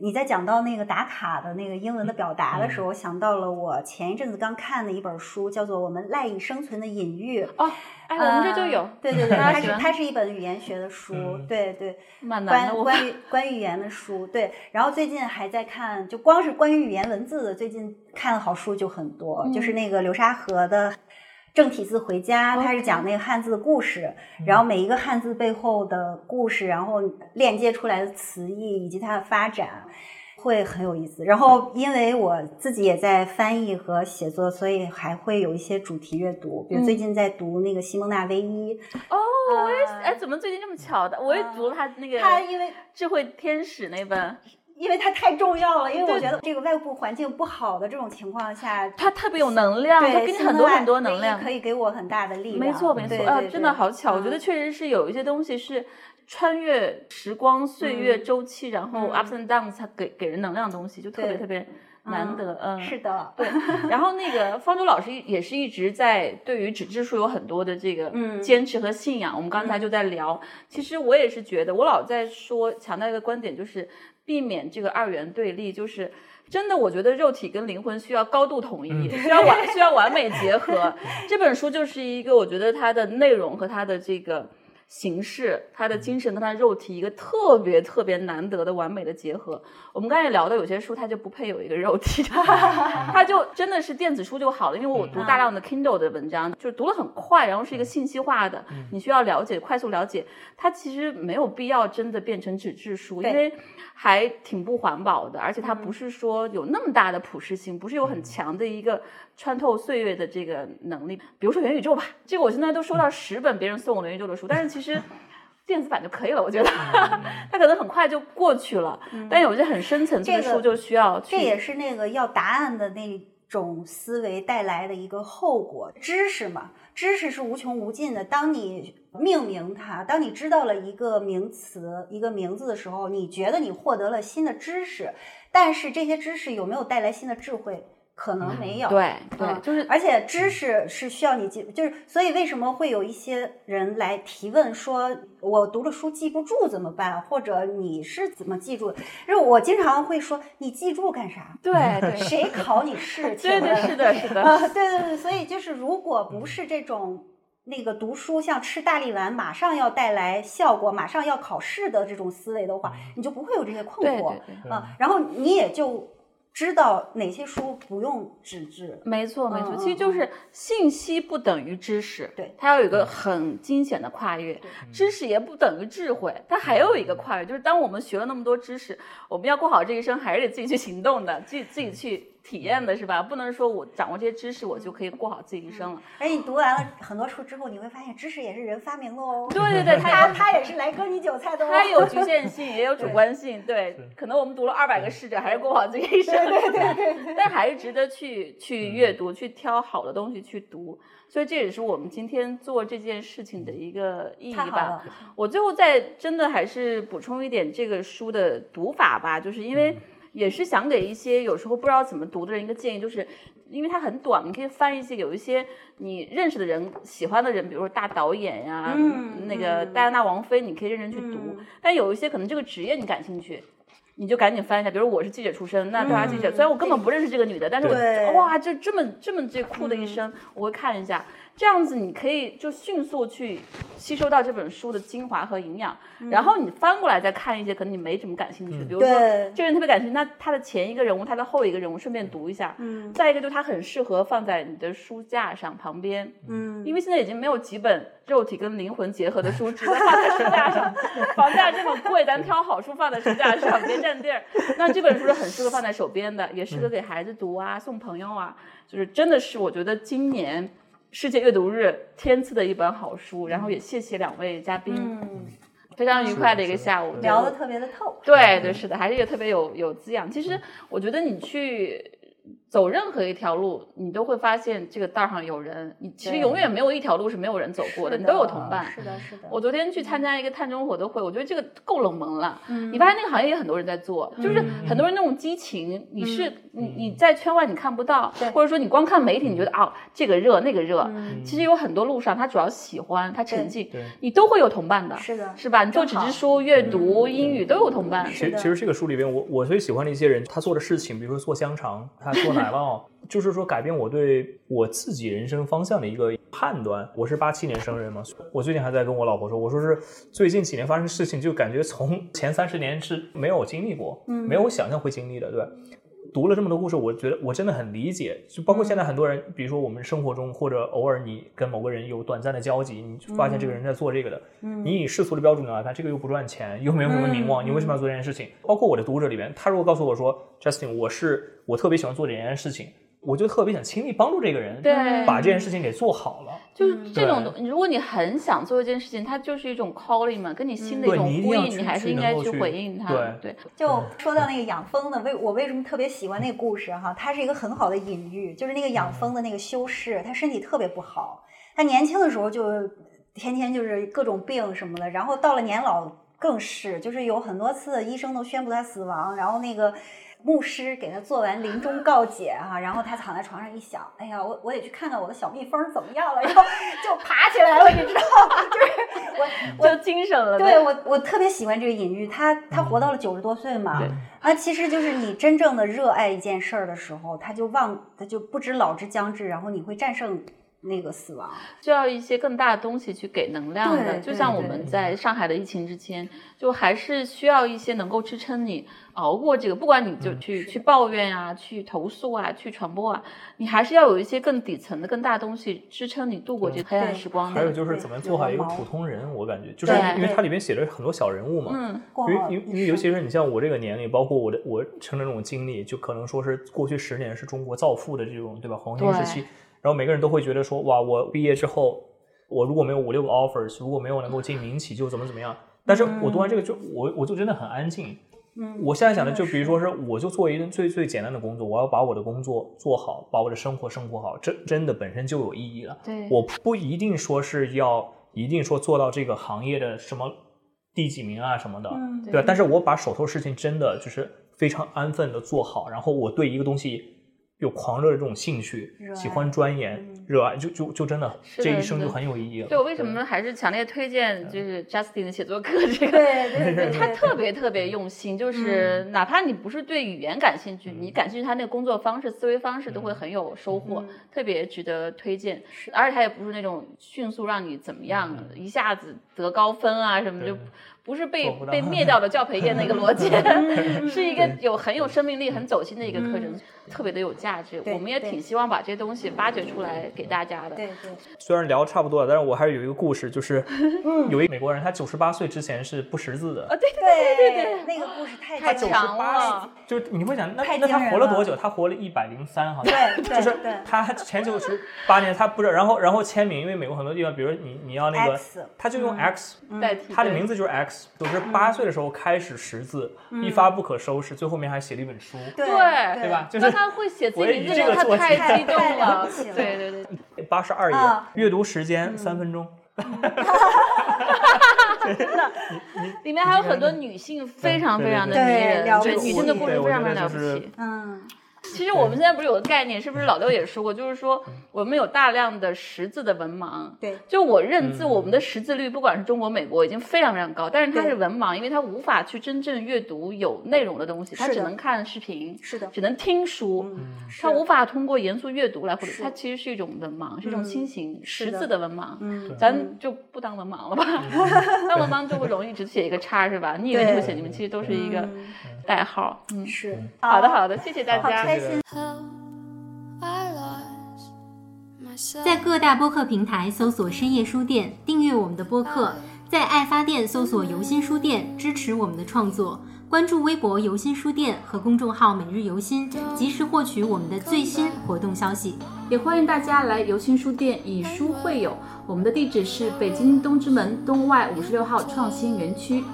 Speaker 5: 你在讲到那个打卡的那个英文的表达的时候，我想到了我前一阵子刚看的一本书，叫做《我们赖以生存的隐喻》。
Speaker 4: 哦，哎，我们这就有，
Speaker 5: 对对对，
Speaker 4: 大
Speaker 5: 它
Speaker 4: 家喜
Speaker 5: 是
Speaker 4: 欢
Speaker 5: 它是一本语言学的书，
Speaker 6: 嗯
Speaker 5: 对对，
Speaker 4: 蛮难
Speaker 5: 关
Speaker 4: 的。我
Speaker 5: 关于关于语言的书，对。然后最近还在看，就光是关于语言文字的，最近看的好书就很多，
Speaker 4: 嗯
Speaker 5: 就是那个流沙河的。正体字回家，它是讲那个汉字的故事，
Speaker 4: 嗯
Speaker 5: 然后每一个汉字背后的故事，然后链接出来的词义以及它的发展，会很有意思。然后因为我自己也在翻译和写作，所以还会有一些主题阅读，比如最近在读那个西蒙娜·维伊，
Speaker 4: 嗯哦，我也是哎，怎么最近这么巧的？我也读了他那个
Speaker 5: 嗯呃他
Speaker 4: 《
Speaker 5: 因为
Speaker 4: 智慧天使》那本，
Speaker 5: 因为它太重要了，因为我觉得这个外部环境不好的这种情况下，
Speaker 4: 他特别有能量，他
Speaker 5: 对
Speaker 4: 给你
Speaker 5: 新
Speaker 4: 很
Speaker 5: 的
Speaker 4: 多
Speaker 5: 外
Speaker 4: 很多能
Speaker 5: 对
Speaker 4: 量。
Speaker 5: 可以给我很大的力量。
Speaker 4: 没错，没错
Speaker 5: 对
Speaker 4: 啊，
Speaker 5: 对
Speaker 4: 真的
Speaker 5: 对
Speaker 4: 好巧。我觉
Speaker 5: 嗯
Speaker 4: 得确实是有一些东西是穿越时光、岁
Speaker 5: 嗯
Speaker 4: 月周期，然后 ups and downs，它给给人能量的东西，就特别
Speaker 5: 对
Speaker 4: 特别难得。嗯，
Speaker 5: 是的，
Speaker 4: 对，然后那个方舟老师也是一直在对于纸质书有很多的这个
Speaker 5: 嗯
Speaker 4: 坚持和信仰。我们刚才就在聊，其实我也是觉得，我老在说强调一个观点，就是避免这个二元对立，就是。真的，我觉得肉体跟灵魂需要高度统一，需要完需要完美结合。这本书就是一个，我觉得它的内容和它的这个形式，它的精神跟它的肉体一个特别特别难得的完美的结合。我们刚才聊的有些书，它就不配有一个肉体，
Speaker 5: 嗯
Speaker 4: 它就真的是电子书就好了。因为我读大量的 Kindle 的文章，就是读得很快，然后
Speaker 5: 嗯
Speaker 4: 是一个信息化的，你需要了解，快速了解。它其实没有必要真的变成纸质书，
Speaker 5: 对嗯
Speaker 4: 因为还挺不环保的，而且它不是说有那么大的普适性，不是有很强的一个穿透岁月的这个能力。比如说元宇宙吧，这个我现在都收
Speaker 5: 嗯
Speaker 4: 到十本别人送我元宇宙的书，但是其 实。电子版就可以了，我觉
Speaker 5: 嗯
Speaker 4: 得， 它可能很快就过去了。但有些很深层次的
Speaker 5: 这个
Speaker 4: 书就需要去，
Speaker 5: 这也是那个要答案的那种思维带来的一个后果。知识嘛，知识是无穷无尽的。当你命名它，当你知道了一个名词、一个名字的时候，你觉得你获得了新的知识，但是这些知识有没有带来新的智慧？可能没有。
Speaker 4: 对
Speaker 5: 嗯
Speaker 4: 对，就是
Speaker 5: 而且
Speaker 4: 嗯
Speaker 5: 知识是需要你记，就是所以为什么会有一些人来提问说，我读了书记不住怎么办？或者你是怎么记住的？就是我经常会说，你记住干啥？
Speaker 4: 对对
Speaker 5: 谁考你 试？
Speaker 4: 对
Speaker 5: 请
Speaker 4: 对
Speaker 5: 问
Speaker 4: 是的是的，嗯
Speaker 5: 啊，对对对，所以就是如果不是这种。那个读书像吃大力丸，马上要带来效果，马上要考试的这种思维的话，你就不会有这些困
Speaker 4: 嗯对
Speaker 5: 惑
Speaker 4: 对对，
Speaker 5: 啊。然后你也就知道哪些书不用纸质。
Speaker 4: 没错没
Speaker 5: 嗯
Speaker 4: 错，
Speaker 5: 嗯
Speaker 4: 其实就是信息不等于知识，
Speaker 5: 对
Speaker 4: 它要有一个很惊险的跨越。知识也不等于智慧，它还有一个跨越，就是当我们学了那么多知识，我们要过好这一生，还是得自己去行动的，自己自己去体验的，是吧？不能说我掌握这些知识，我就可以过好自己一生了。
Speaker 5: 而且哎你读完了很多书之后，你会发现知识也是人发明的 哦。
Speaker 4: 对对对，它
Speaker 5: 他
Speaker 4: 有
Speaker 5: 他也是来割你韭菜的哦。
Speaker 4: 它 有局限 性，也有主观性，对，可能我们读了二百个试者，还是过不好这一生，对对对，但还是值得去去阅读，去挑好的东西去读，所以这也是我们今天做这件事情的一个意义
Speaker 5: 太好了
Speaker 4: 吧。，我最后再真的还是补充一点这个书的读法吧，就是因为也是想给一些有时候不知道怎么读的人一个建议，就是因为它很短，你可以翻一些有一些你认识的人、喜欢的人，比如说大导演呀、
Speaker 5: 嗯
Speaker 4: 那个
Speaker 5: 嗯
Speaker 4: 戴安娜王妃，你可以认真去读。但有一些可能这个职业你感兴趣。你就赶紧翻一下，比如我是记者出身，那调查记者，
Speaker 5: 嗯
Speaker 4: 虽然我根本不认识这个女的，但是
Speaker 5: 对嗯
Speaker 4: 我哇，就这么这么这酷的一生，我会看一下。这样子你可以就迅速去吸收到这本书的精华和营养，
Speaker 5: 嗯
Speaker 4: 然后你翻过来再看一些可能你没怎么感兴趣的，比如说
Speaker 5: 对
Speaker 4: 这个人特别感兴趣，那他的前一个人物，他的后一个人物，顺便读一下。
Speaker 5: 嗯
Speaker 4: 再一个就是它很适合放在你的书架上旁边，
Speaker 5: 嗯，
Speaker 4: 因为现在已经没有几本肉体跟灵魂结合的书只能放在书架上，房价这么贵，咱挑好书放在书架上，别占地儿。那这本书是很适合放在手边的，也适合给孩子读啊，送朋友啊，就是真的是我觉得今年世界阅读日天赐的一本好书。然后也谢谢两位嘉宾，
Speaker 5: 嗯
Speaker 4: 非常愉快的一个
Speaker 6: 是的
Speaker 4: 下午，
Speaker 5: 聊得特别的透。
Speaker 4: 对对，是的，还是一个特别有有滋养。其
Speaker 5: 嗯
Speaker 4: 实我觉得你去走任何一条路，你都会发现这个道上有人。你其实
Speaker 5: 对
Speaker 4: 永远没有一条路是没有人走过的，
Speaker 5: 是
Speaker 4: 你都有同伴。
Speaker 5: 是的，是的。
Speaker 4: 我昨天去参加一个碳中和的会，我觉得这个够冷门了。
Speaker 5: 嗯
Speaker 4: 你发现那个行业也很多人在做，就是很多人那种激情，你是你你在圈外你看不到
Speaker 5: 嗯对，
Speaker 4: 或者说你光看媒体，你觉得啊这个热那个热，
Speaker 5: 嗯
Speaker 4: 其实有很多路上他主要喜欢他沉浸
Speaker 6: 对，
Speaker 4: 你都会有同伴的，
Speaker 5: 是嗯的
Speaker 4: 是吧？你做纸质书、阅读、英语都有同伴，
Speaker 6: 其实其实这个书里边，我我最喜欢的一些人，他做的事情，比如说做香肠，他做奶酪，就是说改变我对我自己人生方向的一个判断。我是八七年生人嘛，我最近还在跟我老婆说，我说是最近几年发生的事情，就感觉从前三十年是没有经历过，没有想象会经历的，对吧。读了这么多故事，我觉得我真的很理解，就包括现在很多人，比如说我们生活中或者偶尔你跟某个人有短暂的交集，你就发现这个人在做这个的，你以世俗的标准来看，这个又不赚钱，又没有什么名望，你为什么要做这件事情？包括我的读者里边，他如果告诉我说，Justin，我是我特别喜欢做这件事情，我就特别想倾力帮助这个人，
Speaker 4: 对
Speaker 5: 嗯
Speaker 6: 把这件事情给做好了。
Speaker 4: 就是这种
Speaker 6: 对
Speaker 4: 东，如果你很想做一件事情，它就是一种 calling 嘛，跟你心的一
Speaker 6: 对
Speaker 4: 种
Speaker 6: 你一定
Speaker 4: 呼
Speaker 6: 要
Speaker 4: 应，
Speaker 6: 去
Speaker 4: 你还是
Speaker 6: 去
Speaker 4: 应
Speaker 6: 能
Speaker 4: 该
Speaker 6: 够
Speaker 4: 去
Speaker 6: 去
Speaker 4: 回应它。对
Speaker 6: 对
Speaker 5: 嗯就说到那个养蜂的，为我为什么特别喜欢那个故事哈？它是一个很好的隐喻，就是那个养蜂的那个修士，他身体特别不好，他年轻的时候就天天就是各种病什么的，然后到了年老更是，就是有很多次医生都宣布他死亡，然后那个。牧师给他做完临终告解哈、然后他躺在床上一想，哎呀，我我得去看看我的小蜜蜂怎么样了，然后就爬起来了，你知道吗？ 就是我
Speaker 4: 就精神了。
Speaker 5: 对我，我特别喜欢这个隐喻。他他活
Speaker 6: 嗯
Speaker 5: 到了九十多岁嘛，啊，其实就是你真正的热爱一件事儿的时候，他就忘，他就不知老之将至，然后你会战胜那个死亡。
Speaker 4: 需要一些更大的东西去给能量的，
Speaker 5: 对
Speaker 4: 就
Speaker 5: 对
Speaker 4: 像我
Speaker 5: 对
Speaker 4: 们在上海的疫情之前，就还是需要一些能够支撑你熬过这个，不管你就
Speaker 6: 嗯
Speaker 4: 去、去抱怨啊、去投诉啊、去传播啊，你还是要有一些更底层的、更大的东西支撑你度过这黑暗时光
Speaker 6: 还有
Speaker 4: 的。
Speaker 6: 就是怎么做好一个普通人，我感觉就是
Speaker 4: 对
Speaker 6: 因为它里边写了很多小人物嘛，
Speaker 4: 嗯，
Speaker 5: 过
Speaker 6: 因为
Speaker 5: 好
Speaker 6: 因为因为尤其是你像我这个年龄，包括我的我成长这种经历，就可能说是过去十年是中国造富的这种对吧黄金时期，然后每个人都会觉得说哇，我毕业之后，我如果没有五六个 offers，如果没有能够进民企，就怎么怎么样。但是我读完这个就我我就真的很安静。
Speaker 5: 嗯
Speaker 6: 我现在想的
Speaker 5: 真的
Speaker 6: 就是比如说是我就做一件最最简单的工作，我要把我的工作做好，把我的生活生活好，这真的本身就有意义了。
Speaker 4: 对，
Speaker 6: 我不一定说是要一定说做到这个行业的什么第几名啊什么的，
Speaker 5: 嗯
Speaker 6: 对吧但是我把手头事情真的就是非常安分的做好，然后我对一个东西有狂热的这种兴趣
Speaker 5: 热，爱
Speaker 6: 喜欢钻研、热爱，就就就真的
Speaker 4: 嗯是的
Speaker 6: 这一
Speaker 4: 是
Speaker 6: 生就
Speaker 4: 的
Speaker 6: 很有意义了。
Speaker 4: 对，我为什么还是强烈推
Speaker 6: 嗯
Speaker 4: 荐就是 Justin 的写作课这个？
Speaker 5: 对对 对，嗯
Speaker 4: 他特别特别用心，就是哪怕你不是对语言感兴
Speaker 6: 嗯
Speaker 4: 趣，你感兴趣他那个工作方式、思维方式都会很有收获，
Speaker 5: 嗯
Speaker 4: 特别值得推荐。而且他也不是那种迅速让你怎么样，一下子得高分啊什么，
Speaker 6: 嗯对
Speaker 4: 就不是被
Speaker 6: 做不到
Speaker 4: 被灭掉的教培业那个逻 辑，是一个有很有生命力、很走心的一个课程，特别的有价值。
Speaker 5: 嗯对
Speaker 4: 我们也
Speaker 5: 对
Speaker 4: 挺希望把这些东西挖掘出来给大家的。
Speaker 5: 对对，
Speaker 6: 虽然聊差不多了，但是我还是有一个故事，就是
Speaker 5: 嗯
Speaker 6: 有一美国人，他九十八岁之前是不识字的，
Speaker 5: 对对对，那个故事太
Speaker 4: 太
Speaker 5: 强
Speaker 4: 强了，
Speaker 6: 就是你会想，那
Speaker 5: 太
Speaker 6: 那
Speaker 5: 惊
Speaker 6: 他
Speaker 5: 人
Speaker 6: 活了
Speaker 5: 了
Speaker 6: 多久？他活了一百零三，好像。
Speaker 5: 对
Speaker 6: 就
Speaker 5: 对
Speaker 6: 是
Speaker 5: 对
Speaker 6: 他前九十八年，他不知道，然后然后签名，因为美国很多地方，比如你你要那个
Speaker 5: X，嗯
Speaker 6: 他就用 X，
Speaker 4: 代替
Speaker 6: 他的
Speaker 4: 对
Speaker 6: 名字就是 X。九十八岁的时候开始识字，一发不可收拾，最后面还写了一本书。
Speaker 5: 嗯对
Speaker 4: 对
Speaker 6: 对吧就是
Speaker 4: 让他会写自
Speaker 6: 我也
Speaker 4: 己
Speaker 6: 以
Speaker 4: 名字，
Speaker 6: 这个
Speaker 4: 他
Speaker 6: 做起
Speaker 4: 太
Speaker 5: 来
Speaker 4: 激动
Speaker 5: 太了
Speaker 4: 了
Speaker 5: 不起。了
Speaker 4: 对对对，
Speaker 6: 八十二页
Speaker 5: 啊，
Speaker 6: 阅读时间三分钟。
Speaker 4: 里面还有很多女性非常非常的
Speaker 6: 对
Speaker 5: 对
Speaker 4: 迷
Speaker 5: 对
Speaker 4: 人，
Speaker 5: 了
Speaker 4: 对
Speaker 5: 不起
Speaker 4: 女性的故事
Speaker 6: 对
Speaker 4: 非常非常了
Speaker 6: 我
Speaker 4: 不
Speaker 6: 觉得就是
Speaker 4: 起。
Speaker 5: 嗯，
Speaker 4: 其实我们现在不是有个概念，是不是老刘也说过，就是说
Speaker 5: 嗯
Speaker 4: 我们有大量的识字的文盲。
Speaker 5: 对，
Speaker 4: 就我认
Speaker 5: 嗯
Speaker 4: 字，我们的识字率不管是中国、美国已经非常非常高，但是他
Speaker 5: 对
Speaker 4: 是文盲，因为他无法去真正阅读有内容的东西，他
Speaker 5: 是的
Speaker 4: 只能看视频，
Speaker 5: 是的，嗯
Speaker 4: 只能听书，
Speaker 6: 嗯
Speaker 5: 是
Speaker 4: 他无法通过严肃阅读来获得。
Speaker 5: 是
Speaker 4: 他其实是一种文盲，是一
Speaker 5: 嗯
Speaker 4: 种新型
Speaker 5: 是
Speaker 4: 识
Speaker 5: 的
Speaker 4: 字的文盲。
Speaker 5: 嗯，
Speaker 4: 咱就不当文盲了吧， 当文盲就会容易只写一个叉是吧？你以为你会写，你们其实都是一个代号。嗯，
Speaker 5: 嗯是
Speaker 4: 好的好的，谢谢大
Speaker 5: 好
Speaker 4: 家。
Speaker 5: 开心。
Speaker 7: how I lost myself.
Speaker 1: 在各大播客平台搜索“深夜书店”，订阅我们的播客；在爱发电搜索“游心书店”，支持我们的创作。关注微博“游心书店”和公众号“每日游心”，及时获取我们的最新活动消息。
Speaker 2: 也欢迎大家来游心书店以书会友。我们的地址是北京东直门东外五十六号创新园区。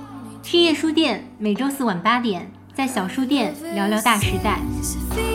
Speaker 1: 深夜书店每周四晚八点，在小书店聊聊大时代。
Speaker 7: Feeling